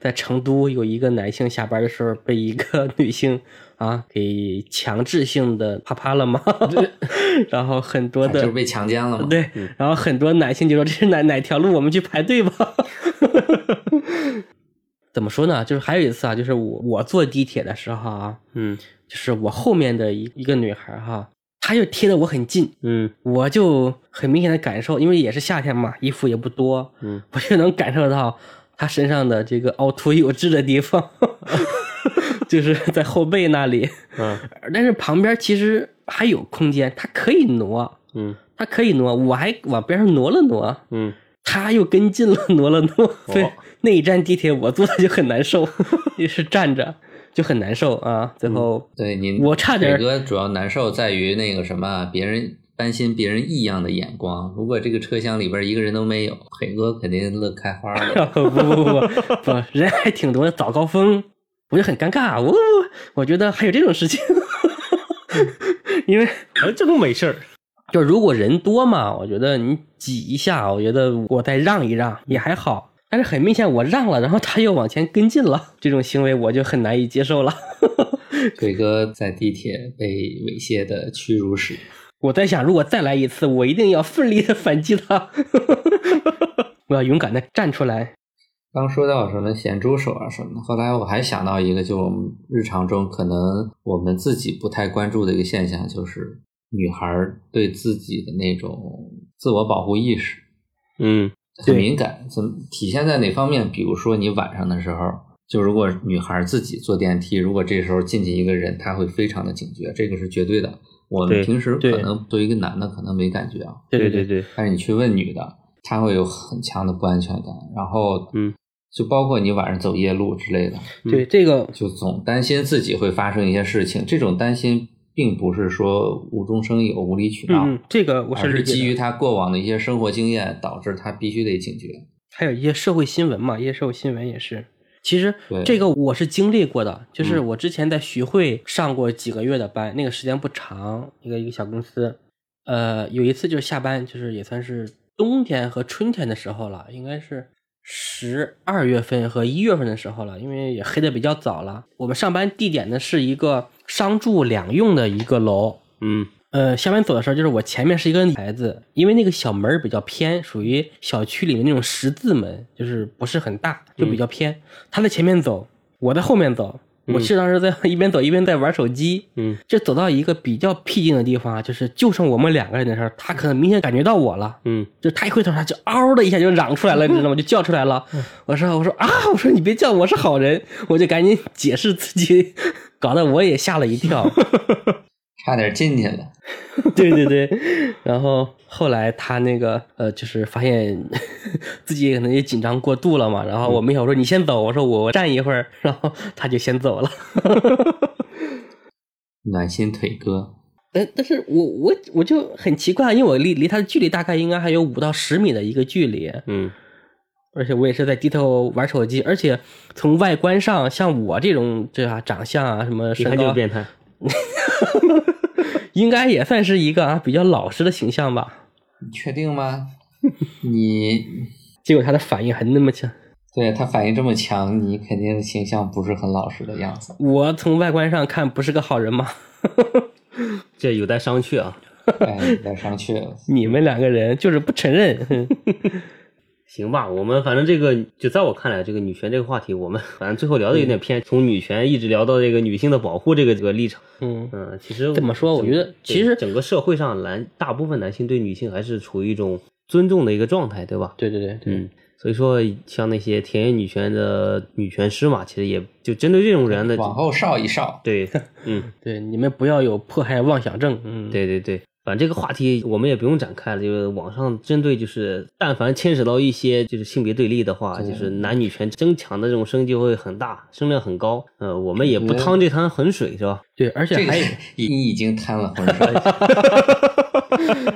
[SPEAKER 4] 在成都有一个男性下班的时候被一个女性啊给强制性的啪啪了吗？ 然后很多
[SPEAKER 2] 就
[SPEAKER 4] 的
[SPEAKER 2] 是被强奸了嘛？
[SPEAKER 4] 对，然后很多男性就说这是哪哪条路，我们去排队吧。怎么说呢？就是还有一次啊，就是我我坐地铁的时候啊，
[SPEAKER 1] 嗯
[SPEAKER 4] 就是我后面的一一个女孩哈、她就贴的我很近，
[SPEAKER 1] 嗯
[SPEAKER 4] 我就很明显的感受，因为也是夏天嘛，衣服也不多，
[SPEAKER 1] 嗯，
[SPEAKER 4] 我就能感受到她身上的这个凹凸有致的地方， 就是在后背那里，
[SPEAKER 1] 啊
[SPEAKER 4] 但是旁边其实还有空间，她可以挪，
[SPEAKER 1] 嗯
[SPEAKER 4] 他可以挪，我还往边上挪了挪，
[SPEAKER 1] 嗯，
[SPEAKER 4] 他又跟进了， 挪了挪。对，那一站地铁我坐的就很难受， 也是站着就很难受啊。最后，
[SPEAKER 2] 对你，
[SPEAKER 4] 我差点儿
[SPEAKER 2] 腿哥主要难受在于那个什么，别人担心别人异样的眼光。如果这个车厢里边一个人都没有，腿哥肯定乐开花了。
[SPEAKER 4] 不不不不不，人还挺多的，早高峰，我就很尴尬。我我觉得还有这种事情，因为
[SPEAKER 1] 反正这都没事儿。
[SPEAKER 4] 就如果人多嘛，我觉得你挤一下，我觉得我再让一让也还好。但是很明显我让了，然后他又往前跟进了，这种行为我就很难以接受了。
[SPEAKER 2] 鬼哥在地铁被猥亵的屈辱史。
[SPEAKER 4] 我在想，如果再来一次，我一定要奋力的反击 他，我要勇敢的站出来。
[SPEAKER 2] 刚说到什么咸猪手啊什么的，后来我还想到一个，就我们日常中可能我们自己不太关注的一个现象，就是女孩对自己的那种自我保护意识
[SPEAKER 1] 嗯
[SPEAKER 2] 很敏感，怎么体现在哪方面？比如说你晚上的时候，就如果女孩自己坐电梯，如果这时候进去一个人，她会非常的警觉，这个是绝对的。我们
[SPEAKER 1] 对
[SPEAKER 2] 平时
[SPEAKER 4] 对
[SPEAKER 2] 可能作为一个男的可能没感觉啊，
[SPEAKER 4] 对
[SPEAKER 1] 对
[SPEAKER 4] 对
[SPEAKER 1] 对，
[SPEAKER 2] 但是你去问女的，她会有很强的不安全感，然后
[SPEAKER 1] 嗯，
[SPEAKER 2] 就包括你晚上走夜路之类的，
[SPEAKER 4] 对，这个
[SPEAKER 2] 就总担心自己会发生一些事情。这种担心并不是说无中生有、无理取闹，
[SPEAKER 4] 嗯嗯，这个我是
[SPEAKER 2] 而
[SPEAKER 4] 理
[SPEAKER 2] 是
[SPEAKER 4] 解的
[SPEAKER 2] 基于他过往的一些生活经验，导致他必须得警觉。
[SPEAKER 4] 还有一些社会新闻嘛，一些社会新闻也是。其实
[SPEAKER 2] 对
[SPEAKER 4] 这个我是经历过的，就是我之前在徐汇上过几个月的班，那个时间不长，一个一个小公司。呃，有一次就是下班，就是也算是冬天和春天的时候了，应该是十二月份和一月份的时候了，因为也黑的比较早了。我们上班地点呢是一个商住两用的一个楼，
[SPEAKER 1] 嗯
[SPEAKER 4] 呃，下班走的时候，就是我前面是一个牌子，因为那个小门儿比较偏，属于小区里的那种十字门，就是不是很大，就比较偏。他在前面走，我在后面走。我是当时在一边走一边在玩手机，
[SPEAKER 1] 嗯，
[SPEAKER 4] 就走到一个比较僻静的地方啊，就是就剩我们两个人的时候，他可能明显感觉到我了，
[SPEAKER 1] 嗯
[SPEAKER 4] 就他一回头，他就嗷的一下就嚷出来了，你知道吗？就叫出来了。我说我说啊，我说你别叫，我是好人，我就赶紧解释自己，搞得我也吓了一跳。
[SPEAKER 2] 差点进去了，
[SPEAKER 4] 对对对，然后后来他那个呃，就是发现自己可能也紧张过度了嘛，然后我没想说你先走，我说我我站一会儿，然后他就先走了。
[SPEAKER 2] 暖心腿哥。
[SPEAKER 4] 但但是我我我就很奇怪，因为我离离他的距离大概应该还有五到十米的一个距离，
[SPEAKER 1] 嗯
[SPEAKER 4] 而且我也是在低头玩手机，而且从外观上，像我这种这啊长相啊什么
[SPEAKER 1] 一
[SPEAKER 4] 身
[SPEAKER 1] 看就
[SPEAKER 4] 高
[SPEAKER 1] 是，变态，
[SPEAKER 4] 应该也算是一个啊比较老实的形象吧。
[SPEAKER 2] 你确定吗？你
[SPEAKER 4] 结果他的反应还那么强，
[SPEAKER 2] 对他反应这么强，你肯定形象不是很老实的样子。
[SPEAKER 4] 我从外观上看不是个好人嘛。
[SPEAKER 1] 这有待商榷啊。
[SPEAKER 2] 哎，有点商榷 了。
[SPEAKER 4] 你们两个人就是不承认。
[SPEAKER 1] 行吧，我们反正这个就在我看来，这个女权这个话题，我们 反正最后聊的有
[SPEAKER 4] 嗯
[SPEAKER 1] 点偏，从女权一直聊到这个女性的保护这个这个立场。
[SPEAKER 4] 嗯，
[SPEAKER 1] 嗯，其实
[SPEAKER 4] 这么说我觉得
[SPEAKER 1] 整
[SPEAKER 4] 其实
[SPEAKER 1] 整个社会上男大部分男性对女性还是处于一种尊重的一个状态，对吧？
[SPEAKER 4] 对对对对，
[SPEAKER 1] 嗯，所以说像那些田园女权的女权师嘛，其实也就针对这种人的，
[SPEAKER 2] 往后稍一稍，
[SPEAKER 1] 对，嗯，
[SPEAKER 4] 对，你们不要有迫害妄想症。嗯，，
[SPEAKER 1] 对对对，反正这个话题我们也不用展开了，就是网上针对就是但凡牵扯到一些就是性别对立的话，就是男女权争抢的这种声就会很大，声量很高。呃，我们也不
[SPEAKER 2] 对
[SPEAKER 1] 趟这滩浑水，是吧？
[SPEAKER 4] 对，而且
[SPEAKER 2] 这个
[SPEAKER 4] 还有，
[SPEAKER 2] 你你已经贪了浑 水。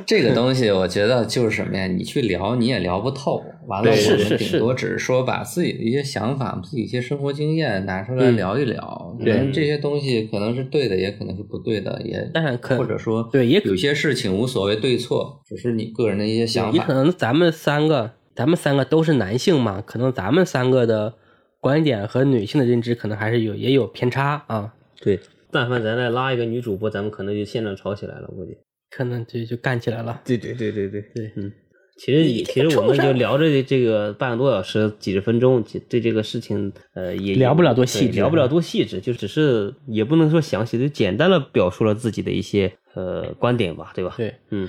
[SPEAKER 2] 这个东西我觉得就是什么呀？你去聊你也聊不透，完了
[SPEAKER 1] 对
[SPEAKER 2] 我
[SPEAKER 4] 是是
[SPEAKER 2] 们
[SPEAKER 4] 是
[SPEAKER 2] 顶多只是说把自己的一些想法、自己一些生活经验拿出来聊一聊。可
[SPEAKER 4] 嗯对
[SPEAKER 2] 能这些东西可能是对的，也可能是不对的，也
[SPEAKER 4] 当然可
[SPEAKER 2] 或者说
[SPEAKER 4] 对也可
[SPEAKER 2] 有些事情无所谓对错，只是你个人的一些想
[SPEAKER 4] 也可
[SPEAKER 2] 法。
[SPEAKER 4] 能咱们三个，咱们三个都是男性嘛，可能咱们三个的观点和女性的认知可能还是有也有偏差啊，
[SPEAKER 1] 对，但凡咱再拉一个女主播，咱们可能就现场吵起来了，估计。
[SPEAKER 4] 可能就就干起来了。
[SPEAKER 1] 对对对对对
[SPEAKER 4] 对
[SPEAKER 1] 嗯，其实也其实我们就聊着这个半个多小时几十分钟，其对这个事情呃也
[SPEAKER 4] 聊不了多细致
[SPEAKER 1] 对聊不了多细致，就只是也不能说详细，就简单的表述了自己的一些呃观点吧，对吧？，
[SPEAKER 4] 对，
[SPEAKER 1] 嗯，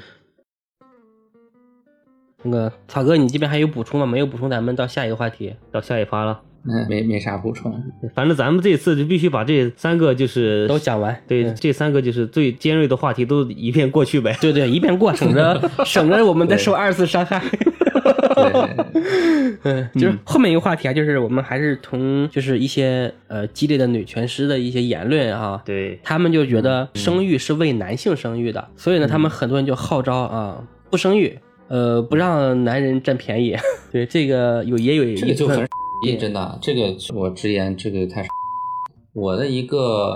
[SPEAKER 4] 那个草哥，你这边还有补充吗？没有补充，咱们到下一个话题。
[SPEAKER 1] 到下一趴了，
[SPEAKER 2] 嗯，没没啥补 充。
[SPEAKER 1] 反正咱们这次就必须把这三个就是
[SPEAKER 4] 都讲完
[SPEAKER 1] 对，
[SPEAKER 4] 嗯
[SPEAKER 1] 这三个就是最尖锐的话题都一遍过去 呗。
[SPEAKER 4] 对对，一遍过，省 着省着我们再受二次伤害。
[SPEAKER 2] 对，
[SPEAKER 4] 嗯， 就是后面一个话题啊，就是我们还是从就是一些呃激烈的女权师的一些言论啊，
[SPEAKER 1] 对，
[SPEAKER 4] 他们就觉得生育是为男性生育的，所以呢，他们很多人就号召啊不生育，呃不让男人占便宜。 对，这个有也有
[SPEAKER 2] 这个
[SPEAKER 4] 一
[SPEAKER 2] 就很
[SPEAKER 4] 份
[SPEAKER 2] 咦，真的，这个我直言，这个太。我的一 个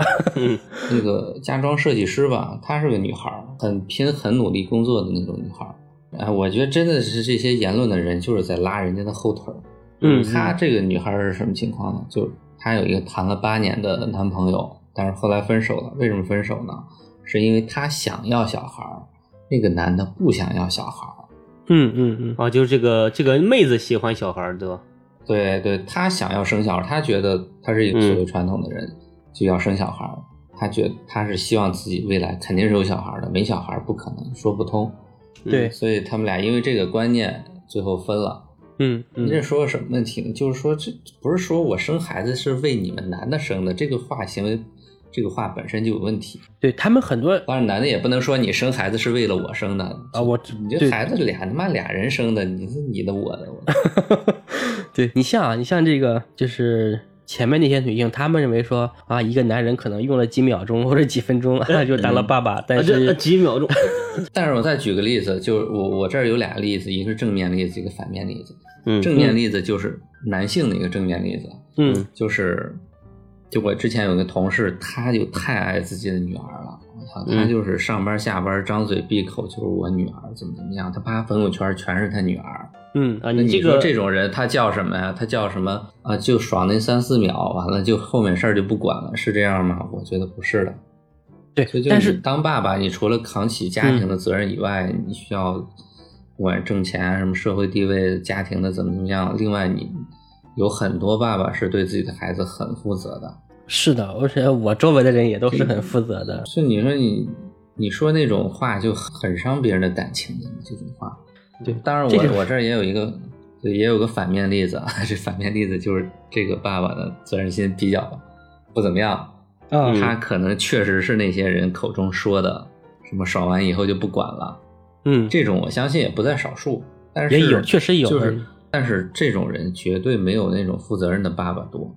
[SPEAKER 2] 那个家装设计师吧，她是个女孩儿，很拼、很努力工作的那种女孩儿。哎，我觉得真的是这些言论的人就是在拉人家的后腿儿。
[SPEAKER 4] 嗯
[SPEAKER 2] 她这个女孩是什么情况呢？就她有一个谈了八年的男朋友，但是后来分手了。为什么分手呢？是因为她想要小孩儿，那个男的不想要小孩儿。
[SPEAKER 4] 嗯嗯嗯，
[SPEAKER 1] 啊，就是这个这个妹子喜欢小孩儿，对吧？
[SPEAKER 2] 对对，她想要生小孩儿，她觉得她是一个所
[SPEAKER 4] 嗯
[SPEAKER 2] 谓传统的人，就要生小孩儿。她觉得她是希望自己未来肯定是有小孩儿的，没小孩儿不可能，说不通。
[SPEAKER 1] 嗯
[SPEAKER 4] 对，
[SPEAKER 2] 所以他们俩因为这个观念最后分了。
[SPEAKER 4] 嗯
[SPEAKER 2] 你这
[SPEAKER 4] 嗯
[SPEAKER 2] 说个什么问题呢？就是说，这不是说我生孩子是为你们男的生的，这个话行为，这个话本身就有问题。
[SPEAKER 4] 对他们很多
[SPEAKER 2] 当然，男的也不能说你生孩子是为了我生的
[SPEAKER 4] 啊，我
[SPEAKER 2] 你这
[SPEAKER 4] 对
[SPEAKER 2] 孩子俩他妈俩人生的，你是你的我的，我的
[SPEAKER 4] 对你像啊，你像这个就是前面那些女性，她们认为说啊，一个男人可能用了几秒钟或者几分钟啊就当了爸爸，
[SPEAKER 1] 啊，
[SPEAKER 4] 但
[SPEAKER 1] 这
[SPEAKER 4] 是
[SPEAKER 1] 几 秒钟，
[SPEAKER 2] 但是我再举个例子，就是我我这儿有俩例子，一个是正面例子，一个反面例子。
[SPEAKER 1] 嗯
[SPEAKER 2] 正面例子就是男性的一个正面例子，
[SPEAKER 4] 嗯
[SPEAKER 2] 就是就我之前有个同事，他就太爱自己的女儿了，我操，
[SPEAKER 1] 嗯
[SPEAKER 2] 他就是上班下班张嘴闭口就是我女儿怎么怎么样，他发朋友圈全是他女儿。
[SPEAKER 4] 嗯
[SPEAKER 1] 啊，
[SPEAKER 2] 那
[SPEAKER 1] 这
[SPEAKER 2] 你说
[SPEAKER 1] 个
[SPEAKER 2] 这种人他叫什么呀？他叫什么啊？就爽那三四秒，完了就后面事儿就不管了，是这样吗？我觉得不是的。
[SPEAKER 4] 对
[SPEAKER 2] 所以，就
[SPEAKER 4] 但
[SPEAKER 2] 你
[SPEAKER 4] 是嗯
[SPEAKER 2] 当爸爸，你除了扛起家庭的责任以外，你需要不管挣钱啊、什么社会地位、家庭的怎么怎么样。另外，你有很多爸爸是对自己的孩子很负责的。
[SPEAKER 4] 是的，而且我周围的人也都是很负责的，
[SPEAKER 2] 所以你说你你说那种话就很伤别人的感情的这种话。
[SPEAKER 4] 对
[SPEAKER 2] 当然
[SPEAKER 4] 嗯
[SPEAKER 2] 我
[SPEAKER 4] 这就是
[SPEAKER 2] 我这儿也有一个对也有个反面例子啊， 这反面例子就是这个爸爸的责任心比较不怎么样，
[SPEAKER 4] 啊
[SPEAKER 2] 他可能确实是那些人口中说的什么爽完以后就不管了，
[SPEAKER 4] 嗯，
[SPEAKER 2] 这种我相信也不在少数，但是
[SPEAKER 4] 也有确实有嗯
[SPEAKER 2] 就是但是这种人绝对没有那种负责任的爸爸多。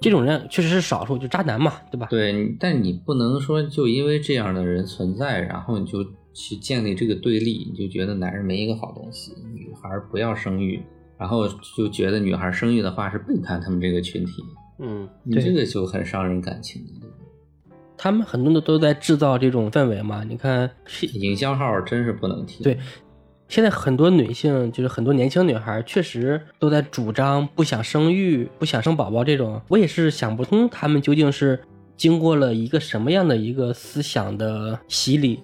[SPEAKER 4] 这种人确实是少数，就渣男嘛，对吧？
[SPEAKER 2] 对，你但你不能说就因为这样的人存在，然后你就去建立这个对立，你就觉得男人没一个好东西，女孩儿不要生育，然后就觉得女孩儿生育的话是背叛他们这个群体，
[SPEAKER 1] 嗯
[SPEAKER 2] 你
[SPEAKER 4] 对
[SPEAKER 2] 这个就很伤人感情的。
[SPEAKER 4] 他们很多的都在制造这种氛围嘛。你看，是
[SPEAKER 2] 营销号儿真是不能提。
[SPEAKER 4] 对现在很多女性，就是很多年轻女孩，确实都在主张不想生育、不想生宝宝这种。我也是想不通，她们究竟是经过了一个什么样的一个思想的洗礼，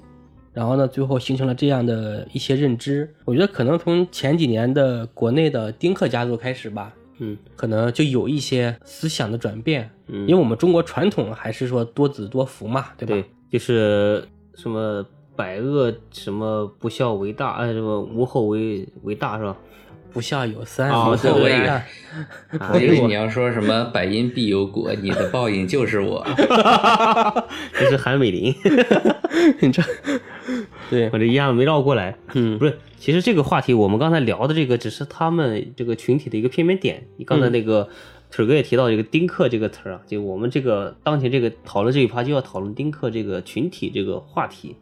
[SPEAKER 4] 然后呢，最后形成了这样的一些认知。我觉得可能从前几年的国内的丁克家族开始吧，
[SPEAKER 1] 嗯
[SPEAKER 4] 可能就有一些思想的转变，
[SPEAKER 1] 嗯，
[SPEAKER 4] 因为我们中国传统还是说多子多福嘛，对吧？
[SPEAKER 1] 对，就是什么百恶什么不孝为大，呃，什么无后为为大是吧？
[SPEAKER 4] 不孝有三，
[SPEAKER 1] 哦
[SPEAKER 4] 无
[SPEAKER 1] 对
[SPEAKER 4] 后
[SPEAKER 1] 对
[SPEAKER 4] 为
[SPEAKER 1] 对
[SPEAKER 4] 大。
[SPEAKER 2] 我以为你要说什么“百因必有果”，你的报应就 是我。
[SPEAKER 1] 这是韩美林，
[SPEAKER 4] 你这，对
[SPEAKER 1] 我，这一下子没绕过来。
[SPEAKER 4] 嗯
[SPEAKER 1] 不是，其实这个话题我们刚才聊的这个只是他们这个群体的一个片面点。你刚才那个腿哥也提到这个“丁克”这个词儿啊，就我们这个当前这个讨论这一趴就要讨论丁克这个群体这个话题。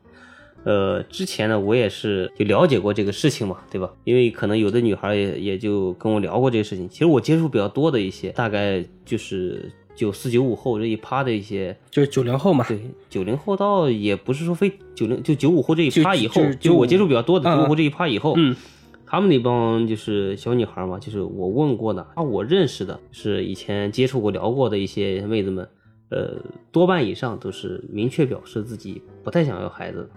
[SPEAKER 1] 呃，之前呢，我也是就了解过这个事情嘛，对吧？因为可能有的女孩也也就跟我聊过这个事情。其实我接触比较多的一些，大概就是九四九五后这一趴的一些，
[SPEAKER 4] 就是九零后嘛，
[SPEAKER 1] 对，九零后倒也不是说非九零就九五后这一趴以后
[SPEAKER 4] 就，
[SPEAKER 1] 就我接触比较多的
[SPEAKER 4] 嗯
[SPEAKER 1] 九五后这一趴以后，
[SPEAKER 4] 嗯，
[SPEAKER 1] 他们那帮就是小女孩嘛，就是我问过的，啊，我认识的，是以前接触过聊过的一些妹子们，呃，多半以上都是明确表示自己不太想要孩子的。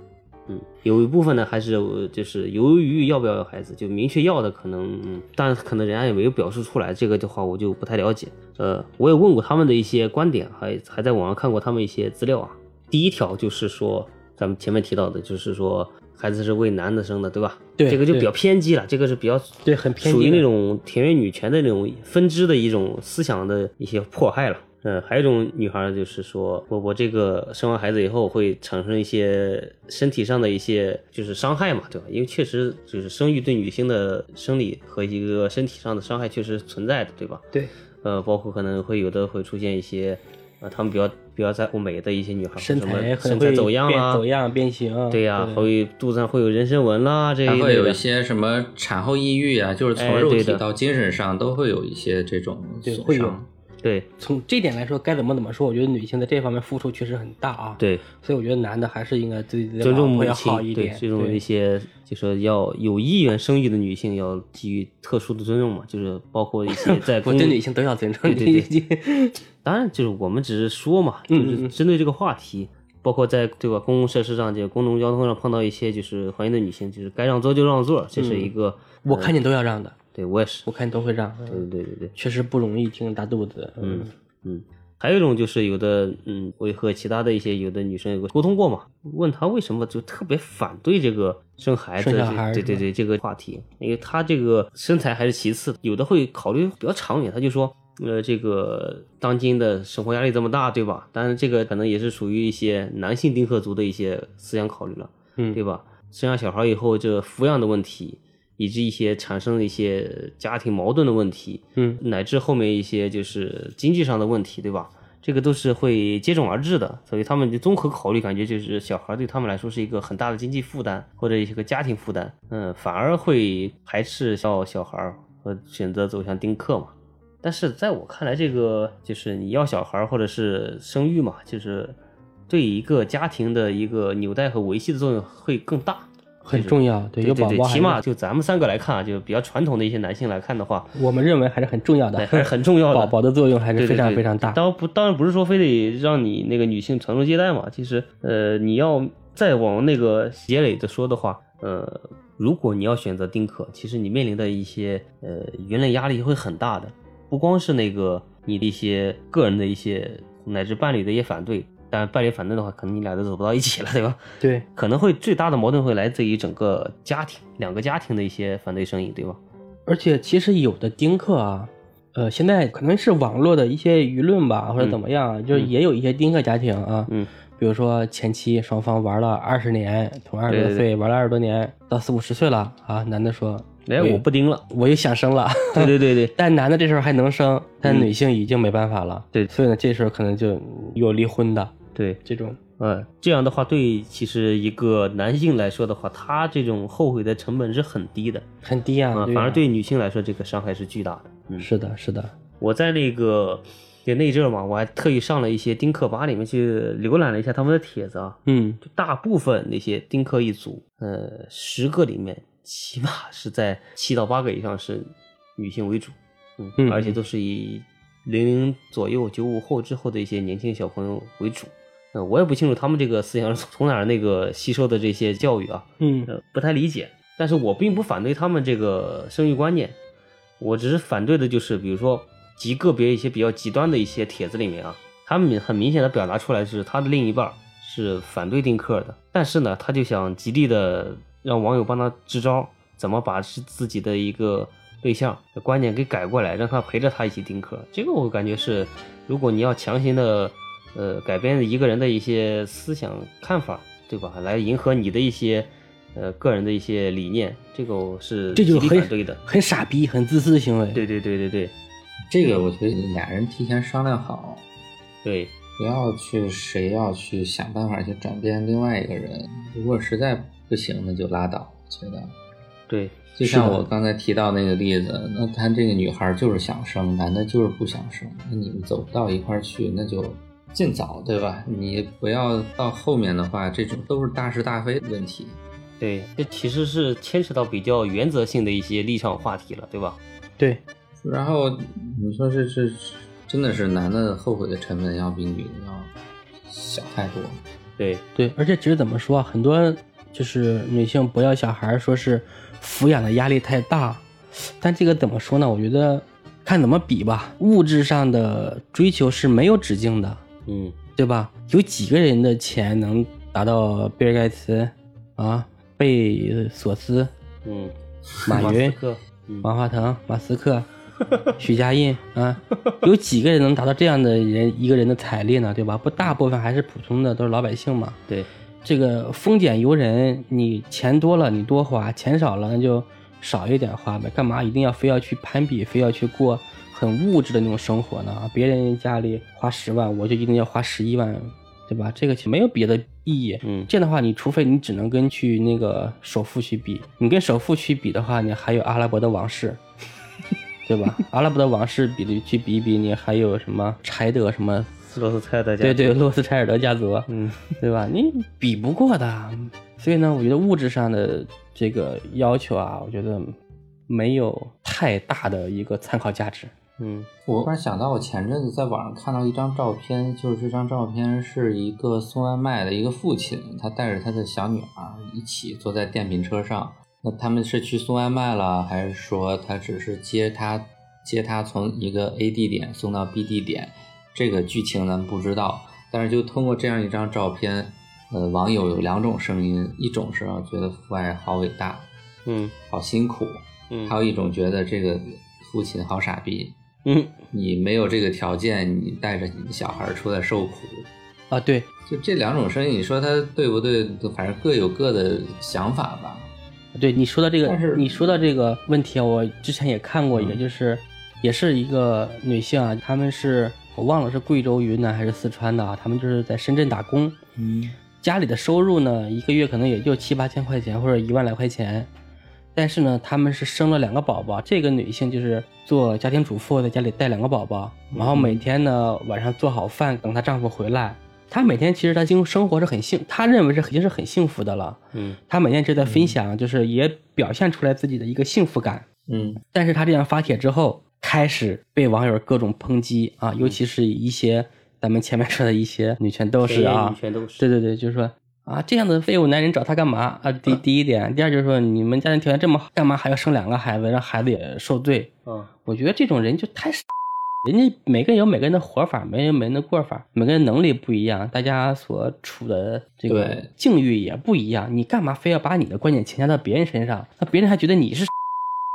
[SPEAKER 1] 嗯，有一部分呢，还是呃就是由于要不要要孩子，就明确要的可能，嗯，但可能人家也没有表示出来，这个的话我就不太了解。呃，我也问过他们的一些观点，还还在网上看过他们一些资料啊。第一条就是说，咱们前面提到的，就是说孩子是为男的生的，对吧？
[SPEAKER 4] 对
[SPEAKER 1] 这个就
[SPEAKER 4] 对
[SPEAKER 1] 比较偏激了，这个是比较
[SPEAKER 4] 对很偏
[SPEAKER 1] 属
[SPEAKER 4] 激
[SPEAKER 1] 于
[SPEAKER 4] 的
[SPEAKER 1] 那种田园女权的那种分支的一种思想的一些迫害了。嗯，还有一种女孩就是说，我我这个生完孩子以后会产生一些身体上的一些就是伤害嘛，对吧？因为确实就是生育对女性的生理和一个身体上的伤害确实存在的，对吧？
[SPEAKER 4] 对，
[SPEAKER 1] 呃，包括可能会有的会出现一些，呃，她们比较比较在乎美的一些女孩，
[SPEAKER 4] 身
[SPEAKER 1] 什么
[SPEAKER 4] 材可能
[SPEAKER 1] 身材
[SPEAKER 4] 会
[SPEAKER 1] 走样
[SPEAKER 4] 变
[SPEAKER 1] 啦，
[SPEAKER 4] 走样啊变形，
[SPEAKER 1] 对啊呀、会肚子上会有人参纹啦，这一
[SPEAKER 2] 还
[SPEAKER 1] 类的。
[SPEAKER 2] 会有一些什么产后抑郁啊，就是从
[SPEAKER 1] 哎
[SPEAKER 2] 肉
[SPEAKER 1] 对
[SPEAKER 2] 体
[SPEAKER 1] 的
[SPEAKER 2] 到精神上都会有一些这种
[SPEAKER 4] 对
[SPEAKER 2] 损
[SPEAKER 4] 会有
[SPEAKER 2] 伤。
[SPEAKER 1] 对
[SPEAKER 4] 从这点来说，该怎么怎么说，我觉得女性在这方面付出确实很大啊。，
[SPEAKER 1] 对，
[SPEAKER 4] 所以我觉得男的还是应该对自己的
[SPEAKER 1] 尊重
[SPEAKER 4] 老
[SPEAKER 1] 母
[SPEAKER 4] 婆要
[SPEAKER 1] 亲
[SPEAKER 4] 好一，
[SPEAKER 1] 对
[SPEAKER 4] 点，
[SPEAKER 1] 尊重一些就说要有意愿生育的女性要给予特殊的尊重嘛，就是包括一些 在
[SPEAKER 4] 我
[SPEAKER 1] 公
[SPEAKER 4] 对女性都要尊重。
[SPEAKER 1] 嗯对对
[SPEAKER 4] 对，
[SPEAKER 1] 当然，就是我们只是说嘛，就
[SPEAKER 4] 嗯嗯
[SPEAKER 1] 是针对这个话题，包括在这个公共设施上，这个公共交通上碰到一些就是怀孕的女性，就是该让座就让座，这
[SPEAKER 4] 嗯
[SPEAKER 1] 是一个，
[SPEAKER 4] 我看见都要让的，
[SPEAKER 1] 对我也是，
[SPEAKER 4] 我看见都会让。嗯
[SPEAKER 1] 对对对对对，
[SPEAKER 4] 确实不容易挺大肚子。嗯，
[SPEAKER 1] 嗯。还有一种就是有的，嗯，我也和其他的一些有的女生有个沟通过嘛，问她为什么就特别反对这个生孩子，
[SPEAKER 4] 生小孩
[SPEAKER 1] 这
[SPEAKER 4] 是
[SPEAKER 1] 对对
[SPEAKER 4] 吧
[SPEAKER 1] 对这个话题，因为她这个身材还是其次，有的会考虑比较长远，她就说，呃，这个当今的生活压力这么大，对吧？当然这个可能也是属于一些男性丁克族的一些思想考虑了，
[SPEAKER 4] 嗯
[SPEAKER 1] 对吧？生下小孩以后，这抚养的问题，以及一些产生的一些家庭矛盾的问题，
[SPEAKER 4] 嗯，
[SPEAKER 1] 乃至后面一些就是经济上的问题，对吧？这个都是会接踵而至的，所以他们就综合考虑，感觉就是小孩对他们来说是一个很大的经济负担或者一个家庭负担，嗯，反而会排斥小小孩儿和选择走向丁克嘛。但是在我看来，这个就是你要小孩儿或者是生育嘛，就是对一个家庭的一个纽带和维系的作用会更大。
[SPEAKER 4] 很重要，对，有宝
[SPEAKER 1] 对对，
[SPEAKER 4] 宝还
[SPEAKER 1] 起
[SPEAKER 4] 是
[SPEAKER 1] 码就咱们三个来看啊，就比较传统的一些男性来看的话，
[SPEAKER 4] 我们认为还是很重要的，
[SPEAKER 1] 对，哎还是很重要的。
[SPEAKER 4] 宝宝的作用还是
[SPEAKER 1] 对
[SPEAKER 4] 非
[SPEAKER 1] 对
[SPEAKER 4] 常
[SPEAKER 1] 对
[SPEAKER 4] 非常大。
[SPEAKER 1] 当然不，当然不是说非得让你那个女性传宗接代嘛。其实，呃，你要再往那个结尾的说的话，呃，如果你要选择丁克，其实你面临的一些呃舆论压力会很大的，不光是那个你的一些个人的一些乃至伴侣的一些反对，但伴侣反对的话，可能你俩都走不到一起了，对吧？
[SPEAKER 4] 对，
[SPEAKER 1] 可能会最大的矛盾会来自于整个家庭，两个家庭的一些反对声音，对吧？
[SPEAKER 4] 而且其实有的丁克啊，呃，现在可能是网络的一些舆论吧，或者怎么样啊，就是也有一些丁克家庭啊，
[SPEAKER 1] 嗯，
[SPEAKER 4] 比如说前期双方玩了二十年，从二十多
[SPEAKER 1] 对对
[SPEAKER 4] 岁玩了二十多年，到四五十岁了啊，男的说，
[SPEAKER 1] 哎，我不丁了。
[SPEAKER 4] 我又想生了，
[SPEAKER 1] 对对对对，
[SPEAKER 4] 但男的这时候还能生，但女性已经没办法了，
[SPEAKER 1] 嗯对
[SPEAKER 4] 所以呢，这时候可能就有离婚的
[SPEAKER 1] 对，
[SPEAKER 4] 这种。
[SPEAKER 1] 呃，这样的话，对其实一个男性来说的话，他这种后悔的成本是很低的
[SPEAKER 4] 很低啊，
[SPEAKER 1] 啊、
[SPEAKER 4] 对
[SPEAKER 1] 反而
[SPEAKER 4] 啊
[SPEAKER 1] 对女性来说，这个伤害是巨大的。嗯，
[SPEAKER 4] 是的，是的，
[SPEAKER 1] 我在那个也那阵儿嘛，我还特意上了一些丁克吧里面去浏览了一下他们的帖子啊，
[SPEAKER 4] 嗯，
[SPEAKER 1] 就大部分那些丁克一族，呃，十个里面起码是在七到八个以上是女性为主，嗯，
[SPEAKER 4] 嗯
[SPEAKER 1] 而且都是以零零左右、九五后之后的一些年轻小朋友为主。呃，我也不清楚他们这个思想是从哪儿那个吸收的这些教育啊，
[SPEAKER 4] 嗯，
[SPEAKER 1] 呃，不太理解。但是我并不反对他们这个生育观念，我只是反对的就是，比如说极个别一些比较极端的一些帖子里面啊，他们很明显的表达出来是他的另一半儿是反对丁克的，但是呢，他就想极力的让网友帮他支招，怎么把是自己的一个对象的观念给改过来，让他陪着他一起丁克。这个我感觉是，如果你要强行的，呃，改变一个人的一些思想看法，对吧？来迎合你的一些，呃，个人的一些理念，这个我是
[SPEAKER 4] 这就是
[SPEAKER 1] 极力反对
[SPEAKER 4] 很
[SPEAKER 1] 的。
[SPEAKER 4] 很傻逼、很自私的行为。
[SPEAKER 1] 对对对对对
[SPEAKER 2] 这个我觉得俩人提前商量好，
[SPEAKER 1] 对，
[SPEAKER 2] 不要去谁要去想办法去转变另外一个人。如果实在不行，那就拉倒。我觉得，
[SPEAKER 1] 对，
[SPEAKER 2] 就像我刚才提到那个例子，那她这个女孩就是想生，男的就是不想生，那你们走不到一块儿去，那就尽早，对吧？你不要到后面的话，这种都是大是大非的问题。
[SPEAKER 1] 对，这其实是牵扯到比较原则性的一些立场话题了，对吧？
[SPEAKER 4] 对，
[SPEAKER 2] 然后你说这这真的是男的后悔的成本要比女的要小太多了。
[SPEAKER 1] 对，
[SPEAKER 4] 对，而且其实怎么说啊，很多就是女性不要小孩儿，说是抚养的压力太大，但这个怎么说呢？我觉得看怎么比吧。物质上的追求是没有止境的，
[SPEAKER 1] 嗯，
[SPEAKER 4] 对吧？有几个人的钱能达到比尔盖茨啊、贝索斯、
[SPEAKER 1] 嗯，
[SPEAKER 4] 马
[SPEAKER 1] 马
[SPEAKER 4] 云啊
[SPEAKER 1] 斯、克，嗯，
[SPEAKER 4] 马化腾、马斯克、许家印啊，有几个人能达到这样的人一个人的财力呢？对吧？不，大部分还是普通的，都是老百姓嘛。
[SPEAKER 1] 对，
[SPEAKER 4] 这个丰俭由人，你钱多了你多花，钱少了那就少一点花呗。干嘛一定要非要去攀比，非要去过很物质的那种生活呢？啊别人家里花十万，我就一定要花十一万，对吧？这个其实没有别的意义。
[SPEAKER 1] 嗯
[SPEAKER 4] 这样的话，你除非你只能跟去那个首富去比，你跟首富去比的话，你还有阿拉伯的王室， 对吧？阿拉伯的王室比例去比一比，你还有什么柴德什么？
[SPEAKER 1] 斯洛斯泰大家，
[SPEAKER 4] 对对，洛斯柴尔德家族，嗯，对吧？你比不过的，所以呢，我觉得物质上的这个要求啊，我觉得没有太大的一个参考价值。
[SPEAKER 1] 嗯，
[SPEAKER 2] 我突然想到，我前阵子在网上看到一张照片，就是这张照片是一个送外卖的一个父亲，他带着他的小女儿一起坐在电瓶车上。那他们是去送外卖了，还是说他只是接他接他从一个 A 地点送到 B 地点？这个剧情咱们不知道，但是就通过这样一张照片，呃，网友有两种声音，一种是啊觉得父爱好伟大，
[SPEAKER 1] 嗯
[SPEAKER 2] 好辛苦，
[SPEAKER 1] 嗯
[SPEAKER 2] 还有一种觉得这个父亲好傻逼，
[SPEAKER 1] 嗯，
[SPEAKER 2] 你没有这个条件，你带着你小孩出来受苦，
[SPEAKER 4] 啊，对，
[SPEAKER 2] 就这两种声音，你说他对不对？反正各有各的想法吧。
[SPEAKER 4] 对你说到这
[SPEAKER 2] 但是
[SPEAKER 4] 个，你说到这个问题啊，我之前也看过一个，
[SPEAKER 2] 嗯
[SPEAKER 4] 就是也是一个女性啊，她们是我忘了是贵州、云南还是四川的啊，她们就是在深圳打工，
[SPEAKER 2] 嗯
[SPEAKER 4] 家里的收入呢，一个月可能也就七八千块钱或者一万来块钱，但是呢，她们是生了两个宝宝，这个女性就是做家庭主妇，在家里带两个宝宝，
[SPEAKER 2] 嗯
[SPEAKER 4] 然后每天呢晚上做好饭等她丈夫回来。她每天其实她经生活是很幸，她认为是已经是很幸福的了。
[SPEAKER 1] 嗯，
[SPEAKER 4] 她每天就在分享，就是也表现出来自己的一个幸福感。
[SPEAKER 2] 嗯
[SPEAKER 4] 但是她这样发帖之后，开始被网友各种抨击啊，
[SPEAKER 1] 嗯
[SPEAKER 4] 尤其是一些咱们前面说的一些女权斗士啊，
[SPEAKER 1] 女权都是，
[SPEAKER 4] 对对对，就是说啊，这样的废物男人找她干嘛啊？第第一点，第二就是说，你们家庭条件这么好，干嘛还要生两个孩子，让孩子也受罪？
[SPEAKER 1] 啊，
[SPEAKER 4] 我觉得这种人就太傻，人家每个人有每个人的活法，每个人有每个人的过法，每个人能力不一样，大家所处的这个
[SPEAKER 2] 对
[SPEAKER 4] 境遇也不一样，你干嘛非要把你的观点强加到别人身上？那别人还觉得你是傻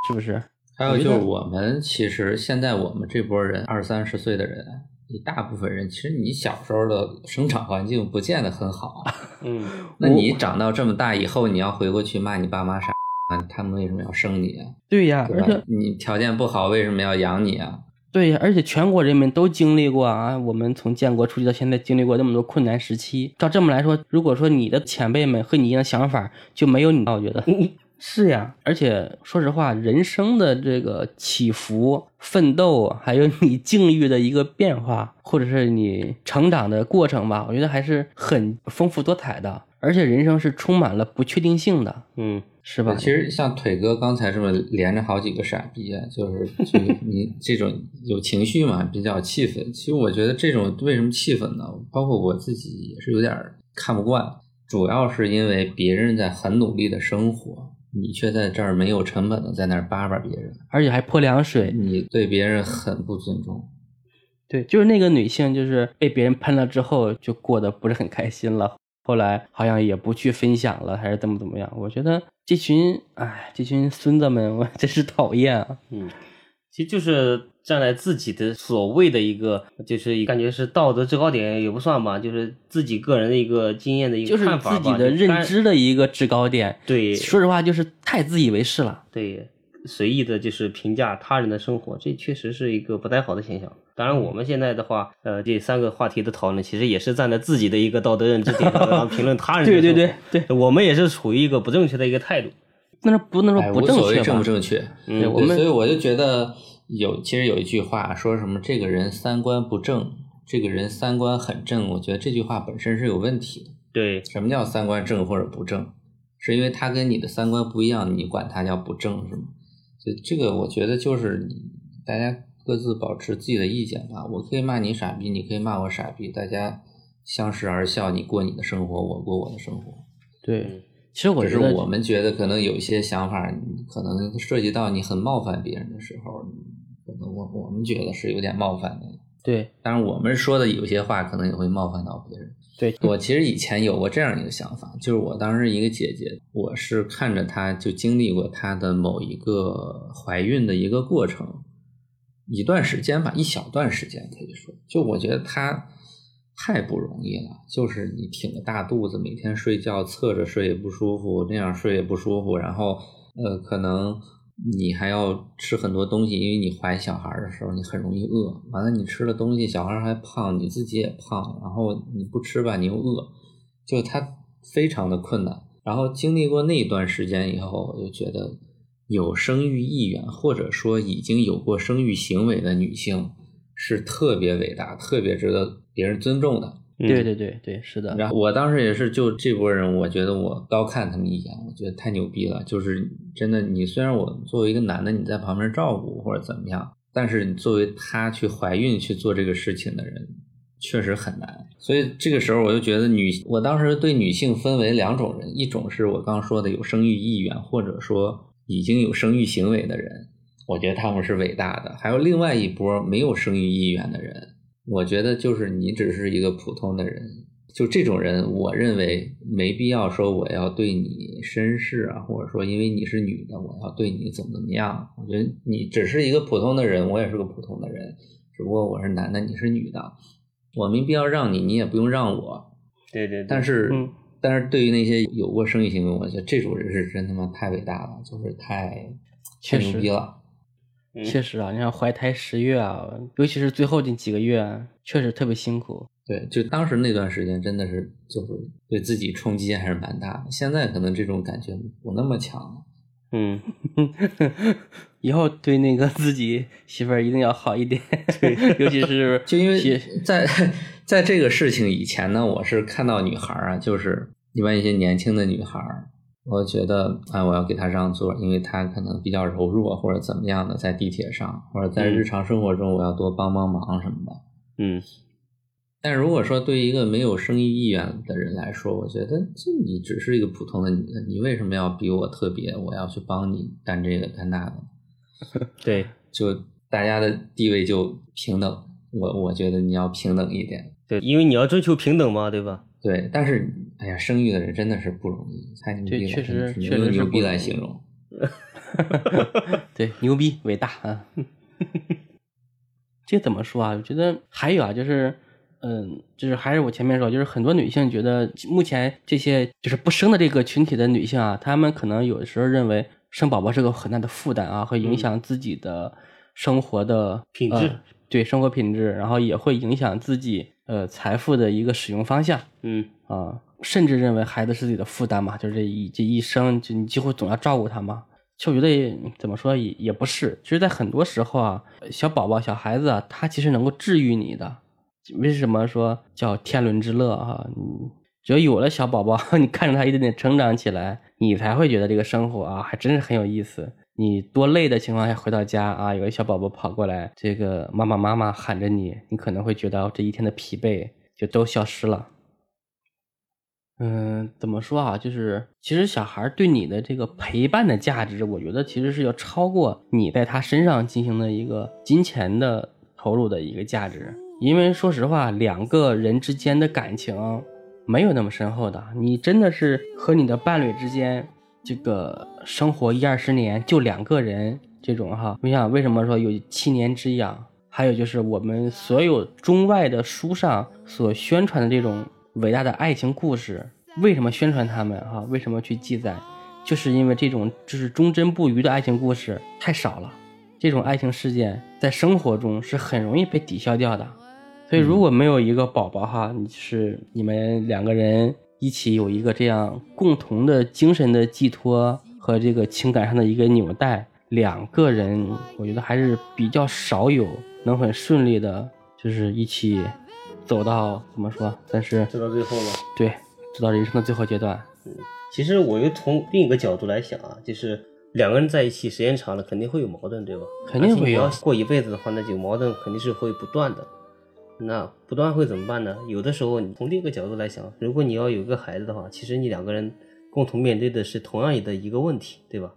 [SPEAKER 4] 是不是？
[SPEAKER 2] 还有就是我们其实现在我们这波人二三十岁的人，一大部分人其实你小时候的生长环境不见得很好，
[SPEAKER 1] 嗯
[SPEAKER 2] 那你长到这么大以后，你要回过去骂你爸妈傻啊，他们为什么要生你啊？
[SPEAKER 4] 对呀，
[SPEAKER 2] 对
[SPEAKER 4] 而且
[SPEAKER 2] 吧？你条件不好，为什么要养你啊？
[SPEAKER 4] 对呀，而且全国人民都经历过啊，我们从建国初期到现在经历过那么多困难时期。照这么来说，如果说你的前辈们和你一样的想法，就没有你了，我觉得。
[SPEAKER 2] 嗯
[SPEAKER 4] 是呀，而且说实话，人生的这个起伏、奋斗，还有你 境遇的一个变化，或者是你成长的过程吧，我觉得还是很丰富多彩的。而且人生是充满了不确定性的，
[SPEAKER 1] 嗯
[SPEAKER 4] 是吧？
[SPEAKER 2] 其实像腿哥刚才这么连着好几个傻逼，啊，就是就是 你这种有情绪嘛，比较气愤。其实我觉得这种为什么气愤呢？包括我自己也是有点儿看不惯，主要是因为别人在很努力的生活，你却在这儿没有成本的在那儿叭叭别人，
[SPEAKER 4] 而且还泼凉水，
[SPEAKER 2] 你对别人很不尊重。
[SPEAKER 4] 对，就是那个女性，就是被别人喷了之后，就过得不是很开心了。后来好像也不去分享了，还是怎么怎么样？我觉得这群，哎，这群孙子们，我 真是讨厌啊！
[SPEAKER 1] 嗯，其实就是站在自己的所谓的一个，就是感觉是道德制高点也不算吧，就是自己个人的一个经验的一
[SPEAKER 4] 就
[SPEAKER 1] 个
[SPEAKER 4] 是
[SPEAKER 1] 看法吧，
[SPEAKER 4] 自己的认知的一个制高点。
[SPEAKER 1] 对
[SPEAKER 4] 说实话，就是太自以为是了。
[SPEAKER 1] 对，随意的就是评价他人的生活，这确实是一个不太好的现象。当然，我们现在的话，呃，这三个话题的讨论，其实也是站在自己的一个道德认知点上，然后评论他人的
[SPEAKER 4] 对对
[SPEAKER 1] 生
[SPEAKER 4] 对
[SPEAKER 1] 活
[SPEAKER 4] 对，
[SPEAKER 1] 我们也是处于一个不正确的一个态度。
[SPEAKER 4] 但是不能
[SPEAKER 2] 哎
[SPEAKER 4] 说不正
[SPEAKER 2] 无所
[SPEAKER 4] 确
[SPEAKER 2] 谓正
[SPEAKER 4] 吧
[SPEAKER 2] 不？正确。
[SPEAKER 4] 对
[SPEAKER 2] 对
[SPEAKER 4] 我们
[SPEAKER 2] 所以我就觉得有，其实有一句话说什么这个人三观不正，这个人三观很正，我觉得这句话本身是有问题的。
[SPEAKER 1] 对，
[SPEAKER 2] 什么叫三观正或者不正？是因为他跟你的三观不一样，你管他叫不正是吗？所以这个我觉得就是你大家各自保持自己的意见吧。我可以骂你傻逼，你可以骂我傻逼，大家相视而笑，你过你的生活，我过我的生活。
[SPEAKER 4] 对，其实我
[SPEAKER 2] 只
[SPEAKER 4] 觉
[SPEAKER 2] 是
[SPEAKER 4] 得
[SPEAKER 2] 我们觉得可能有一些想法，你可能涉及到你很冒犯别人的时候，可能我我们觉得是有点冒犯的。
[SPEAKER 4] 对
[SPEAKER 2] 当然，我们说的有些话可能也会冒犯到别人。
[SPEAKER 4] 对
[SPEAKER 2] 我其实以前有过这样一个想法，就是我当时一个姐姐，我是看着她就经历过她的某一个怀孕的一个过程，一段时间吧，一小段时间可以说，就我觉得她太不容易了，就是你挺个大肚子，每天睡觉侧着睡也不舒服，那样睡也不舒服，然后呃，可能你还要吃很多东西，因为你怀小孩儿的时候你很容易饿，完了你吃了东西，小孩儿还胖，你自己也胖，然后你不吃吧，你又饿，就它非常的困难。然后经历过那一段时间以后，我就觉得有生育意愿或者说已经有过生育行为的女性是特别伟大、特别值得别人尊重的。
[SPEAKER 1] 嗯
[SPEAKER 4] 对对对对，是的，
[SPEAKER 2] 然后我当时也是就这波人，我觉得我高看他们一眼，我觉得太牛逼了。就是真的，你虽然我作为一个男的，你在旁边照顾或者怎么样，但是你作为他去怀孕去做这个事情的人，确实很难。所以这个时候我就觉得女，我当时对女性分为两种人，一种是我刚说的有生育意愿或者说已经有生育行为的人，我觉得他们是伟大的；还有另外一波没有生育意愿的人。我觉得就是你只是一个普通的人，就这种人，我认为没必要说我要对你绅士啊，或者说因为你是女的，我要对你怎么怎么样。我觉得你只是一个普通的人，我也是个普通的人，只不过我是男的，你是女的，我没必要让你，你也不用让我。
[SPEAKER 1] 对对对，
[SPEAKER 2] 但是，
[SPEAKER 1] 嗯
[SPEAKER 2] 但是对于那些有过生育行为，我觉得这种人是真他妈太伟大了，就是太太
[SPEAKER 4] 确
[SPEAKER 2] 牛逼
[SPEAKER 4] 实
[SPEAKER 2] 了。
[SPEAKER 1] 嗯
[SPEAKER 4] 确实啊，你像怀胎十月啊，尤其是最后这几个月啊，确实特别辛苦。
[SPEAKER 2] 对，就当时那段时间真的是就是对自己冲击还是蛮大的，现在可能这种感觉不那么强了。
[SPEAKER 1] 嗯，
[SPEAKER 4] 以后对那个自己媳妇儿一定要好一点， 尤其 是
[SPEAKER 2] 就因为
[SPEAKER 4] 媳
[SPEAKER 2] 在在这个事情以前呢，我是看到女孩儿啊，就是一般一些年轻的女孩儿，我觉得啊，我要给她让座，因为她可能比较柔弱或者怎么样的，在地铁上或者在日常生活中，我要多帮帮忙什么的。
[SPEAKER 1] 嗯，
[SPEAKER 2] 但如果说对于一个没有生育意愿的人来说，我觉得这你只是一个普通的女的，你为什么要比我特别？我要去帮你干这个干那个，
[SPEAKER 1] 对，
[SPEAKER 2] 就大家的地位就平等。我我觉得你要平等一点，
[SPEAKER 1] 对，因为你要追求平等嘛，对吧？
[SPEAKER 2] 对。但是，哎呀，生育的人真的是不容易，太牛逼
[SPEAKER 4] 对
[SPEAKER 2] 了，
[SPEAKER 4] 确实
[SPEAKER 2] 只能
[SPEAKER 4] 确实
[SPEAKER 2] 用
[SPEAKER 4] 是
[SPEAKER 2] 牛
[SPEAKER 4] 不
[SPEAKER 2] 逼
[SPEAKER 4] 容
[SPEAKER 2] 来
[SPEAKER 4] 易
[SPEAKER 2] 形容。
[SPEAKER 4] 对牛逼伟大啊。 这怎么说啊？我觉得还有啊，就是嗯，就是还是我前面说，就是很多女性觉得目前这些就是不生的这个群体的女性啊，她们可能有的时候认为生宝宝是个很大的负担啊，会影响自己的生活的
[SPEAKER 1] 品质
[SPEAKER 4] 呃对生活品质，然后也会影响自己呃财富的一个使用方向。
[SPEAKER 1] 嗯
[SPEAKER 4] 啊、甚至认为孩子是自己的负担嘛，就是这一这一生，就你几乎总要照顾他嘛。其实我觉得也怎么说也也不是，其实，在很多时候啊，小宝宝、小孩子啊，他其实能够治愈你的。为什么说叫天伦之乐啊？你只有有了小宝 宝，你看着他一点点成长起来，你才会觉得这个生活啊，还真是很有意思。你多累的情况下回到家啊，有个小宝宝跑过来，这个妈妈妈妈喊着你，你可能会觉得这一天的疲惫就都消失了。嗯，怎么说啊？就是其实小孩儿对你的这个陪伴的价值，我觉得其实是要超过你在他身上进行的一个金钱的投入的一个价值。因为说实话，两个人之间的感情没有那么深厚的。你真的是和你的伴侣之间，这个生活一二十年，就两个人这种哈。你想为什么说有七年之痒？还有就是我们所有中外的书上所宣传的这种伟大的爱情故事，为什么宣传他们啊？为什么去记载？就是因为这种就是忠贞不渝的爱情故事太少了，这种爱情事件在生活中是很容易被抵消掉的。所以如果没有一个宝宝哈，你是你们两个人一起有一个这样共同的精神的寄托和这个情感上的一个纽带，两个人我觉得还是比较少有能很顺利的，就是一起走到怎么说，但是
[SPEAKER 1] 走到最后了。
[SPEAKER 4] 对，走到人生的最后阶段，
[SPEAKER 1] 其实我又从另一个角度来想啊，就是两个人在一起时间长了，肯定会有矛盾，对吧？
[SPEAKER 4] 肯定会有
[SPEAKER 1] 而且你要过一辈子的话，那就矛盾肯定是会不断的。那不断会怎么办呢？有的时候你从另一个角度来想，如果你要有一个孩子的话，其实你两个人共同面对的是同样的一个问题，对吧？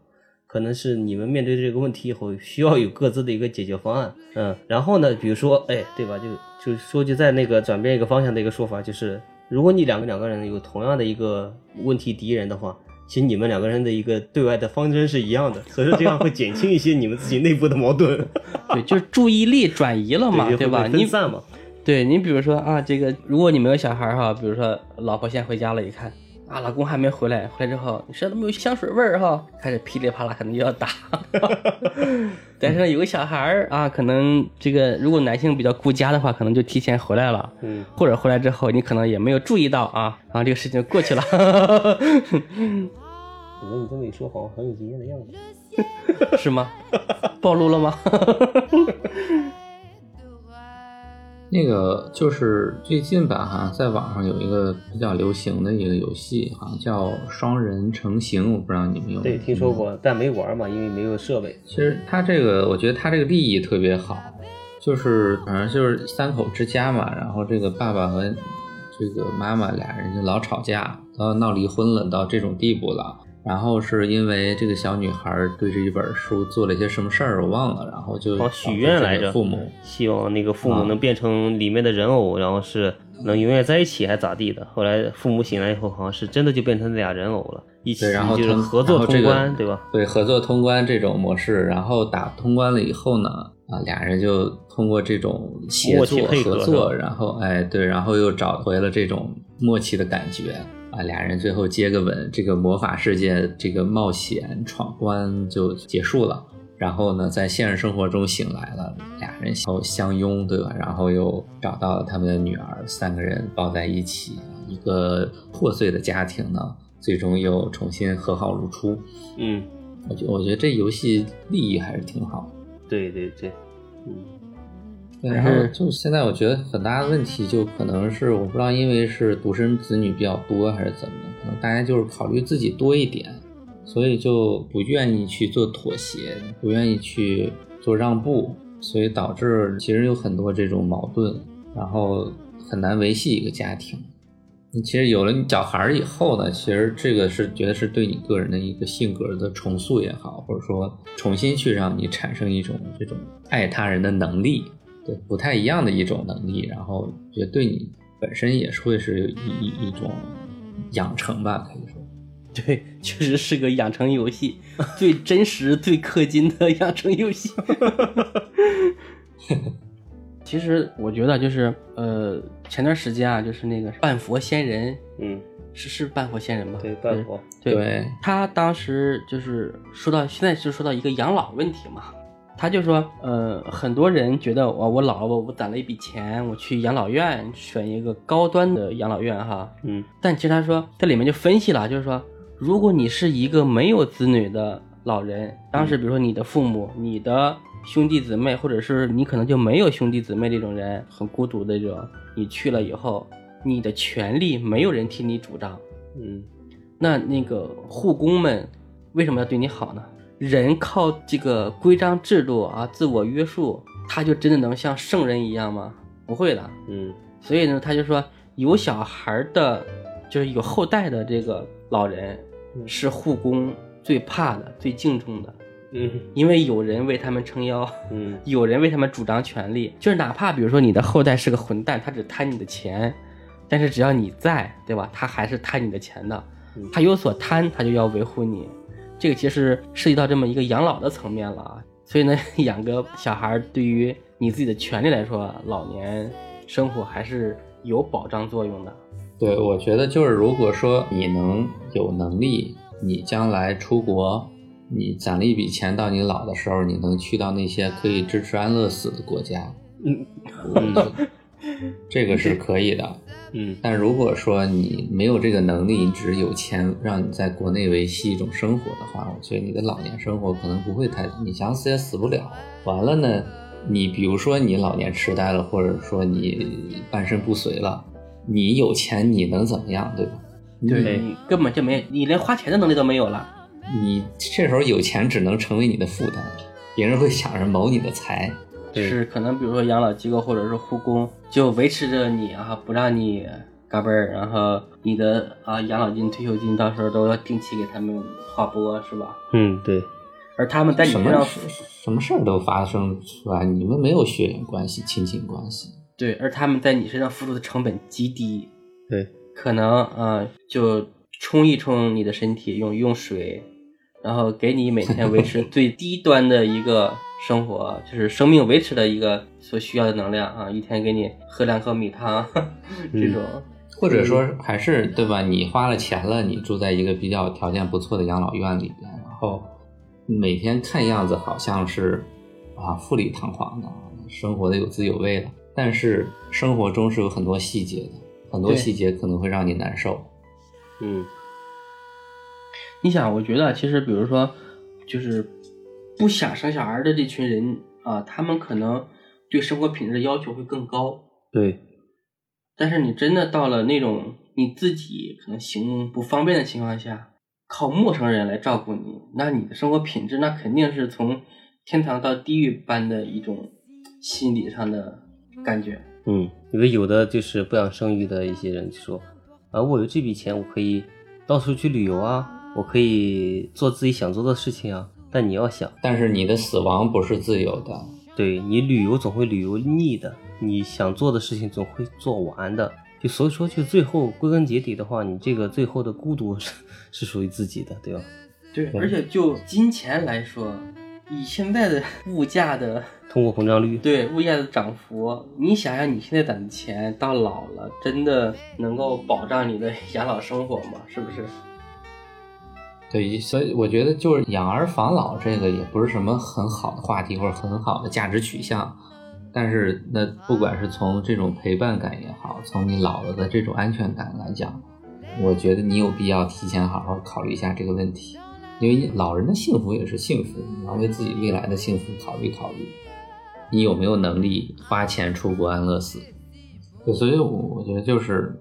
[SPEAKER 1] 可能是你们面对这个问题以后，需要有各自的一个解决方案。嗯，然后呢，比如说，哎，对吧？就就说就在那个转变一个方向的一个说法，就是如果你两个两个人有同样的一个问题敌人的话，其实你们两个人的一个对外的方针是一样的，所以说这样会减轻一些你们自己内部的矛盾，
[SPEAKER 4] 对，就是注意力转移了嘛，
[SPEAKER 1] 对
[SPEAKER 4] 对吧？
[SPEAKER 1] 分
[SPEAKER 4] 你
[SPEAKER 1] 散嘛，
[SPEAKER 4] 对你比如说啊，这个如果你没有小孩儿哈，比如说老婆先回家了，一看啊，老公还没回来，回来之后你身上怎么有香水味儿哈，开始噼里啪啦，可能就要打。 但是呢，有个小孩儿啊，可能这个如果男性比较顾家的话，可能就提前回来了，
[SPEAKER 1] 嗯，
[SPEAKER 4] 或者回来之后你可能也没有注意到啊，然后这个事情就过去了。
[SPEAKER 1] 哎我觉得你这么一说，好像很有经验的样子。
[SPEAKER 4] 是吗？暴露了吗？
[SPEAKER 2] 那个就是最近吧，哈，在网上有一个比较流行的一个游戏，好像叫双人成行，我不知道你们有没
[SPEAKER 1] 对，
[SPEAKER 2] 有
[SPEAKER 1] 听说过，但没玩嘛，因为没有设备。
[SPEAKER 2] 其实它这个，我觉得它这个立意特别好，就是反正就是三口之家嘛，然后这个爸爸和这个妈妈俩人就老吵架，到闹离婚了，到这种地步了。然后是因为这个小女孩对这一本书做了一些什么事儿，我忘了，然后就
[SPEAKER 1] 哦许愿来
[SPEAKER 2] 导致这
[SPEAKER 1] 着
[SPEAKER 2] 个父母
[SPEAKER 1] 希望那个父
[SPEAKER 2] 啊
[SPEAKER 1] 母能变成里面的人偶，然后是能永远在一起，还咋地的？后来父母醒来以后，好像是真的就变成俩人偶了，一起
[SPEAKER 2] 对，然后
[SPEAKER 1] 就是
[SPEAKER 2] 通
[SPEAKER 1] 合作通
[SPEAKER 2] 然
[SPEAKER 1] 关，
[SPEAKER 2] 后这个
[SPEAKER 1] 对吧？？
[SPEAKER 2] 对，合作通关这种模式，然后打通关了以后呢，啊，俩人就通过这种协
[SPEAKER 1] 默契
[SPEAKER 2] 作
[SPEAKER 1] 配合是
[SPEAKER 2] 合
[SPEAKER 1] 吧
[SPEAKER 2] 作，然后哎对，然后又找回了这种默契的感觉啊，俩人最后接个吻，这个魔法世界这个冒险闯关就结束了。然后呢，在现实生活中醒来了，俩人相相拥，对吧？然后又找到了他们的女儿，三个人抱在一起，一个破碎的家庭呢，最终又重新和好如初。
[SPEAKER 1] 嗯，
[SPEAKER 2] 我觉我觉得这游戏利益还是挺好的，
[SPEAKER 1] 对对对，嗯
[SPEAKER 2] 然后就现在我觉得很大的问题就可能是我不知道，因为是独生子女比较多还是怎么的，可能大家就是考虑自己多一点，所以就不愿意去做妥协，不愿意去做让步，所以导致其实有很多这种矛盾，然后很难维系一个家庭。你其实有了你小孩儿以后呢，其实这个是觉得是对你个人的一个性格的重塑也好，或者说重新去让你产生一种这种爱他人的能力，对，不太一样的一种能力，然后觉得对你本身也是会是一一一种养成吧，可以说。
[SPEAKER 4] 对，确实是个养成游戏，最真实、 最氪金的养成游戏。 其实我觉得就是，呃，前段时间啊，就是那个半佛仙人，
[SPEAKER 1] 嗯，
[SPEAKER 4] 是是半佛仙人吧？
[SPEAKER 1] 对，
[SPEAKER 2] 嗯
[SPEAKER 1] 半佛，
[SPEAKER 4] 对，
[SPEAKER 2] 对
[SPEAKER 4] 他当时就是说到现在，就说到一个养老问题嘛。他就说，呃，很多人觉得我我老了，我我攒了一笔钱，我去养老院选一个高端的养老院哈，
[SPEAKER 1] 嗯，
[SPEAKER 4] 但其实他说在里面就分析了，啊就是说，如果你是一个没有子女的老人，当时比如说你的父母、你的兄弟姊妹，或者是你可能就没有兄弟姊妹这种人，很孤独的这种，你去了以后，你的权利没有人替你主张，
[SPEAKER 1] 嗯，
[SPEAKER 4] 那那个护工们为什么要对你好呢？人靠这个规章制度啊，自我约束，他就真的能像圣人一样吗？不会的，啊
[SPEAKER 1] 嗯，
[SPEAKER 4] 所以呢，他就说有小孩儿的，就是有后代的这个老人，是护工最怕的、最敬重的，
[SPEAKER 1] 嗯，
[SPEAKER 4] 因为有人为他们撑腰，
[SPEAKER 1] 嗯，
[SPEAKER 4] 有人为他们主张权利。就是哪怕比如说你的后代是个混蛋，他只贪你的钱，但是只要你在，对吧？他还是贪你的钱的，
[SPEAKER 1] 嗯
[SPEAKER 4] 他有所贪，他就要维护你。这个其实涉及到这么一个养老的层面了啊。所以呢， 养个小孩儿对于你自己的权利来说，老年生活还是有保障作用的。
[SPEAKER 2] 对，我觉得就是如果说你能有能力，你将来出国，你攒了一笔钱，到你老的时候，你能去到那些可以支持安乐死的国家，嗯，这个是可以的。
[SPEAKER 1] 嗯，
[SPEAKER 2] 但如果说你没有这个能力，你只是有钱让你在国内维系一种生活的话，我觉得你的老年生活可能不会太，你想死也死不了。完了呢，你比如说你老年痴呆了，或者说你半身不遂了，你有钱你能怎么样，对吧？
[SPEAKER 1] 对
[SPEAKER 4] 你根本就没，你连花钱的能力都没有了。
[SPEAKER 2] 你这时候有钱只能成为你的负担，别人会想着谋你的财。
[SPEAKER 1] 对
[SPEAKER 4] 是可能比如说养老机构或者是护工，就维持着你啊，不让你嘎嘣儿，然后你的啊养老金、退休金到时候都要定期给他们划拨，是吧？
[SPEAKER 1] 嗯，对，
[SPEAKER 4] 而他们在你
[SPEAKER 2] 什
[SPEAKER 4] 身
[SPEAKER 2] 么
[SPEAKER 4] 上
[SPEAKER 2] 事什么事儿都发生出来，你们没有血缘关系、亲情关系。
[SPEAKER 4] 对，而他们在你身上付出的成本极低，
[SPEAKER 1] 对，
[SPEAKER 4] 可能啊、呃就冲一冲你的身体，用用水，然后给你每天维持最低端的一个生活，就是生命维持的一个所需要的能量啊，一天给你喝两口米汤， 这种，
[SPEAKER 2] 或者说还是对吧？你花了钱了，你住在一个比较条件不错的养老院里边，然后每天看样子好像是啊富丽堂皇的，生活的有滋有味的，但是生活中是有很多细节的，很多
[SPEAKER 4] 对
[SPEAKER 2] 细节可能会让你难受。
[SPEAKER 1] 嗯，
[SPEAKER 4] 你想，我觉得其实比如说，就是不想生小孩的这群人啊、他们可能对生活品质的要求会更高。
[SPEAKER 1] 对，
[SPEAKER 4] 但是你真的到了那种你自己可能行不方便的情况下，靠陌生人来照顾你，那你的生活品质那肯定是从天堂到地狱般的一种心理上的感觉。
[SPEAKER 1] 嗯，因为有的就是不想生育的一些人就说，啊，我有这笔钱，我可以到处去旅游啊，我可以做自己想做的事情啊。但你要想，
[SPEAKER 2] 但是你的死亡不是自由的，
[SPEAKER 1] 对你旅游总会旅游腻的，你想做的事情总会做完的。就所以说，就最后归根结底的话，你这个最后的孤独是 是属于自己的，对吧？
[SPEAKER 4] 对，而且就金钱来说，以现在的物价的
[SPEAKER 1] 通货膨胀率，
[SPEAKER 4] 对物价的涨幅，你想想你现在攒的钱到老了，真的能够保障你的养老生活吗？是不是？
[SPEAKER 2] 对，所以我觉得就是养儿防老这个也不是什么很好的话题或者很好的价值取向，但是那不管是从这种陪伴感也好，从你老了的这种安全感来讲，我觉得你有必要提前好好考虑一下这个问题，因为老人的幸福也是幸福，你要为自己未来的幸福考虑考虑，你有没有能力花钱出国安乐死？对，所以我我觉得就是，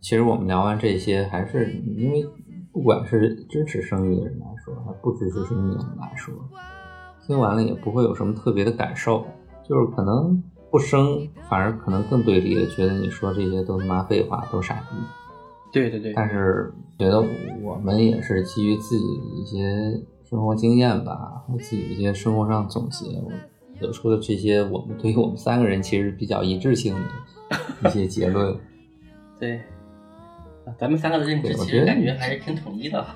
[SPEAKER 2] 其实我们聊完这些，还是因为不管是支持生育的人来说，还不支持生育的人来说，听完了也不会有什么特别的感受，就是可能不生反而可能更对立的觉得你说这些都他妈废话，都傻逼。
[SPEAKER 4] 对对对，
[SPEAKER 2] 但是觉得我们也是基于自己的一些生活经验吧，和自己一些生活上总结，我得出的这些我们对于我们三个人其实比较一致性的一些结论。
[SPEAKER 4] 对，啊咱们三个的认知
[SPEAKER 2] 对我
[SPEAKER 4] 其
[SPEAKER 2] 觉
[SPEAKER 4] 实
[SPEAKER 2] 得
[SPEAKER 4] 感
[SPEAKER 2] 你
[SPEAKER 4] 觉还是挺统一 的。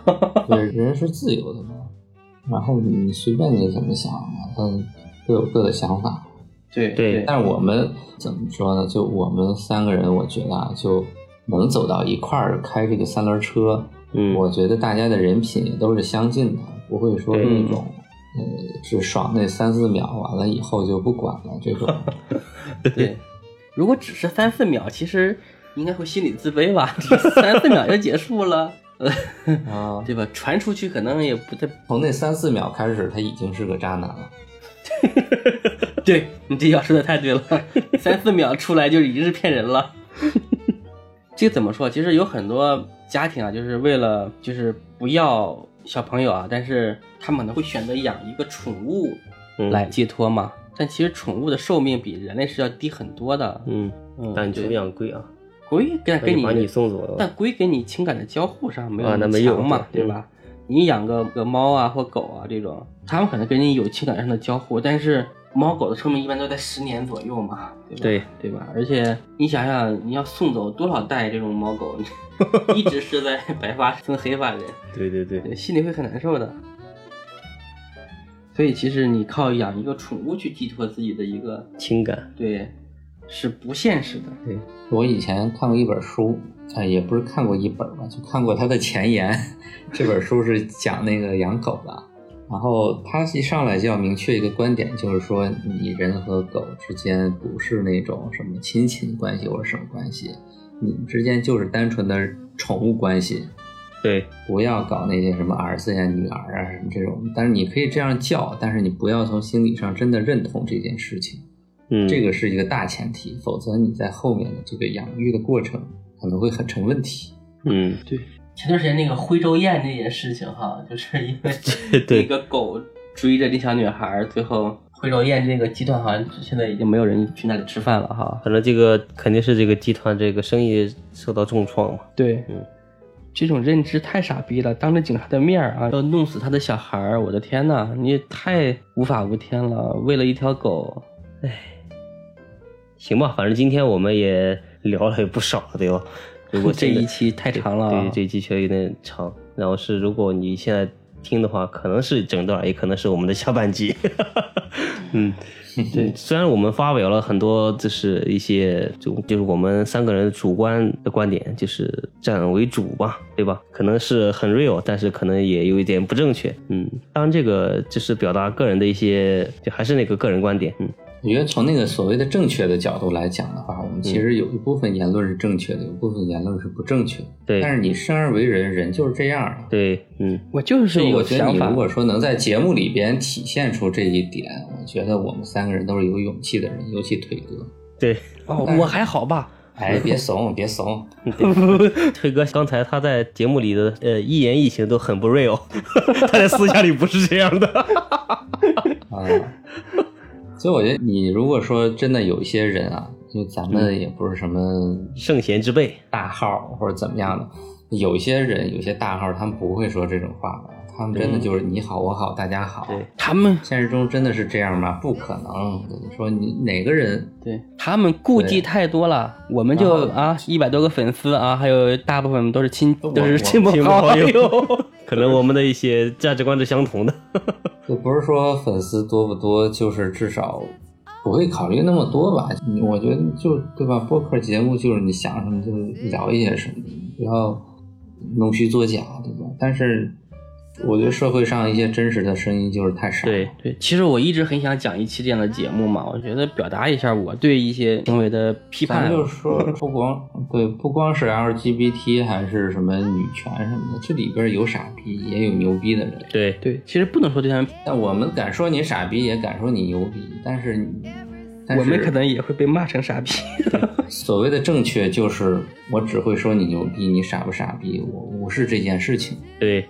[SPEAKER 2] 对，人是自由的嘛，然后你随便你怎么想，嗯，各有各的想法。
[SPEAKER 4] 对
[SPEAKER 1] 对
[SPEAKER 4] 对
[SPEAKER 2] 但是我们怎么说呢？就我们三个人，我觉得啊，就能走到一块儿开这个三轮车，
[SPEAKER 1] 嗯
[SPEAKER 2] 我觉得大家的人品也都是相近的，不会说
[SPEAKER 1] 对嗯
[SPEAKER 2] 那种。呃，只爽那三四秒，完了以后就不管了。这种
[SPEAKER 4] 对，如果只是三四秒，其实应该会心理自卑吧？ 只是三四秒就结束了， 呃，
[SPEAKER 2] 啊，
[SPEAKER 4] 对吧？传出去可能也不太
[SPEAKER 2] 从那三四秒开始，他已经是个渣男了。
[SPEAKER 4] 对你这要说的太对了，三四秒出来就已经是骗人了。 这怎么说？其实有很多家庭啊，就是为了就是不要小朋友啊，但是他们可能会选择养一个宠物
[SPEAKER 1] 嗯
[SPEAKER 4] 来寄托嘛。但其实宠物的寿命比人类是要低很多的。
[SPEAKER 1] 嗯，但
[SPEAKER 4] 对
[SPEAKER 1] 穷养龟啊，
[SPEAKER 4] 龟跟
[SPEAKER 1] 那
[SPEAKER 4] 跟
[SPEAKER 1] 就
[SPEAKER 4] 你
[SPEAKER 1] 把你送走
[SPEAKER 4] 但
[SPEAKER 1] 了。
[SPEAKER 4] 龟给你情感的交互上没有
[SPEAKER 1] 呃啊那
[SPEAKER 4] 那么
[SPEAKER 1] 没有
[SPEAKER 4] 强嘛，
[SPEAKER 1] 对
[SPEAKER 4] 对吧？你养个个猫啊或狗啊这种，它们可能跟你有情感上的交互，但是猫狗的寿命一般都在十年左右嘛，对吧？
[SPEAKER 1] 对
[SPEAKER 4] 对吧？而且你想想，你要送走多少代这种 猫狗，一直是在白发生黑发人，
[SPEAKER 1] 对对对，
[SPEAKER 4] 对心里会很难受的。所以其实你靠养一个宠物去寄托自己的一个
[SPEAKER 1] 情感，
[SPEAKER 4] 对，是不现实的。
[SPEAKER 2] 我以前看过一本书，啊、也不是看过一本吧，就看过它的前言。 这本书是讲那个养狗的，然后它一上来就要明确一个观点，就是说你人和狗之间不是那种什么亲情关系或者什么关系，你们之间就是单纯的宠物关系。
[SPEAKER 1] 对
[SPEAKER 2] 不要搞那些什么儿子呀、女儿啊什么这种，但是你可以这样叫，但是你不要从心理上真的认同这件事情。
[SPEAKER 1] 嗯，
[SPEAKER 2] 这
[SPEAKER 1] 个
[SPEAKER 2] 个是一个大前提，否则你在后面的这个养育的过程可能会很成问题。
[SPEAKER 1] 嗯，
[SPEAKER 4] 前段时间那个徽州宴那件事情哈，就是因 为
[SPEAKER 1] 对
[SPEAKER 4] 那个狗追着那小女孩，最后徽州宴这个集团好像现在已经没有人去那里吃饭了哈。
[SPEAKER 1] 反正这个肯定是这个集团这个生意受到重创嘛。
[SPEAKER 4] 对，
[SPEAKER 1] 嗯
[SPEAKER 4] 这种认知太傻逼了，当着警察的面儿啊，要弄死他的小孩儿，我的天呐，你也太无法无天了！为了一条狗，
[SPEAKER 1] 行吧，反正今天我们也聊了也不少了，对吧？如果
[SPEAKER 4] 这
[SPEAKER 1] 真的
[SPEAKER 4] 一期太长了啊，
[SPEAKER 1] 对这一期确实有点长。然后是，如果你现在听的话，可能是整段，也可能是我们的下半集。 嗯，对。虽然我们发表了很多，就是一些就就是我们三个人主观的观点，就是站为主吧，对吧？可能是很 real，但是可能也有一点不正确。嗯，当然这个就是表达个人的一些，就还是那个个人观点。嗯，
[SPEAKER 2] 我觉得从那个所谓的正确的角度来讲的话，我们们其实有一部分言论是正确的，有部分言论是不正确的。
[SPEAKER 1] 对
[SPEAKER 2] 但是你生而为人，人就是这样啊。
[SPEAKER 1] 对，嗯，
[SPEAKER 4] 我就是
[SPEAKER 2] 我
[SPEAKER 4] 有
[SPEAKER 2] 觉得
[SPEAKER 4] 想
[SPEAKER 2] 你
[SPEAKER 4] 法
[SPEAKER 2] 如。果说能在节目里边体现出这一点，我觉得我们三个人都是有勇气的人，尤其腿哥。
[SPEAKER 1] 对，
[SPEAKER 4] 哦，我还好吧。
[SPEAKER 2] 哎，别怂，别怂，
[SPEAKER 1] 推哥刚才他在节目里的呃一言一行都很不 real，他 在私下里不是这样的。
[SPEAKER 2] 啊！ 所以我觉得你如果说真的有一些人啊，因为咱们也不是什么
[SPEAKER 1] 圣贤之辈，
[SPEAKER 2] 大号或者怎么样的，有一些人有些大号他们不会说这种话的，他们真的就是你好我好大家好。
[SPEAKER 1] 嗯对
[SPEAKER 4] 他们
[SPEAKER 2] 现实中真的是这样吗？不可能。说你哪个人
[SPEAKER 4] 对他们顾忌
[SPEAKER 2] 对
[SPEAKER 4] 太多了，我们就啊一百多个粉丝啊，还有大部分都是亲
[SPEAKER 2] 我
[SPEAKER 4] 都是亲朋
[SPEAKER 1] 亲朋
[SPEAKER 4] 好
[SPEAKER 1] 好
[SPEAKER 4] 友。
[SPEAKER 1] 友，哎 可能我们的一些价值观是相同的。
[SPEAKER 2] 就不是说粉丝多不多，就是至少不会考虑那么多吧。你我觉得就对吧？播客节目就是你想什么就聊一些什么，不要弄虚作假，对吧？但是我觉得社会上一些真实的声音就是太少。
[SPEAKER 1] 对，
[SPEAKER 4] 对，其实我一直很想讲一期这样的节目嘛，我觉得表达一下我对一些行为的批
[SPEAKER 2] 咱
[SPEAKER 4] 判。
[SPEAKER 2] 就说不光对，不光是 LGBT 还是什么女权什么的，这里边有傻逼，也有牛逼的人。
[SPEAKER 1] 对，
[SPEAKER 4] 对，其实不能说对他们，
[SPEAKER 2] 但我们敢说你傻逼，也敢说你牛逼，但是你，但是
[SPEAKER 4] 我们可能也会被骂成傻逼。
[SPEAKER 2] 所谓的正确就是我只会说你牛逼，你傻不傻逼，我无视这件事情。
[SPEAKER 1] 对，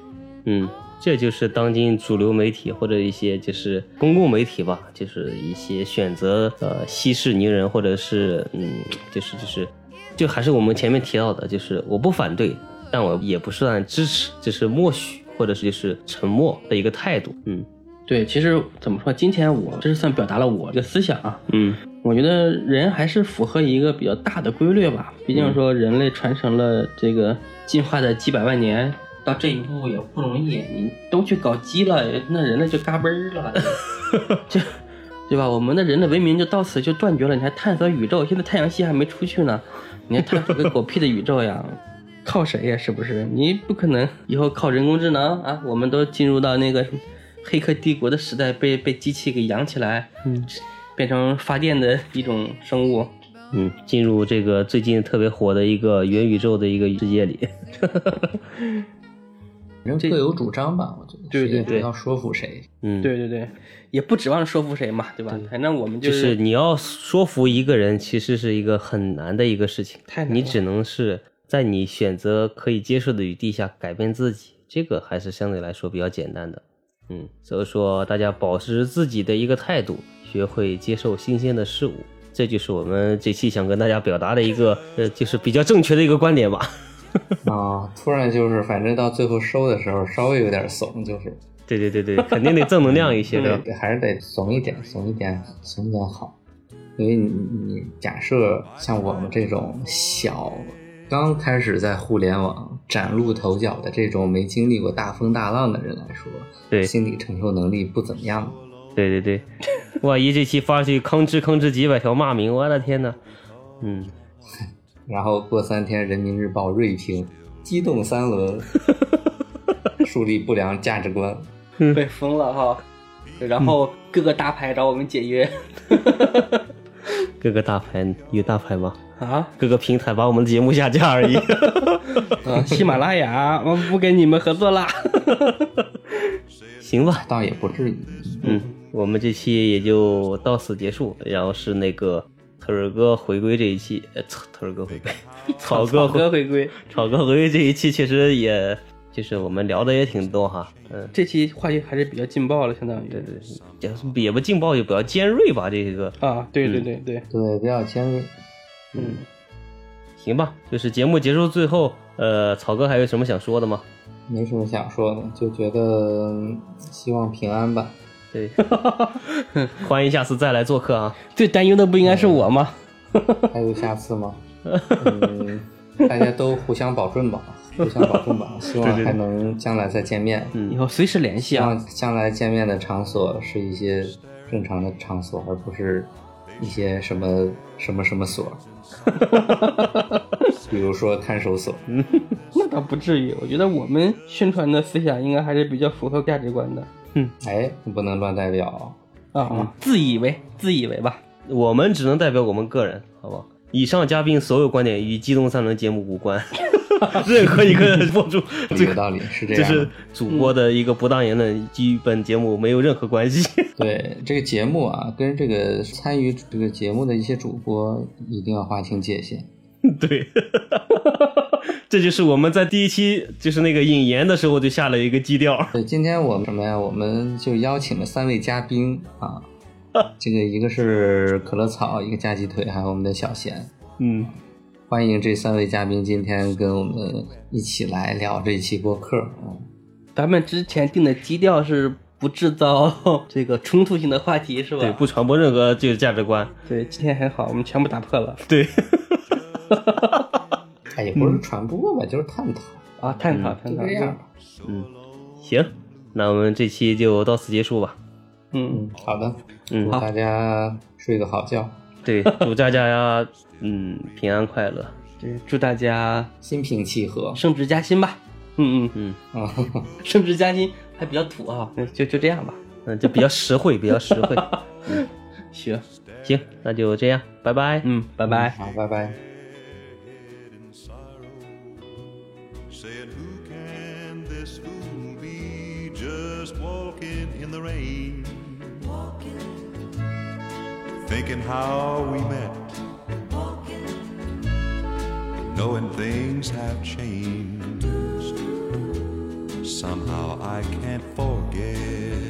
[SPEAKER 1] 嗯，这就是当今主流媒体或者一些就是公共媒体吧，就是一些选择呃息事宁人，或者是嗯，就是就是，就还是我们前面提到的，就是我不反对，但我也不算支持，就是默许或者是就是沉默的一个态度。嗯
[SPEAKER 4] 对，其实怎么说，今天我这是算表达了我的思想啊。
[SPEAKER 1] 嗯，
[SPEAKER 4] 我觉得人还是符合一个比较大的规律吧，毕
[SPEAKER 2] 嗯
[SPEAKER 4] 竟说人类传承了这个进化的几百万年，到这一步也不容易。你都去搞基了，那人类就嘎嘣儿 了，就对吧？我们的人类文明就到此就断绝了，你还探索宇宙？现在太阳系还没出去呢，你还探索个狗屁的宇宙呀？靠谁呀？是不是？你不可能以后靠人工智能啊！我们都进入到那个什么黑客帝国的时代，被被机器给养起来，嗯，变成发电的一种生物。
[SPEAKER 1] 嗯，进入这个最近特别火的一个元宇宙的一个世界 里。
[SPEAKER 2] 人各有主张吧，我觉得
[SPEAKER 4] 对对
[SPEAKER 2] 谁也
[SPEAKER 4] 对
[SPEAKER 2] 不要说服谁。
[SPEAKER 1] 嗯，。
[SPEAKER 4] 对对对，也不指望说服谁嘛，对吧？反正我 们
[SPEAKER 1] 就是是你要说服一个人，其实是一个很难的一个事情，
[SPEAKER 4] 太难了
[SPEAKER 1] 你只能是在你选择可以接受的余地下改变自己，这个还是相对来说比较简单的。嗯，所以说大家保持自己的一个态度，学会接受新鲜的事物，这就是我们这期想跟大家表达的一个呃，就是比较正确的一个观点吧。
[SPEAKER 2] 啊，突然就是，反正到最后收的时候，稍微有点怂，就是
[SPEAKER 1] 对对对对，肯定得正能量一些
[SPEAKER 4] 啊
[SPEAKER 1] 的。
[SPEAKER 2] 还是得怂一点，怂一点，怂一点好。因为你你假设像我们这种小刚开始在互联网崭露头角的这种没经历过大风大浪的人来说，
[SPEAKER 1] 对
[SPEAKER 2] 心理承受能力不怎么样。
[SPEAKER 1] 对对对，万一这期发去吭哧吭哧几百条骂名，我的天呐！嗯，
[SPEAKER 2] 然后过三天，《人民日报》锐评：激动 三轮，树立不良价值观。
[SPEAKER 4] 被封了哈。然后各个大牌找我们解约
[SPEAKER 1] 各个大牌有大牌吗？
[SPEAKER 4] 啊，
[SPEAKER 1] 各个平台把我们的节目下架而已。
[SPEAKER 4] 啊喜马拉雅，我不跟你们合作啦。
[SPEAKER 1] 行吧，
[SPEAKER 2] 倒也不至于。
[SPEAKER 1] 嗯，我们这期也就到此结束。然后是那个腿儿哥回归这一期，呃，草腿儿哥回归，草哥
[SPEAKER 4] 草哥
[SPEAKER 1] 回，
[SPEAKER 4] 回 归，
[SPEAKER 1] 草哥回归这一期确实也，就是我们聊的也挺多哈，嗯，
[SPEAKER 4] 这期话题还是比较劲爆了，相当于。对对
[SPEAKER 1] 也也不劲爆，也比较尖锐吧，这个
[SPEAKER 4] 啊，对对对对，
[SPEAKER 2] 对，比较尖锐。
[SPEAKER 4] 嗯，
[SPEAKER 1] 行吧。就是节目结束最后，呃，草哥还有什么想说的吗？
[SPEAKER 2] 没什么想说的，就觉得嗯希望平安吧。
[SPEAKER 1] 对， 欢迎下次再来做客啊。
[SPEAKER 4] 最担忧的不应该是我吗？
[SPEAKER 2] 还有下次吗？嗯，大家都互相保重吧，互相保重吧。希望还能将来再见面。嗯，
[SPEAKER 4] 以后随时联系
[SPEAKER 2] 希
[SPEAKER 4] 啊。
[SPEAKER 2] 望将来见面的场所是一些正常的场所，而不是一些什么什么什么所，比如说看守所。
[SPEAKER 4] 那倒不至于，我觉得我们宣传的思想应该还是比较符合价值观的
[SPEAKER 2] 哎，不能乱代表。
[SPEAKER 4] 嗯啊。自以为，自以为吧。
[SPEAKER 1] 我们只能代表我们个人，好不好？以上嘉宾所有观点与《机动三轮》节目无 关，任何一个博主这
[SPEAKER 2] 有
[SPEAKER 1] 个
[SPEAKER 2] 道理，是这
[SPEAKER 1] 这
[SPEAKER 2] 样的。
[SPEAKER 1] 是主播的一个不当言论，与本节目没有任何关 系。
[SPEAKER 2] 对这个节目啊，跟这个参与这个节目的一些主播一定要划清界限。
[SPEAKER 1] 对， 这就是我们在第一期就是那个引言的时候就下了一个基调。
[SPEAKER 2] 对，今天我们什么呀？我们就邀请了三位嘉宾啊，这个一个是可乐草，一个加鸡腿，还有我们的小贤。
[SPEAKER 1] 嗯，
[SPEAKER 2] 欢迎这三位嘉宾今天跟我们一起来聊这一期播客啊。
[SPEAKER 4] 咱们之前定的基调是不制造这个冲突性的话题，是吧？
[SPEAKER 1] 对，不传播任何这个价值观。
[SPEAKER 4] 对，今天很好，我们全部打破了
[SPEAKER 1] 对，
[SPEAKER 2] 哎，也不是传播吧，就是探讨，
[SPEAKER 4] 啊！探讨探
[SPEAKER 2] 就
[SPEAKER 4] 讨
[SPEAKER 2] 这，样吧。
[SPEAKER 1] 嗯行，那我们这期就到此结束吧。
[SPEAKER 4] 嗯，
[SPEAKER 2] 嗯，好的，
[SPEAKER 1] 嗯
[SPEAKER 2] 祝大家睡个好觉，
[SPEAKER 1] 对，祝大家呀，嗯，平安快乐。
[SPEAKER 4] 对，祝大家
[SPEAKER 2] 心平气和
[SPEAKER 4] 升职加薪吧。嗯嗯，
[SPEAKER 2] 啊。
[SPEAKER 4] 升职加薪还比较土啊，那就就这样吧。
[SPEAKER 1] 嗯，就比较实惠，比较实惠。
[SPEAKER 4] 行，
[SPEAKER 1] 行，那就这样，拜拜。
[SPEAKER 4] 嗯，拜拜。
[SPEAKER 2] 好，拜拜。
[SPEAKER 5] in sorrow, said, Who can this fool be just walking in the rain? Thinking how we met, knowing things have changed. Somehow I can't forget.